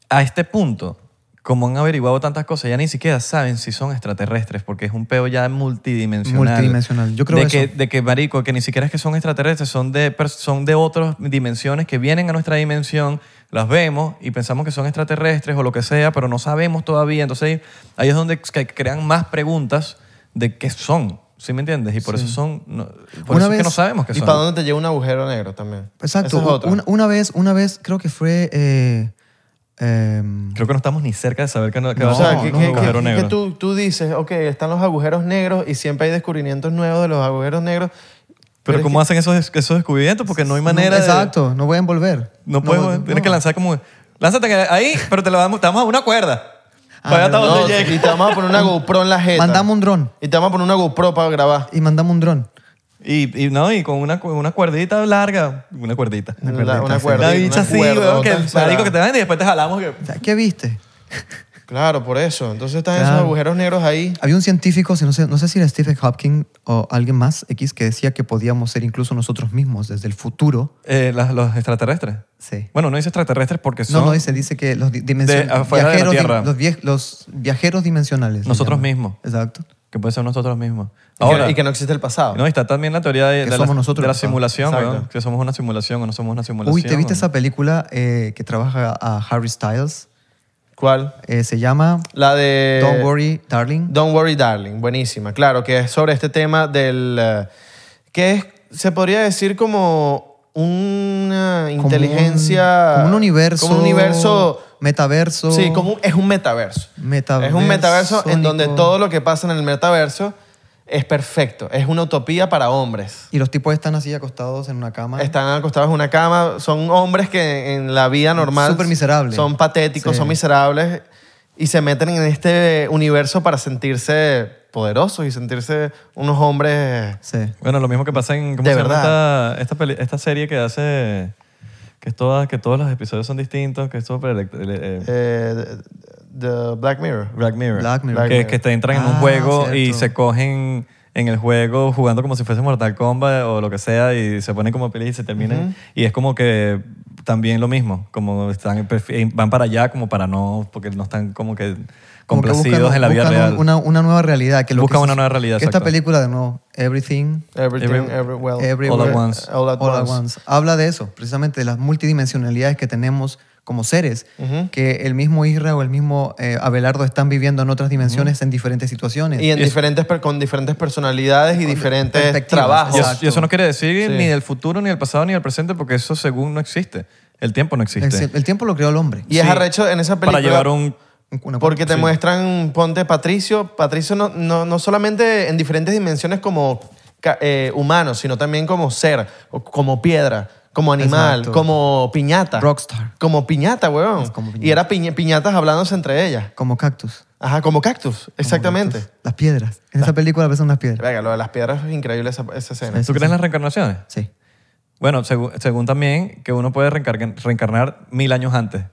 Speaker 3: a este punto, como han averiguado tantas cosas, ya ni siquiera saben si son extraterrestres porque es un peo ya multidimensional.
Speaker 2: Multidimensional, yo creo
Speaker 3: de
Speaker 2: eso.
Speaker 3: que De que, marico, que ni siquiera es que son extraterrestres, son de, pers- son de otras dimensiones que vienen a nuestra dimensión, las vemos y pensamos que son extraterrestres o lo que sea, pero no sabemos todavía. Entonces ahí- ahí es donde c- crean más preguntas de qué son. ¿Sí me entiendes? Y por eso son. no- por
Speaker 2: Una
Speaker 3: eso es que
Speaker 2: vez-
Speaker 3: no sabemos qué
Speaker 4: ¿Y
Speaker 3: son.
Speaker 4: para dónde te lleva un agujero negro también?
Speaker 2: Exacto.
Speaker 4: Esa es otra.
Speaker 2: Una, una vez, una vez, creo que fue. eh, em,
Speaker 3: Creo que no estamos ni cerca de saber qué, no, qué va
Speaker 4: o
Speaker 3: a ser
Speaker 4: sea,
Speaker 3: un
Speaker 4: que,
Speaker 2: no,
Speaker 4: que-
Speaker 2: no,
Speaker 3: agujero
Speaker 4: que-
Speaker 3: negro.
Speaker 4: que tú, tú dices, ok, están los agujeros negros y siempre hay descubrimientos nuevos de los agujeros negros.
Speaker 3: Pero
Speaker 4: es
Speaker 3: ¿cómo hacen esos, des- esos descubrimientos? Porque no hay manera
Speaker 2: em, no,
Speaker 3: de-
Speaker 2: exacto, no pueden volver.
Speaker 3: No puedes,
Speaker 2: vol-
Speaker 3: tienes
Speaker 2: no.
Speaker 3: que lanzar como... Lánzate ahí, pero te la damos, te damos a una cuerda.
Speaker 2: Ah,
Speaker 3: para allá
Speaker 2: no,
Speaker 3: hasta
Speaker 4: No,
Speaker 3: donde llegue.
Speaker 4: y te vamos a poner una GoPro en la jeta.
Speaker 2: Mandamos un dron
Speaker 4: Y te vamos a poner una GoPro para grabar.
Speaker 2: y mandamos un dron.
Speaker 3: Y, y no, y con una, cu- una cuerdita larga. Una cuerdita.
Speaker 4: Una,
Speaker 2: cuerdita,
Speaker 4: una
Speaker 2: sí.
Speaker 4: cuerda.
Speaker 3: La
Speaker 4: una
Speaker 3: bicha así,
Speaker 4: cuerda,
Speaker 3: weón, que
Speaker 4: otra,
Speaker 3: el
Speaker 4: o sea,
Speaker 3: marico que te vende y después te jalamos. que-
Speaker 2: O sea, ¿Qué viste?
Speaker 4: Claro, por eso. Entonces están esos
Speaker 2: Claro.
Speaker 4: agujeros negros ahí.
Speaker 2: Había un científico, si no sé, no sé si era Stephen Hopkins o alguien más, X, que decía que podíamos ser incluso nosotros mismos desde el futuro.
Speaker 3: Eh, las- los extraterrestres.
Speaker 2: Sí.
Speaker 3: Bueno, no dice extraterrestres porque son
Speaker 2: No, no, dice, dice que los di- dimension-
Speaker 3: De afuera de la
Speaker 2: viajeros, di-
Speaker 3: Tierra.
Speaker 2: los, vie- los viajeros dimensionales. se
Speaker 3: Nosotros
Speaker 2: llaman.
Speaker 3: mismos.
Speaker 2: Exacto.
Speaker 3: Que puede ser nosotros mismos.
Speaker 4: Y que-
Speaker 3: Ahora,
Speaker 4: y que no existe el pasado.
Speaker 3: no, y está también la teoría
Speaker 2: Que
Speaker 3: de, de la,
Speaker 2: somos nosotros
Speaker 3: de la
Speaker 2: los que somos.
Speaker 3: simulación,
Speaker 4: Exacto.
Speaker 3: weón, que somos una simulación o no somos una simulación.
Speaker 2: Uy, ¿te viste
Speaker 3: weón?
Speaker 2: esa película eh, que trabaja a Harry Styles?
Speaker 4: ¿Cuál?
Speaker 2: Eh, se llama
Speaker 4: La de...
Speaker 2: Don't Worry, Darling.
Speaker 4: Eh, Don't Worry Darling, buenísima, claro, que es sobre este tema del... eh, que es, se podría decir como una
Speaker 2: Como un-
Speaker 4: inteligencia...
Speaker 2: Como un universo.
Speaker 4: Como un universo...
Speaker 2: Metaverso.
Speaker 4: Sí, como un- es un metaverso.
Speaker 2: Metaverso.
Speaker 4: Es un metaverso en donde
Speaker 2: Sónico.
Speaker 4: todo lo que pasa en el metaverso es perfecto, es una utopía para hombres.
Speaker 2: Y los tipos están así acostados en una cama.
Speaker 4: Están acostados en una cama, son hombres que en la vida normal
Speaker 2: Súper miserables.
Speaker 4: son patéticos,
Speaker 2: Sí.
Speaker 4: son miserables y se meten en este universo para sentirse poderosos y sentirse unos hombres
Speaker 2: Sí.
Speaker 3: Bueno, lo mismo que pasa en ¿cómo
Speaker 4: De
Speaker 3: se llama
Speaker 4: verdad.
Speaker 3: esta, esta, peli- esta serie que hace que es toda- que todos los episodios son distintos, que es súper elect- ele- eh,
Speaker 4: eh, de de Black Mirror.
Speaker 3: Black Mirror,
Speaker 2: Black Mirror.
Speaker 3: que,
Speaker 4: Black
Speaker 3: que
Speaker 4: Mirror.
Speaker 3: te entran en un
Speaker 2: Ah,
Speaker 3: juego y
Speaker 2: cierto.
Speaker 3: se cogen en el juego jugando como si fuese Mortal Kombat o lo que sea y se ponen como pelis y se terminan y es como que también lo mismo, como están perfi- van para allá como para no porque no están como que
Speaker 2: Como que
Speaker 3: complacidos
Speaker 2: buscan-
Speaker 3: en la vida
Speaker 2: buscan un-
Speaker 3: real.
Speaker 2: Una, una nueva realidad. Que lo
Speaker 3: Buscan
Speaker 2: que
Speaker 3: una
Speaker 2: se-
Speaker 3: nueva realidad,
Speaker 2: que esta
Speaker 3: exacto.
Speaker 2: película de nuevo, Everything,
Speaker 4: Everything,
Speaker 3: Every-
Speaker 4: every, well,
Speaker 2: Everywhere,
Speaker 3: All at Once.
Speaker 4: All at
Speaker 2: All at
Speaker 4: Once.
Speaker 2: Once, habla de eso, precisamente de las multidimensionalidades que tenemos como seres, que el mismo Isra o el mismo eh, Abelardo están viviendo en otras dimensiones en diferentes situaciones.
Speaker 4: Y en diferentes, per- con diferentes personalidades y diferentes
Speaker 2: perspectivas,
Speaker 4: trabajos.
Speaker 3: Y eso,
Speaker 2: Exacto.
Speaker 3: y eso no quiere decir
Speaker 4: Sí.
Speaker 3: ni del futuro, ni del pasado, ni del presente, porque eso según no existe. El tiempo no existe.
Speaker 2: el, el tiempo lo creó el hombre.
Speaker 4: Y es
Speaker 3: Sí.
Speaker 4: arrecho en esa película.
Speaker 3: Para llevar un...
Speaker 2: Una-
Speaker 4: Porque te
Speaker 2: sí.
Speaker 4: muestran, ponte Patricio, Patricio no, no, no solamente en diferentes dimensiones como ca- eh, humano, sino también como ser, o como piedra, como animal,
Speaker 2: Exacto.
Speaker 4: como piñata.
Speaker 2: Rockstar.
Speaker 4: Como piñata, weón.
Speaker 2: Es como piñata.
Speaker 4: Y era piñ- piñatas hablándose entre ellas.
Speaker 2: Como cactus.
Speaker 4: Ajá, como cactus, exactamente.
Speaker 2: Como cactus. Las piedras. En esa película aparecen unas piedras.
Speaker 4: Venga, lo de las piedras es increíble esa, esa escena.
Speaker 2: Es-
Speaker 3: ¿Tú crees en las reencarnaciones?
Speaker 2: Sí.
Speaker 3: Bueno, segu- según también que uno puede reencargar- reencarnar mil años antes.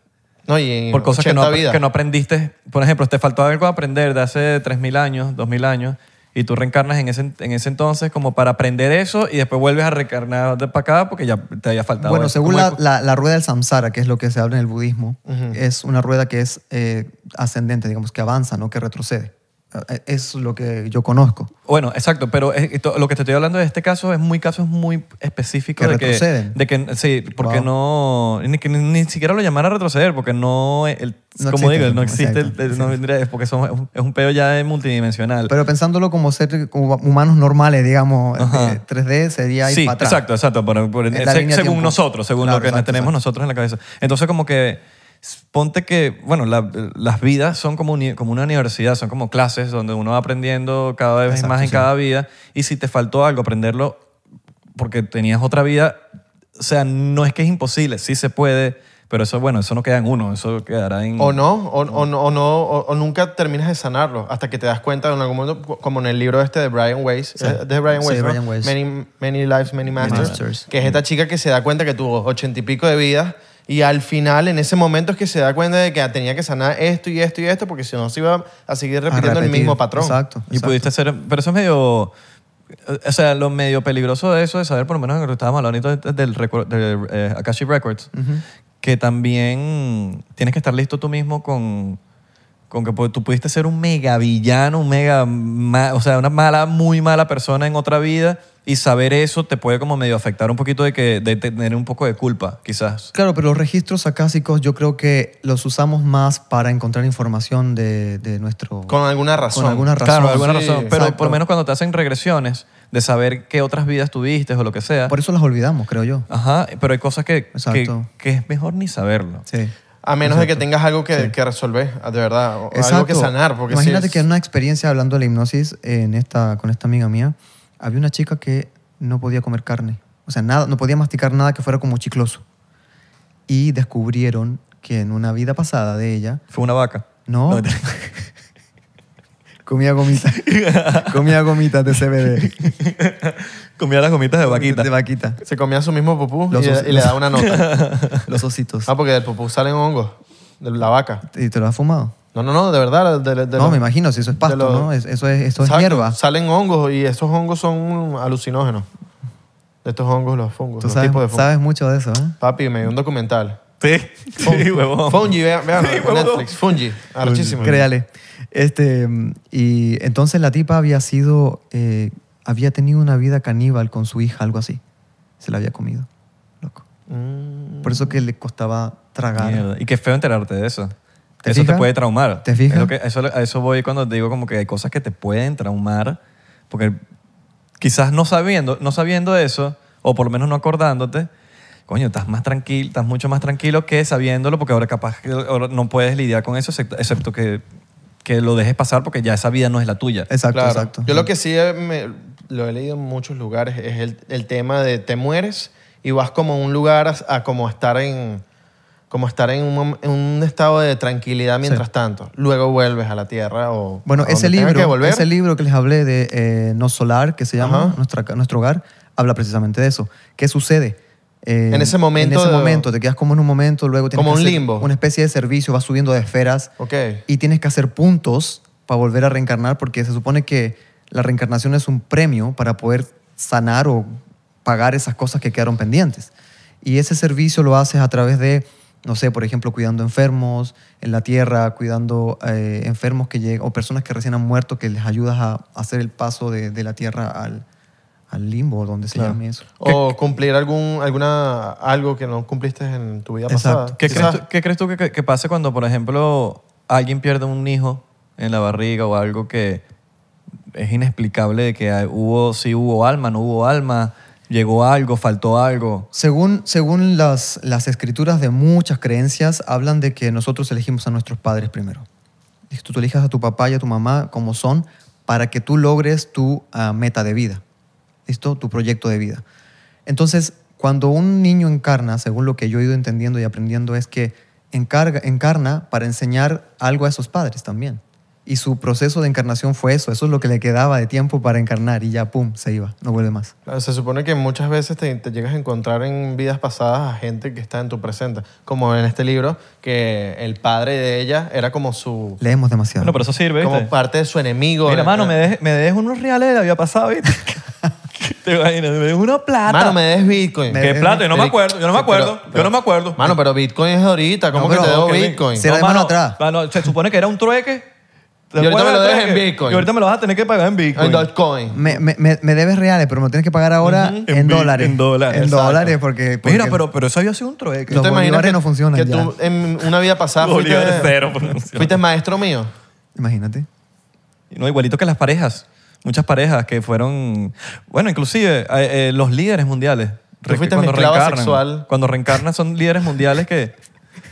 Speaker 4: No, y en
Speaker 3: Por cosas que no,
Speaker 4: 80
Speaker 3: ap-
Speaker 4: vidas.
Speaker 3: que no aprendiste. Por ejemplo, te faltó algo aprender de hace 3.000 años, 2.000 años, y tú reencarnas en ese, en ese entonces como para aprender eso y después vuelves a reencarnar de para acá porque ya te había faltado.
Speaker 2: Bueno,
Speaker 3: eso.
Speaker 2: según
Speaker 3: Como
Speaker 2: la,
Speaker 3: el-
Speaker 2: la- la rueda del samsara, que es lo que se habla en el budismo, es una rueda que es eh, ascendente, digamos, que avanza, no que retrocede. Eh, Es lo que yo conozco.
Speaker 3: Bueno, exacto, pero es- esto- lo que te estoy hablando de este caso es muy casos muy específicos
Speaker 2: Que
Speaker 3: de que,
Speaker 2: retroceden.
Speaker 3: de que sí, porque no ni, que ni- ni siquiera lo llamara a retroceder porque no el,
Speaker 2: No
Speaker 3: como
Speaker 2: existe,
Speaker 3: digo, no
Speaker 2: no,
Speaker 3: existe, el-
Speaker 2: exacto,
Speaker 3: el- no
Speaker 2: exacto.
Speaker 3: vendría- es porque son- es un- es un pedo ya de multidimensional.
Speaker 2: Pero pensándolo como ser como humanos normales, digamos, eh, 3D sería ir
Speaker 3: sí,
Speaker 2: para atrás.
Speaker 3: exacto, exacto, por- por-
Speaker 2: En la
Speaker 3: se-
Speaker 2: línea de
Speaker 3: según
Speaker 2: tiempo.
Speaker 3: nosotros, según
Speaker 2: Claro,
Speaker 3: lo que
Speaker 2: exacto,
Speaker 3: tenemos
Speaker 2: exacto.
Speaker 3: nosotros en la cabeza. Entonces como que s- ponte que, bueno, la- las vidas son como, uni- como una universidad, son como clases donde uno va aprendiendo cada vez
Speaker 2: Exacto,
Speaker 3: más en
Speaker 2: sí.
Speaker 3: cada vida y si te faltó algo aprenderlo porque tenías otra vida, o sea, no es que es imposible, sí se puede, Pero eso, bueno, eso no queda en uno, eso quedará en...
Speaker 2: Mm.
Speaker 4: O no, o, o no, o, no o, o nunca terminas de sanarlo hasta que te das cuenta en algún momento, cu- como en el libro este de Brian Weiss, eh, de Brian
Speaker 2: Sí,
Speaker 4: Weiss, ¿no?
Speaker 2: Brian Weiss.
Speaker 4: Many, Many Lives, Many Masters,
Speaker 2: Masters. Mm.
Speaker 4: que es esta chica que se da cuenta que tuvo ochenta y pico de vidas y al final, en ese momento, es que se da cuenta de que tenía que sanar esto y esto y esto porque si no se iba a seguir
Speaker 2: A
Speaker 4: repitiendo el
Speaker 2: repetir.
Speaker 4: mismo patrón.
Speaker 2: Exacto.
Speaker 3: Y pudiste hacer... Pero eso es medio... eh, O sea, lo medio peligroso de eso es saber, por lo menos lo que estábamos hablando ahorita del, recu- de eh, Akashi Records, que también tienes que estar listo tú mismo con, con que pu- tú pudiste ser un mega villano, un mega, ma- o sea, una mala, muy mala persona en otra vida y saber eso te puede como medio afectar un poquito de que de tener un poco de culpa, quizás.
Speaker 2: Claro, pero los registros acásicos yo creo que los usamos más para encontrar información de, de nuestro...
Speaker 4: Con alguna razón.
Speaker 2: Con alguna razón.
Speaker 3: Claro, alguna
Speaker 4: sí,
Speaker 3: razón. Pero
Speaker 2: exacto.
Speaker 3: por lo menos cuando te hacen regresiones de saber qué otras vidas tuviste o lo que sea.
Speaker 2: Por eso las olvidamos, creo yo.
Speaker 3: Ajá, pero hay cosas que, que,
Speaker 2: Exacto.
Speaker 3: que es mejor ni saberlo.
Speaker 2: Sí.
Speaker 4: A menos de que tengas algo que, que resolver, de verdad, o algo que sanar. Porque si
Speaker 2: Imagínate
Speaker 4: es-
Speaker 2: que en una experiencia hablando de la hipnosis en esta, con esta amiga mía, había una chica que no podía comer carne. O sea, nada, no podía masticar nada que fuera como chicloso. Y descubrieron que en una vida pasada de ella,
Speaker 3: Fue una vaca.
Speaker 2: no,
Speaker 3: No, te-
Speaker 2: comía gomita. comía gomitas de CBD.
Speaker 3: Comía las gomitas de vaquita.
Speaker 2: De vaquita.
Speaker 4: se comía su mismo pupú
Speaker 2: Los
Speaker 4: y,
Speaker 2: os-
Speaker 4: y le da una nota.
Speaker 2: Los ositos.
Speaker 4: ah, porque del pupú salen hongos, de la vaca.
Speaker 2: ¿Y te lo has fumado?
Speaker 4: No, no, no, de verdad. de- de- de
Speaker 2: no,
Speaker 4: los-
Speaker 2: me imagino, si eso es
Speaker 4: de
Speaker 2: pasto,
Speaker 4: los-
Speaker 2: ¿no? Es- eso es, esto es
Speaker 4: Exacto,
Speaker 2: hierba.
Speaker 4: Salen hongos y esos hongos son alucinógenos. De estos hongos, los fungos,
Speaker 2: Tú
Speaker 4: los
Speaker 2: sabes,
Speaker 4: tipos de fungos.
Speaker 2: sabes mucho de eso, ¿eh?
Speaker 4: Papi, me dio un documental.
Speaker 3: Sí, sí, huevón.
Speaker 4: Fungi, vean, vean,
Speaker 3: Sí, huevón.
Speaker 4: Netflix, Fungi, archísimo.
Speaker 2: Créale. Este, mm, y entonces la tipa había sido, eh, había tenido una vida caníbal con su hija, algo así. Se la había comido, loco.
Speaker 4: Mm.
Speaker 2: Por eso que le costaba tragar.
Speaker 3: Mierda, Y qué feo enterarte de eso.
Speaker 2: ¿Te
Speaker 3: eso te
Speaker 2: fijas?
Speaker 3: puede traumar.
Speaker 2: ¿Te fijas?
Speaker 3: Es lo que- eso, a eso voy cuando digo como que hay cosas que te pueden traumar. Porque quizás no sabiendo, no sabiendo eso, o por lo menos no acordándote, coño, estás más tranquilo, estás mucho más tranquilo que sabiéndolo, porque ahora capaz que ahora no puedes lidiar con eso, excepto, excepto que, que lo dejes pasar porque ya esa vida no es la tuya.
Speaker 2: Exacto,
Speaker 4: Claro.
Speaker 2: exacto.
Speaker 4: Yo lo que sí eh, me- lo he leído en muchos lugares es el, el tema de te mueres y vas como a un lugar a, a como estar en como estar en un, mom- en un estado de tranquilidad mientras tanto. Luego vuelves a la tierra o
Speaker 2: Bueno,
Speaker 4: a
Speaker 2: ese
Speaker 4: donde tengas que
Speaker 2: libro,
Speaker 4: volver.
Speaker 2: ese libro que les hablé de eh, No Solar, que se llama
Speaker 4: Ajá.
Speaker 2: Nuestra ca- Nuestro Hogar, habla precisamente de eso. ¿Qué sucede? Eh,
Speaker 4: En ese momento
Speaker 2: En ese
Speaker 4: de-
Speaker 2: momento, te quedas como en un momento, luego tienes
Speaker 4: Como
Speaker 2: que
Speaker 4: un
Speaker 2: hacer
Speaker 4: limbo.
Speaker 2: Una especie de servicio, vas subiendo de esferas
Speaker 4: Ok.
Speaker 2: y tienes que hacer puntos para volver a reencarnar porque se supone que la reencarnación es un premio para poder sanar o pagar esas cosas que quedaron pendientes. Y ese servicio lo haces a través de, no sé, por ejemplo, cuidando enfermos en la tierra, cuidando eh, enfermos que llegan o personas que recién han muerto que les ayudas a hacer el paso de, de la tierra al, al limbo, donde se
Speaker 4: Claro.
Speaker 2: llame eso.
Speaker 4: O cumplir algún, alguna, algo que no cumpliste en tu vida
Speaker 2: Exacto.
Speaker 4: pasada.
Speaker 3: ¿Qué,
Speaker 4: Quizás-
Speaker 3: crees tú, qué crees tú que- que, que pase cuando, por ejemplo, alguien pierde un hijo en la barriga o algo que es inexplicable de que hay- hubo, si hubo alma, no hubo alma, llegó algo, faltó algo?
Speaker 2: Según, según las, las escrituras de muchas creencias, hablan de que nosotros elegimos a nuestros padres primero. Dice, Tú, tú elijas a tu papá y a tu mamá como son para que tú logres tu ah, meta de vida, ¿listo? Tu proyecto de vida. Entonces, cuando un niño encarna, según lo que yo he ido entendiendo y aprendiendo, es que encarga, encarna para enseñar algo a esos padres también. Y su proceso de encarnación fue eso, eso es lo que le quedaba de tiempo para encarnar y ya, pum, se iba, no vuelve más.
Speaker 4: Claro, Se supone que muchas veces te, te llegas a encontrar en vidas pasadas a gente que está en tu presente, como en este libro, que el padre de ella era como su
Speaker 2: Leemos demasiado.
Speaker 3: Bueno, pero eso sirve, ¿viste?
Speaker 4: como parte de su enemigo.
Speaker 3: Mira,
Speaker 4: Eh,
Speaker 3: mano,
Speaker 4: eh,
Speaker 3: me dejes me dejes unos reales de la vida pasada, ¿viste? ¿Te imaginas? Me dejes una plata.
Speaker 4: Mano, me des Bitcoin.
Speaker 2: Me-
Speaker 3: ¿Qué
Speaker 2: dejes-
Speaker 3: plata? Yo no me
Speaker 2: Eric,
Speaker 3: acuerdo, yo no me
Speaker 4: Sí, pero-
Speaker 3: acuerdo, yo
Speaker 4: pero-
Speaker 3: no me acuerdo.
Speaker 4: Mano, pero Bitcoin es de ahorita. ¿Cómo
Speaker 2: No,
Speaker 4: que
Speaker 2: pero-
Speaker 4: te dejo
Speaker 2: ok,
Speaker 4: Bitcoin?
Speaker 2: sí. Será de mano atrás.
Speaker 3: mano, se supone que era un trueque. ¿Te
Speaker 4: Y ahorita
Speaker 3: acuerdas
Speaker 4: me lo
Speaker 3: del
Speaker 4: dejas en
Speaker 3: trueque?
Speaker 4: Bitcoin.
Speaker 3: Y ahorita me lo vas a tener que pagar en
Speaker 4: En
Speaker 3: Bitcoin.
Speaker 4: Dogecoin.
Speaker 2: Me, me, me- me debes reales, pero me lo tienes que pagar ahora
Speaker 3: Ujú.
Speaker 2: en,
Speaker 3: En bi-
Speaker 2: dólares.
Speaker 3: en dólares,
Speaker 2: En
Speaker 3: exacto.
Speaker 2: dólares porque, porque-
Speaker 3: Mira, pero, pero eso había sido un trueque.
Speaker 2: Los
Speaker 4: ¿Tú te imaginas
Speaker 2: bolívares
Speaker 4: que-
Speaker 2: no funcionan
Speaker 4: Que
Speaker 2: ya.
Speaker 4: tú en una vida pasada fuiste,
Speaker 3: Bolívares cero funcionan.
Speaker 4: fuiste maestro mío.
Speaker 2: Imagínate.
Speaker 3: No, igualito que las parejas. Muchas parejas que fueron... Bueno, inclusive eh, eh, los líderes mundiales.
Speaker 4: Tú
Speaker 3: Re-
Speaker 4: fuiste mi esclava sexual.
Speaker 3: Cuando reencarnan son líderes mundiales que,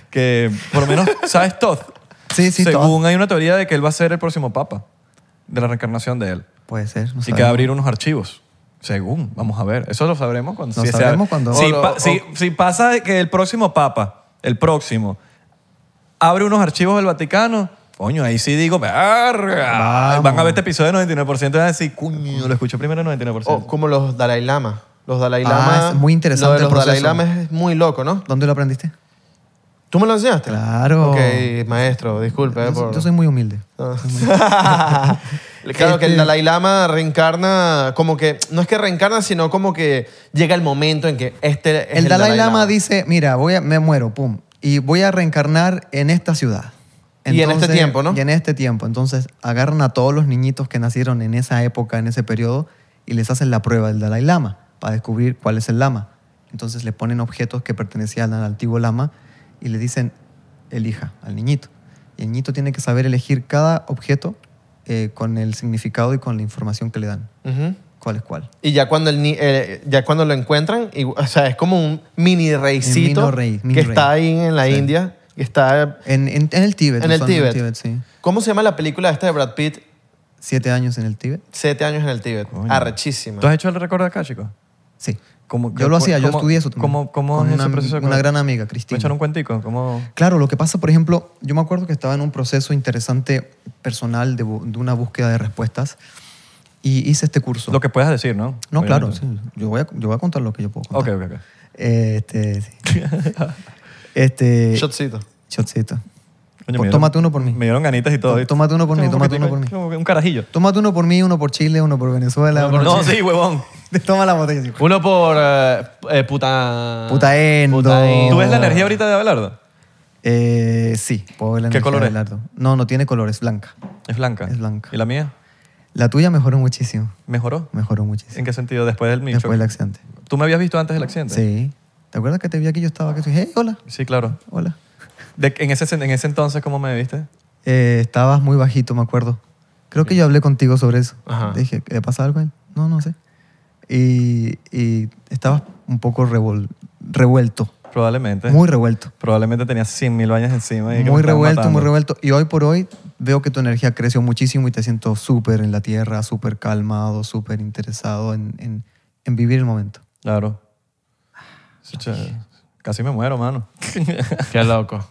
Speaker 3: que por lo menos, ¿sabes Todd?
Speaker 2: Sí, sí,
Speaker 3: Según
Speaker 2: todo.
Speaker 3: hay una teoría de que él va a ser el próximo papa de la reencarnación de él.
Speaker 2: Puede ser. No
Speaker 3: y
Speaker 2: sabemos.
Speaker 3: que va a abrir unos archivos. Según, vamos a ver. Eso lo sabremos cuando...
Speaker 2: Lo
Speaker 3: se
Speaker 2: sabremos
Speaker 3: abre.
Speaker 2: cuando-
Speaker 3: Si,
Speaker 4: O lo-
Speaker 3: pa-
Speaker 4: o-
Speaker 3: si- si pasa que el próximo papa el próximo, abre unos archivos del Vaticano, coño, ahí sí digo, "Verga".
Speaker 2: Vamos.
Speaker 3: Van a ver este episodio del 99% y van a decir, coño, lo escucho primero el 99%.
Speaker 4: O como los Dalai Lama. Los Dalai
Speaker 2: Ah,
Speaker 4: Lama.
Speaker 2: es muy interesante
Speaker 4: Lo de
Speaker 2: el
Speaker 4: los Dalai
Speaker 2: proceso.
Speaker 4: Lama es muy loco, ¿no?
Speaker 2: ¿Dónde lo aprendiste?
Speaker 4: ¿Tú me lo enseñaste?
Speaker 2: Claro.
Speaker 4: Ok, maestro, disculpe. eh,
Speaker 2: Yo,
Speaker 4: por-
Speaker 2: yo soy muy humilde.
Speaker 4: Ah. claro que el
Speaker 2: Este-
Speaker 4: Dalai Lama reencarna, como que, no es que reencarna, sino como que llega el momento en que este es
Speaker 2: El, Dalai, Lama, dice, mira, voy a, me muero, pum, y voy a reencarnar en esta ciudad.
Speaker 4: Y en este tiempo, ¿no?
Speaker 2: Y en este tiempo. Entonces agarran a todos los niñitos que nacieron en esa época, en ese periodo, y les hacen la prueba del Dalai Lama para descubrir cuál es el Lama. Entonces le ponen objetos que pertenecían al antiguo Lama y le dicen, elija al niñito. Y el niñito tiene que saber elegir cada objeto eh, con el significado y con la información que le dan.
Speaker 4: Ujú.
Speaker 2: ¿Cuál es cuál?
Speaker 4: Y ya cuando, el, ni- eh, ya cuando lo encuentran, y- o sea, es como un mini reicito
Speaker 2: mini rey, mini
Speaker 4: que
Speaker 2: rey.
Speaker 4: está ahí en la
Speaker 2: Sí.
Speaker 4: India, que está...
Speaker 2: En, en- en el Tíbet.
Speaker 4: En el
Speaker 2: usualmente,
Speaker 4: Tíbet.
Speaker 2: sí.
Speaker 4: ¿Cómo se llama la película esta de Brad Pitt?
Speaker 2: Siete años en el Tíbet.
Speaker 4: Siete años en el Tíbet.
Speaker 3: Coño.
Speaker 4: Arrechísima.
Speaker 3: ¿Tú has hecho el récord acá, chicos?
Speaker 2: Sí.
Speaker 3: ¿Cómo-
Speaker 2: Yo lo
Speaker 3: cómo-
Speaker 2: hacía, yo
Speaker 3: cómo-
Speaker 2: estudié eso también.
Speaker 3: ¿Cómo, cómo
Speaker 2: Con
Speaker 3: es ese
Speaker 2: una,
Speaker 3: proceso?
Speaker 2: Una gran amiga, Cristina.
Speaker 3: ¿Me echaron un cuentico? ¿Cómo?
Speaker 2: Claro, lo que pasa, por ejemplo, yo me acuerdo que estaba en un proceso interesante personal de, bu- de una búsqueda de respuestas y hice este curso.
Speaker 3: Lo que puedas decir, ¿no?
Speaker 2: no, claro,
Speaker 3: Obviamente.
Speaker 2: sí. yo, voy a, yo voy a contar lo que yo puedo
Speaker 3: Ok,
Speaker 2: contar.
Speaker 3: ok, ok.
Speaker 2: Este, sí. este,
Speaker 4: Shotcito.
Speaker 2: shotcito.
Speaker 3: Coño,
Speaker 2: Pues
Speaker 3: me
Speaker 2: tómate
Speaker 3: dieron-
Speaker 2: uno por mí.
Speaker 3: Me dieron ganitas y todo.
Speaker 2: Tó- tómate uno por mí,
Speaker 3: Tengo un
Speaker 2: tómate uno
Speaker 3: poquitico,
Speaker 2: por
Speaker 3: Un carajillo.
Speaker 2: Tómate uno por mí, uno por Chile, uno por Venezuela. uno
Speaker 3: No,
Speaker 2: por
Speaker 3: sí, huevón.
Speaker 2: Chile. Toma la botella. chico.
Speaker 4: Uno por eh, eh, puta...
Speaker 2: Puta endo.
Speaker 4: endo.
Speaker 3: ¿Tú ves la energía ahorita de Abelardo?
Speaker 2: Eh, sí, puedo ver la
Speaker 3: ¿Qué
Speaker 2: energía
Speaker 3: color
Speaker 2: de
Speaker 3: es?
Speaker 2: Lardo. No, no tiene color, es blanca.
Speaker 3: Es blanca.
Speaker 2: Es blanca.
Speaker 3: ¿Y la mía?
Speaker 2: La tuya mejoró muchísimo.
Speaker 3: ¿Mejoró?
Speaker 2: Mejoró muchísimo.
Speaker 3: ¿En qué sentido? Después del micro.
Speaker 2: Después del accidente.
Speaker 3: ¿Tú me habías visto antes del accidente?
Speaker 2: Sí. ¿Te acuerdas que te vi aquí? Yo estaba aquí. Dije, hey, hola.
Speaker 3: Sí, claro.
Speaker 2: Hola.
Speaker 3: De- en, ese, en ese entonces, ¿cómo me viste?
Speaker 2: Eh, estabas muy bajito, me acuerdo. Creo que yo hablé contigo sobre eso.
Speaker 4: Ajá.
Speaker 2: Te Dije, ¿le pasa algo a él? No, no sé. Y, y estabas un poco revol- revuelto.
Speaker 3: Probablemente.
Speaker 2: Muy revuelto.
Speaker 3: Probablemente tenía 100.000 bañas encima. Y que me
Speaker 2: Muy
Speaker 3: estaban
Speaker 2: revuelto,
Speaker 3: matando.
Speaker 2: muy revuelto. Y hoy por hoy veo que tu energía creció muchísimo y te siento súper en la tierra, súper calmado, súper interesado en, en- en vivir el momento.
Speaker 3: Claro. Sí, che, Casi me muero, mano.
Speaker 4: Qué loco.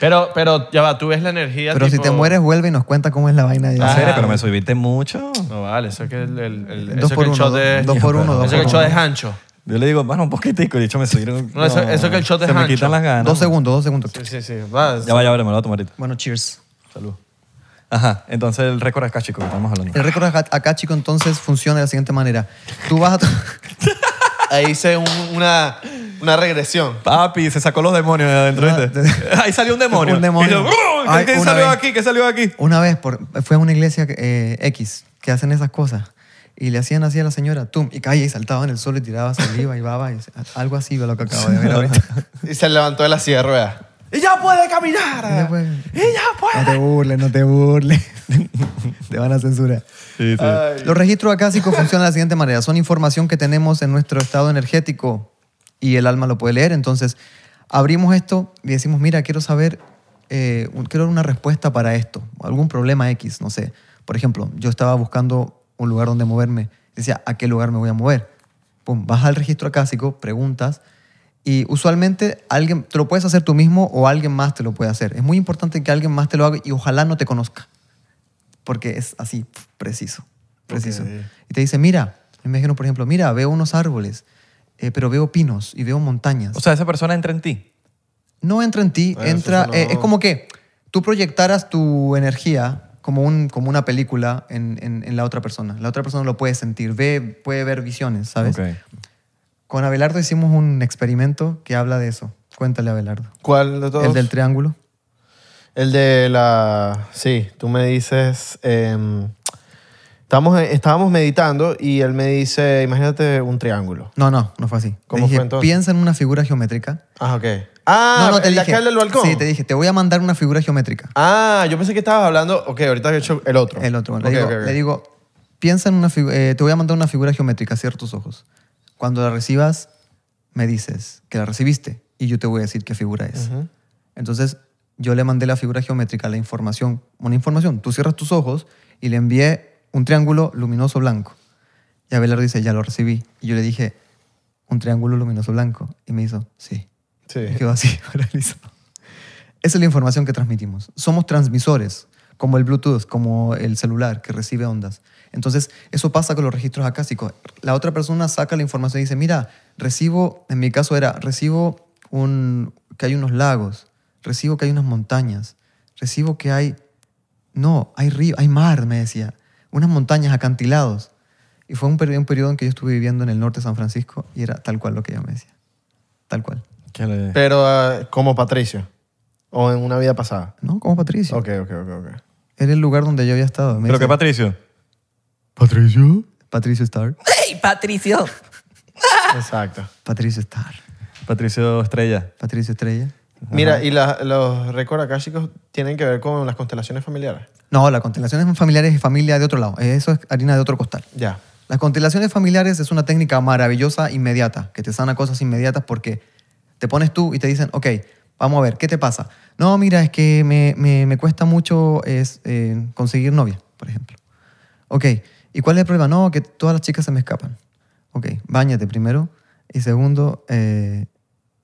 Speaker 4: Pero, pero ya va, tú ves la energía
Speaker 2: Pero si
Speaker 4: tipo-
Speaker 2: te mueres, vuelve y nos cuenta cómo es la vaina.
Speaker 3: En
Speaker 2: ya.
Speaker 3: serio, pero me subiste mucho.
Speaker 4: No vale, eso que el, el, el-
Speaker 2: Dos
Speaker 4: eso
Speaker 2: por
Speaker 4: que el
Speaker 2: uno,
Speaker 4: shot
Speaker 2: dos-
Speaker 4: es...
Speaker 2: dos por uno, dos
Speaker 4: Eso que el
Speaker 2: por
Speaker 4: shot
Speaker 2: uno.
Speaker 4: es ancho.
Speaker 3: Yo le digo, mano, un poquitico. Y dicho, me subieron.
Speaker 4: No, eso- eso que el shot
Speaker 3: se
Speaker 4: es
Speaker 3: me
Speaker 4: ancho.
Speaker 3: quitan las ganas.
Speaker 2: Dos segundos, dos segundos.
Speaker 4: Sí, sí, sí. Va,
Speaker 3: Ya va, ya va, me lo voy a tomar ahorita.
Speaker 2: Bueno, cheers.
Speaker 3: Salud. Ajá, entonces el récord acá, chico, que estamos hablando.
Speaker 2: El récord acá- acá, chico, entonces funciona de la siguiente manera. Tú vas a... tu-
Speaker 4: Ahí hice un- una, una regresión.
Speaker 3: Papi, se sacó los demonios de adentro,
Speaker 2: Ah,
Speaker 3: ¿viste?
Speaker 2: de-
Speaker 3: Ahí salió un demonio.
Speaker 2: Un demonio.
Speaker 3: Y yo, "Uh,
Speaker 2: Ay,
Speaker 3: ¿Qué, qué
Speaker 2: una
Speaker 3: salió de
Speaker 2: vez.
Speaker 3: aquí? ¿Qué salió de aquí?
Speaker 2: Una vez por, fue a una iglesia eh, X que hacen esas cosas y le hacían así a la señora, tum, y caía y saltaba en el suelo y tiraba saliva y baba y algo así, lo que acabo de ver ahorita.
Speaker 4: Y se levantó de la silla de ruedas. ¡Y ya puede caminar!
Speaker 2: Y ya puede.
Speaker 4: puede!
Speaker 2: No te burles, no te burles. te van a censurar.
Speaker 3: Sí, sí.
Speaker 2: Los registros acásicos funcionan de la siguiente manera. Son información que tenemos en nuestro estado energético y el alma lo puede leer. Entonces, abrimos esto y decimos, mira, quiero saber, eh, un- quiero una respuesta para esto, algún problema X, no sé. Por ejemplo, yo estaba buscando un lugar donde moverme. Decía, ¿a qué lugar me voy a mover? Pum, vas al registro acásico, preguntas y usualmente alguien, te lo puedes hacer tú mismo o alguien más te lo puede hacer. Es muy importante que alguien más te lo haga y ojalá no te conozca porque es así, pf, preciso, preciso. Y te dice, mira, me imagino, por ejemplo, mira, veo unos árboles, eh, pero veo pinos y veo montañas.
Speaker 3: O sea, esa persona entra en ti.
Speaker 2: no entra en ti,
Speaker 4: Ah, eso
Speaker 2: entra,
Speaker 4: suena-
Speaker 2: eh, es como que tú proyectaras tu energía como, un, como una película en, en- en la otra persona. La otra persona lo puede sentir, ve, puede ver visiones, ¿sabes?
Speaker 3: Ok.
Speaker 2: Con Abelardo hicimos un experimento que habla de eso. Cuéntale, Abelardo.
Speaker 4: ¿Cuál de todos?
Speaker 2: El del triángulo.
Speaker 4: El de la... Sí, tú me dices... em, estamos, estábamos meditando y él me dice, imagínate un triángulo.
Speaker 2: No, no, no fue así. Te
Speaker 4: ¿Cómo fue
Speaker 2: dije,
Speaker 4: entonces?
Speaker 2: piensa en una figura geométrica.
Speaker 4: Ah, ok. Ah,
Speaker 2: no, no, te
Speaker 4: el de
Speaker 2: dije.
Speaker 4: acá, el del balcón.
Speaker 2: Sí, te dije, te voy a mandar una figura geométrica.
Speaker 4: Ah, yo pensé que estabas hablando... Ok, ahorita he hecho el otro.
Speaker 2: El otro. Le,
Speaker 4: Ok,
Speaker 2: digo,
Speaker 4: ok, ok.
Speaker 2: le digo, piensa en una figura, te voy a mandar una figura geométrica, cierra tus ojos. Cuando la recibas, me dices que la recibiste y yo te voy a decir qué figura es. Entonces, yo le mandé la figura geométrica, la información, una información. Tú cierras tus ojos y le envié un triángulo luminoso blanco. Y Abelardo dice, ya lo recibí. Y yo le dije, un triángulo luminoso blanco. Y me hizo, sí.
Speaker 4: Sí.
Speaker 2: Me quedo así, paralizado. Esa es la información que transmitimos. Somos transmisores, como el Bluetooth, como el celular que recibe ondas. Entonces, eso pasa con los registros acásicos. La otra persona saca la información y dice, mira, recibo, en mi caso era, recibo un, que hay unos lagos, recibo que hay unas montañas, recibo que hay, no, hay río, hay mar, me decía, unas montañas, acantilados. Y fue un periodo, un periodo en que yo estuve viviendo en el norte de San Francisco y era tal cual lo que ella me decía, tal cual.
Speaker 3: ¿Qué le-
Speaker 4: Pero ah, como Patricio. O en una vida pasada.
Speaker 2: No, como Patricio.
Speaker 4: Ok, ok, ok. ok.
Speaker 2: Era el lugar donde yo había estado. Me
Speaker 3: ¿Pero qué,
Speaker 2: dice,
Speaker 3: Patricio?
Speaker 4: ¿Patricio?
Speaker 2: Patricio Star.
Speaker 4: Exacto.
Speaker 2: Patricio Star.
Speaker 3: Patricio Estrella.
Speaker 2: Patricio Estrella.
Speaker 4: Mira, ¿y la- los récords acá, chicos, tienen que ver con las constelaciones familiares?
Speaker 2: No, las constelaciones familiares es familia de otro lado. Eso es harina de otro costal.
Speaker 4: Ya.
Speaker 2: Las constelaciones familiares es una técnica maravillosa, inmediata, que te sana cosas inmediatas porque te pones tú y te dicen, ok, vamos a ver, ¿qué te pasa? No, mira, es que me, me- me cuesta mucho es, eh, conseguir novia, por ejemplo. Ok, ¿y cuál es el problema? No, que todas las chicas se me escapan. Ok, báñate primero. Y segundo, eh,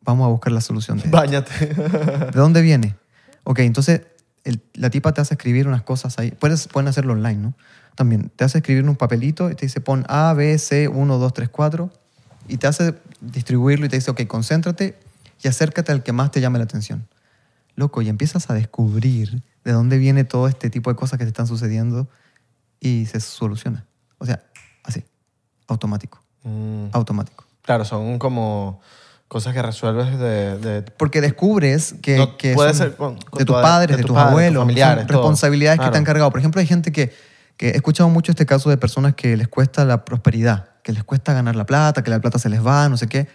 Speaker 2: vamos a buscar la solución. de esto.
Speaker 4: Báñate.
Speaker 2: ¿De dónde viene? Ok, entonces el- la tipa te hace escribir unas cosas ahí. Puedes, pueden hacerlo online, ¿no? También te hace escribir un papelito y te dice pon A, B, C, 1, 2, 3, 4 y te hace distribuirlo y te dice, ok, concéntrate y acércate al que más te llame la atención. Loco, y empiezas a descubrir de dónde viene todo este tipo de cosas que te están sucediendo y se soluciona. O sea, así, automático,
Speaker 4: Mm,
Speaker 2: automático.
Speaker 4: claro, son como cosas que resuelves de... de-
Speaker 2: Porque descubres que,
Speaker 4: No,
Speaker 2: que
Speaker 4: puede
Speaker 2: son
Speaker 4: ser con- con
Speaker 2: de
Speaker 4: tu
Speaker 2: tus
Speaker 4: ad-
Speaker 2: padres, de,
Speaker 4: de tus
Speaker 2: tus
Speaker 4: padres,
Speaker 2: abuelos,
Speaker 4: tus
Speaker 2: son
Speaker 4: familiares, todo.
Speaker 2: responsabilidades
Speaker 4: Claro.
Speaker 2: que te han cargado. Por ejemplo, hay gente que, que he escuchado mucho este caso de personas que les cuesta la prosperidad, que les cuesta ganar la plata, que la plata se les va, no sé qué,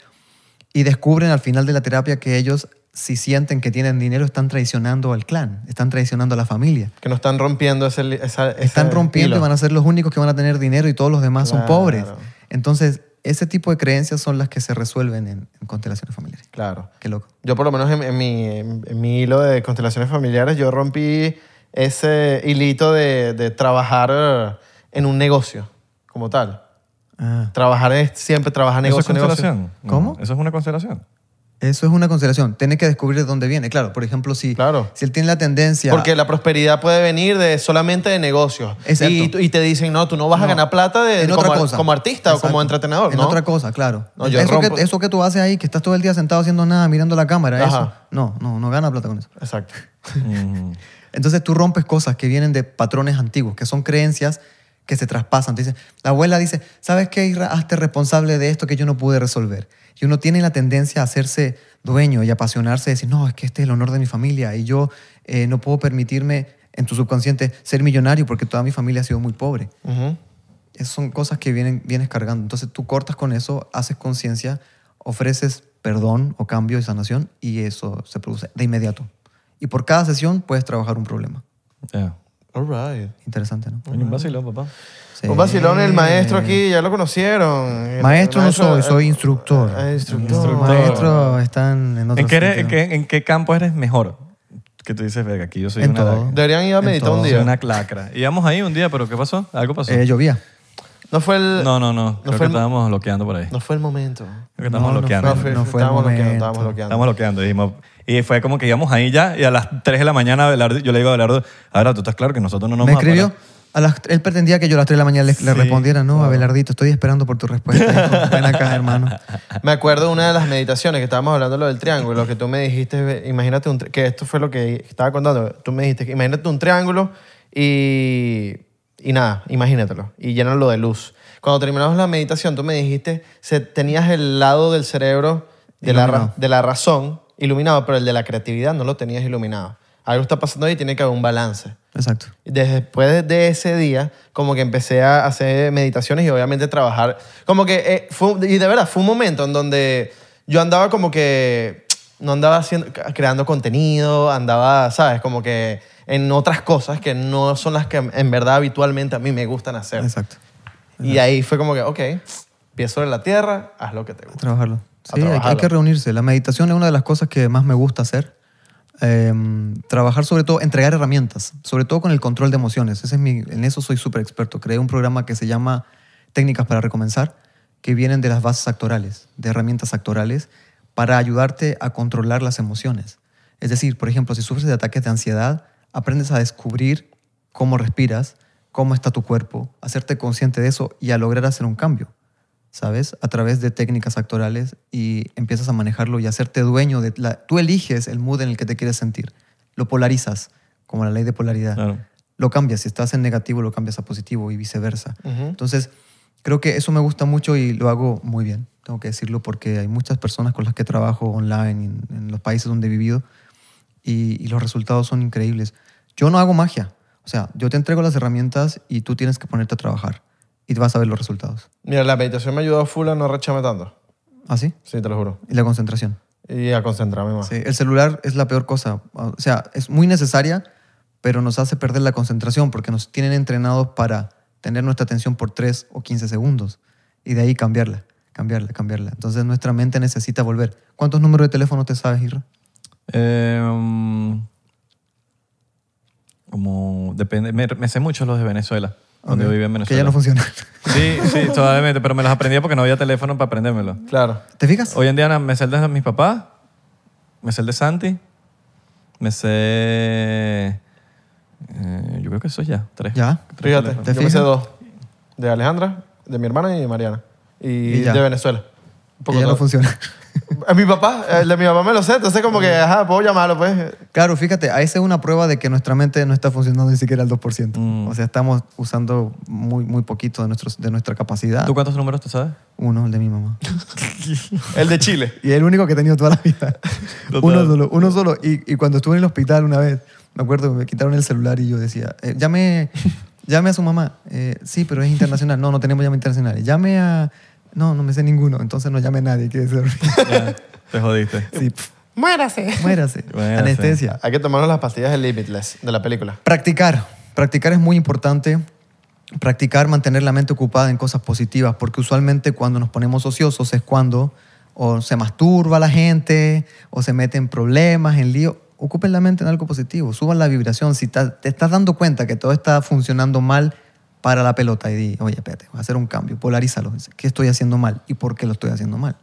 Speaker 2: y descubren al final de la terapia que ellos, si sienten que tienen dinero, están traicionando al clan, están traicionando a la familia.
Speaker 4: que no están rompiendo ese... li- Esa,
Speaker 2: Están rompiendo y van
Speaker 4: a...
Speaker 2: a ser los únicos que van a tener dinero y todos los demás son
Speaker 4: Claro.
Speaker 2: pobres. Entonces, ese tipo de creencias son las que se resuelven en, en constelaciones familiares.
Speaker 4: Claro.
Speaker 2: Qué loco.
Speaker 4: Yo por lo menos en, en mi, en- en mi hilo de constelaciones familiares, yo rompí ese hilito de, de trabajar eh, en un negocio como tal.
Speaker 2: Ah.
Speaker 4: Trabajar es siempre trabajar
Speaker 3: ¿Eso es
Speaker 4: negocio, negocio.
Speaker 3: constelación? No,
Speaker 2: ¿Cómo?
Speaker 3: ¿Eso es una constelación?
Speaker 2: Eso es una constelación. Tienes que descubrir de dónde viene. Claro, por ejemplo, si,
Speaker 4: Claro.
Speaker 2: si él tiene la tendencia...
Speaker 4: Porque la prosperidad puede venir de solamente de negocios.
Speaker 2: Exacto.
Speaker 4: Y, tú- y te dicen, no, tú no vas a
Speaker 2: No.
Speaker 4: ganar plata de,
Speaker 2: en
Speaker 4: como,
Speaker 2: otra
Speaker 4: ar-
Speaker 2: cosa.
Speaker 4: como artista
Speaker 2: Exacto.
Speaker 4: o como entretenedor.
Speaker 2: En
Speaker 4: ¿no?
Speaker 2: otra cosa, claro.
Speaker 4: No, yo
Speaker 2: eso,
Speaker 4: rompo-
Speaker 2: que, eso que tú haces ahí, que estás todo el día sentado haciendo nada, mirando la cámara,
Speaker 4: Ajá.
Speaker 2: eso... No, no, no gana plata con eso.
Speaker 4: Exacto.
Speaker 3: Mm.
Speaker 2: Entonces tú rompes cosas que vienen de patrones antiguos, que son creencias que se traspasan. Te dice, la abuela dice, ¿sabes qué, Isra? Hazte responsable de esto que yo no pude resolver. Y uno tiene la tendencia a hacerse dueño y apasionarse, decir, no, es que este es el honor de mi familia y yo eh, no puedo permitirme en tu subconsciente ser millonario porque toda mi familia ha sido muy pobre.
Speaker 4: Ujú.
Speaker 2: Esas son cosas que vienen, vienes cargando. Entonces tú cortas con eso, haces conciencia, ofreces perdón o cambio y sanación y eso se produce de inmediato. Y por cada sesión puedes trabajar un problema.
Speaker 3: Ya.
Speaker 4: All right.
Speaker 2: Interesante, ¿no?
Speaker 3: Oye, Un vacilón, papá.
Speaker 2: Sí. Eh,
Speaker 4: Un vacilón, el maestro aquí, ya lo conocieron. El
Speaker 2: Maestro no soy,
Speaker 4: el-
Speaker 2: soy instructor.
Speaker 4: Ah, instructor.
Speaker 2: Los maestros están en otro
Speaker 3: ¿En qué, eres- en,
Speaker 2: sitio.
Speaker 3: qué, en qué campo eres mejor? Que tú dices, verga, aquí yo soy
Speaker 2: En
Speaker 3: una,
Speaker 2: todo.
Speaker 4: Deberían ir a
Speaker 2: En
Speaker 4: meditar
Speaker 2: todo.
Speaker 4: un
Speaker 3: soy
Speaker 4: día.
Speaker 3: una lacra. Íbamos ahí un día, pero ¿qué pasó? ¿Algo pasó?
Speaker 2: Eh, llovía.
Speaker 4: No fue el.
Speaker 3: no, no, no. Creo
Speaker 4: fue
Speaker 3: que
Speaker 4: el-
Speaker 3: estábamos bloqueando por ahí.
Speaker 4: No fue el momento.
Speaker 3: Creo que estábamos
Speaker 2: no, no
Speaker 3: bloqueando.
Speaker 4: No
Speaker 2: Claro,
Speaker 4: fue,
Speaker 2: no fue el
Speaker 4: estábamos bloqueando,
Speaker 2: momento.
Speaker 4: estábamos bloqueando.
Speaker 3: Estábamos bloqueando. dijimos- y fue como que íbamos ahí ya y a las 3 de la mañana Abelardo- yo le digo a Abelardo, ahora tú estás claro que nosotros no nos
Speaker 2: Me
Speaker 3: vamos a
Speaker 2: escribió.
Speaker 3: parar".
Speaker 2: A las, él pretendía que yo a las 3 de la mañana le, le
Speaker 3: Sí,
Speaker 2: respondiera, no, Abelardito, estoy esperando por tu respuesta. Hijo, Ven acá, hermano.
Speaker 4: Me acuerdo de una de las meditaciones que estábamos hablando lo del triángulo, que tú me dijiste, ve, imagínate un tri- que esto fue lo que estaba contando, tú me dijiste, que imagínate un triángulo y y nada, imagínatelo y llénalo de luz. Cuando terminamos la meditación, tú me dijiste, se, tenías el lado del cerebro de la, ra-
Speaker 2: Iluminado.
Speaker 4: de la razón iluminado, pero el de la creatividad no lo tenías iluminado. Algo está pasando ahí y tiene que haber un balance.
Speaker 2: Exacto.
Speaker 4: Desde- Después de ese día, como que empecé a hacer meditaciones y obviamente trabajar. Como que, eh, fue, un- y de verdad, fue un momento en donde yo andaba como que, no andaba haciendo, creando contenido, andaba, ¿sabes? Como que en otras cosas que no son las que en verdad habitualmente a mí me gustan hacer.
Speaker 2: Exacto.
Speaker 4: Y ahí fue como que, ok, pies sobre la tierra, haz lo que te
Speaker 2: A
Speaker 4: gusta.
Speaker 2: trabajarlo.
Speaker 4: A
Speaker 2: Sí, hay- Hay,
Speaker 4: trabajarlo.
Speaker 2: que reunirse. La meditación es una de las cosas que más me gusta hacer. Em, trabajar sobre todo, entregar herramientas, sobre todo con el control de emociones. Ese es mi, en eso soy súper experto. Creé un programa que se llama Técnicas para Recomenzar, que vienen de las bases actorales, de herramientas actorales, para ayudarte a controlar las emociones. Es decir, por ejemplo, si sufres de ataques de ansiedad, aprendes a descubrir cómo respiras, cómo está tu cuerpo, hacerte consciente de eso y a lograr hacer un cambio, ¿sabes? A través de técnicas actorales y empiezas a manejarlo y a hacerte dueño de... La, tú eliges el mood en el que te quieres sentir, lo polarizas, como la ley de polaridad.
Speaker 3: Claro.
Speaker 2: Lo cambias, si estás en negativo lo cambias a positivo y viceversa.
Speaker 4: Ujú.
Speaker 2: Entonces, creo que eso me gusta mucho y lo hago muy bien, tengo que decirlo, porque hay muchas personas con las que trabajo online en, en los países donde he vivido y, y los resultados son increíbles. Yo no hago magia, o sea, yo te entrego las herramientas y tú tienes que ponerte a trabajar y vas a ver los resultados. ¿Ah,
Speaker 4: Mira, la meditación me ayudó full a no recharme tanto.
Speaker 2: ¿Así?
Speaker 4: Sí, te lo juro.
Speaker 2: y la concentración.
Speaker 4: Y a concentrarme más.
Speaker 2: Sí, el celular es la peor cosa. O sea, es muy necesaria, pero nos hace perder la concentración porque nos tienen entrenados para tener nuestra atención por 3 o 15 segundos y de ahí cambiarla, cambiarla, cambiarla. Entonces nuestra mente necesita volver. ¿Cuántos números de teléfono te sabes, Irra?
Speaker 3: Eh, mm, como depende, me, me sé muchos los de Venezuela, cuando yo
Speaker 2: Ok.
Speaker 3: vivía en
Speaker 2: Que
Speaker 3: Venezuela.
Speaker 2: ya no funciona.
Speaker 3: Sí, sí, totalmente, pero me los aprendía porque no había teléfono para aprendérmelo.
Speaker 4: Claro.
Speaker 2: ¿Te fijas?
Speaker 3: Hoy en día na- me sé el de mis papás, me sé el de Santi, me sé... eh, yo creo que eso es ya, tres.
Speaker 2: Ya.
Speaker 3: Tres
Speaker 4: Fíjate,
Speaker 3: teléfonos.
Speaker 2: ¿Te
Speaker 4: yo me sé
Speaker 2: fijas?
Speaker 4: dos. De Alejandra, de mi hermana y de Mariana. Y,
Speaker 2: Y ya.
Speaker 4: de Venezuela. Un
Speaker 2: Que
Speaker 4: poco
Speaker 2: ya no
Speaker 4: todo.
Speaker 2: funciona.
Speaker 4: A mi papá, el de mi papá me lo sé, entonces como que, ajá, puedo llamarlo, pues.
Speaker 2: Claro, fíjate, a esa es una prueba de que nuestra mente no está funcionando ni siquiera al 2%.
Speaker 4: Mm.
Speaker 2: O sea, estamos usando muy, muy poquito de, nuestros, de nuestra capacidad.
Speaker 3: ¿Tú cuántos números te sabes?
Speaker 2: Uno, el de mi mamá.
Speaker 4: El de Chile.
Speaker 2: Y el único que he tenido toda la vida.
Speaker 3: Total.
Speaker 2: Uno solo, uno solo. Y, y cuando estuve en el hospital una vez, me acuerdo, me quitaron el celular y yo decía, eh, llame, llame a su mamá. Eh, sí, pero es internacional. No, no tenemos llama internacional. Llame a... No, no me sé ninguno. Entonces no llame a nadie. Que se olvide.
Speaker 3: Ya, te jodiste.
Speaker 2: sí, pf,
Speaker 4: Muérase.
Speaker 2: muérase.
Speaker 3: Muérase.
Speaker 2: Anestesia.
Speaker 4: Hay que tomarnos las pastillas de Limitless, de la película.
Speaker 2: Practicar. Practicar es muy importante. Practicar, mantener la mente ocupada en cosas positivas, porque usualmente cuando nos ponemos ociosos es cuando o se masturba la gente, o se mete en problemas, en lío. Ocupen la mente en algo positivo, suban la vibración. Si ta- te estás dando cuenta que todo está funcionando mal, para la pelota y di, oye, espérate, voy a hacer un cambio, polarízalo. ¿Qué estoy haciendo mal y por qué lo estoy haciendo mal?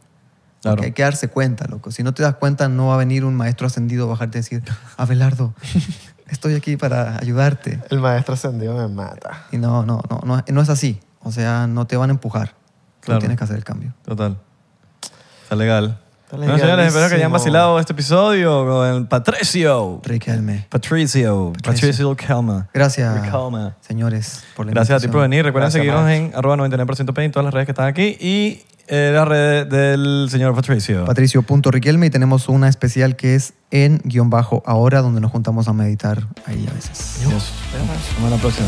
Speaker 3: Claro.
Speaker 2: Porque hay que darse cuenta, loco. Si no te das cuenta, no va a venir un maestro ascendido a bajarte y decir, Abelardo, estoy aquí para ayudarte.
Speaker 4: El maestro ascendido me mata.
Speaker 2: Y no, no, no, no, no es así. O sea, no te van a empujar.
Speaker 3: Claro.
Speaker 2: Tú tienes que hacer el cambio.
Speaker 3: Total. Está legal.
Speaker 4: Está
Speaker 3: bueno, señores, espero que hayan
Speaker 4: legalísimo.
Speaker 3: vacilado este episodio con el Patricio.
Speaker 2: Riquelme.
Speaker 3: Patricio. Patricio Calma.
Speaker 2: Gracias,
Speaker 3: Calma.
Speaker 2: señores, por la
Speaker 3: Gracias a ti por
Speaker 2: invitación.
Speaker 3: venir. Recuerden
Speaker 4: Gracias,
Speaker 3: seguirnos
Speaker 4: maestro.
Speaker 3: en arroba 99% P en todas las redes que están aquí y eh, las redes del señor Patricio.
Speaker 2: Patricio.riquelme y tenemos una especial que es en guión bajo ahora, donde nos juntamos a meditar ahí a veces.
Speaker 3: Yes. Nos vemos la próxima.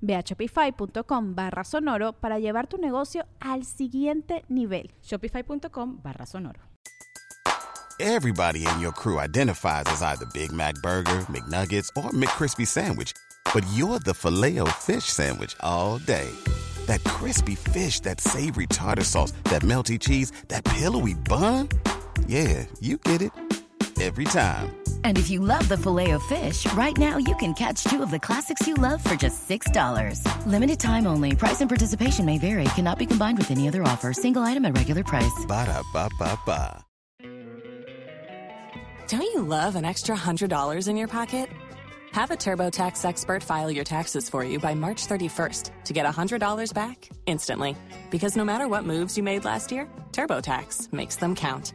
Speaker 5: Ve a shopify.com barra sonoro para llevar tu negocio al siguiente nivel.
Speaker 6: Shopify.com barra sonoro.
Speaker 7: Everybody in your crew identifies as either Big Mac Burger, McNuggets, or McCrispy Sandwich. But you're the filet fish Sandwich all day. That crispy fish, that savory tartar sauce, that melty cheese, that pillowy bun. Yeah, you get it. Every time.
Speaker 8: And if you love the filet of fish, right now you can catch two of the classics you love for just $6. Limited time only. Price and participation may vary. Cannot be combined with any other offer. Single item at regular price.
Speaker 7: Ba-da-ba-ba-ba.
Speaker 9: Don't you love an extra $100 in your pocket? Have a TurboTax expert file your taxes for you by March 31st to get $100 back instantly. Because no matter what moves you made last year, TurboTax makes them count.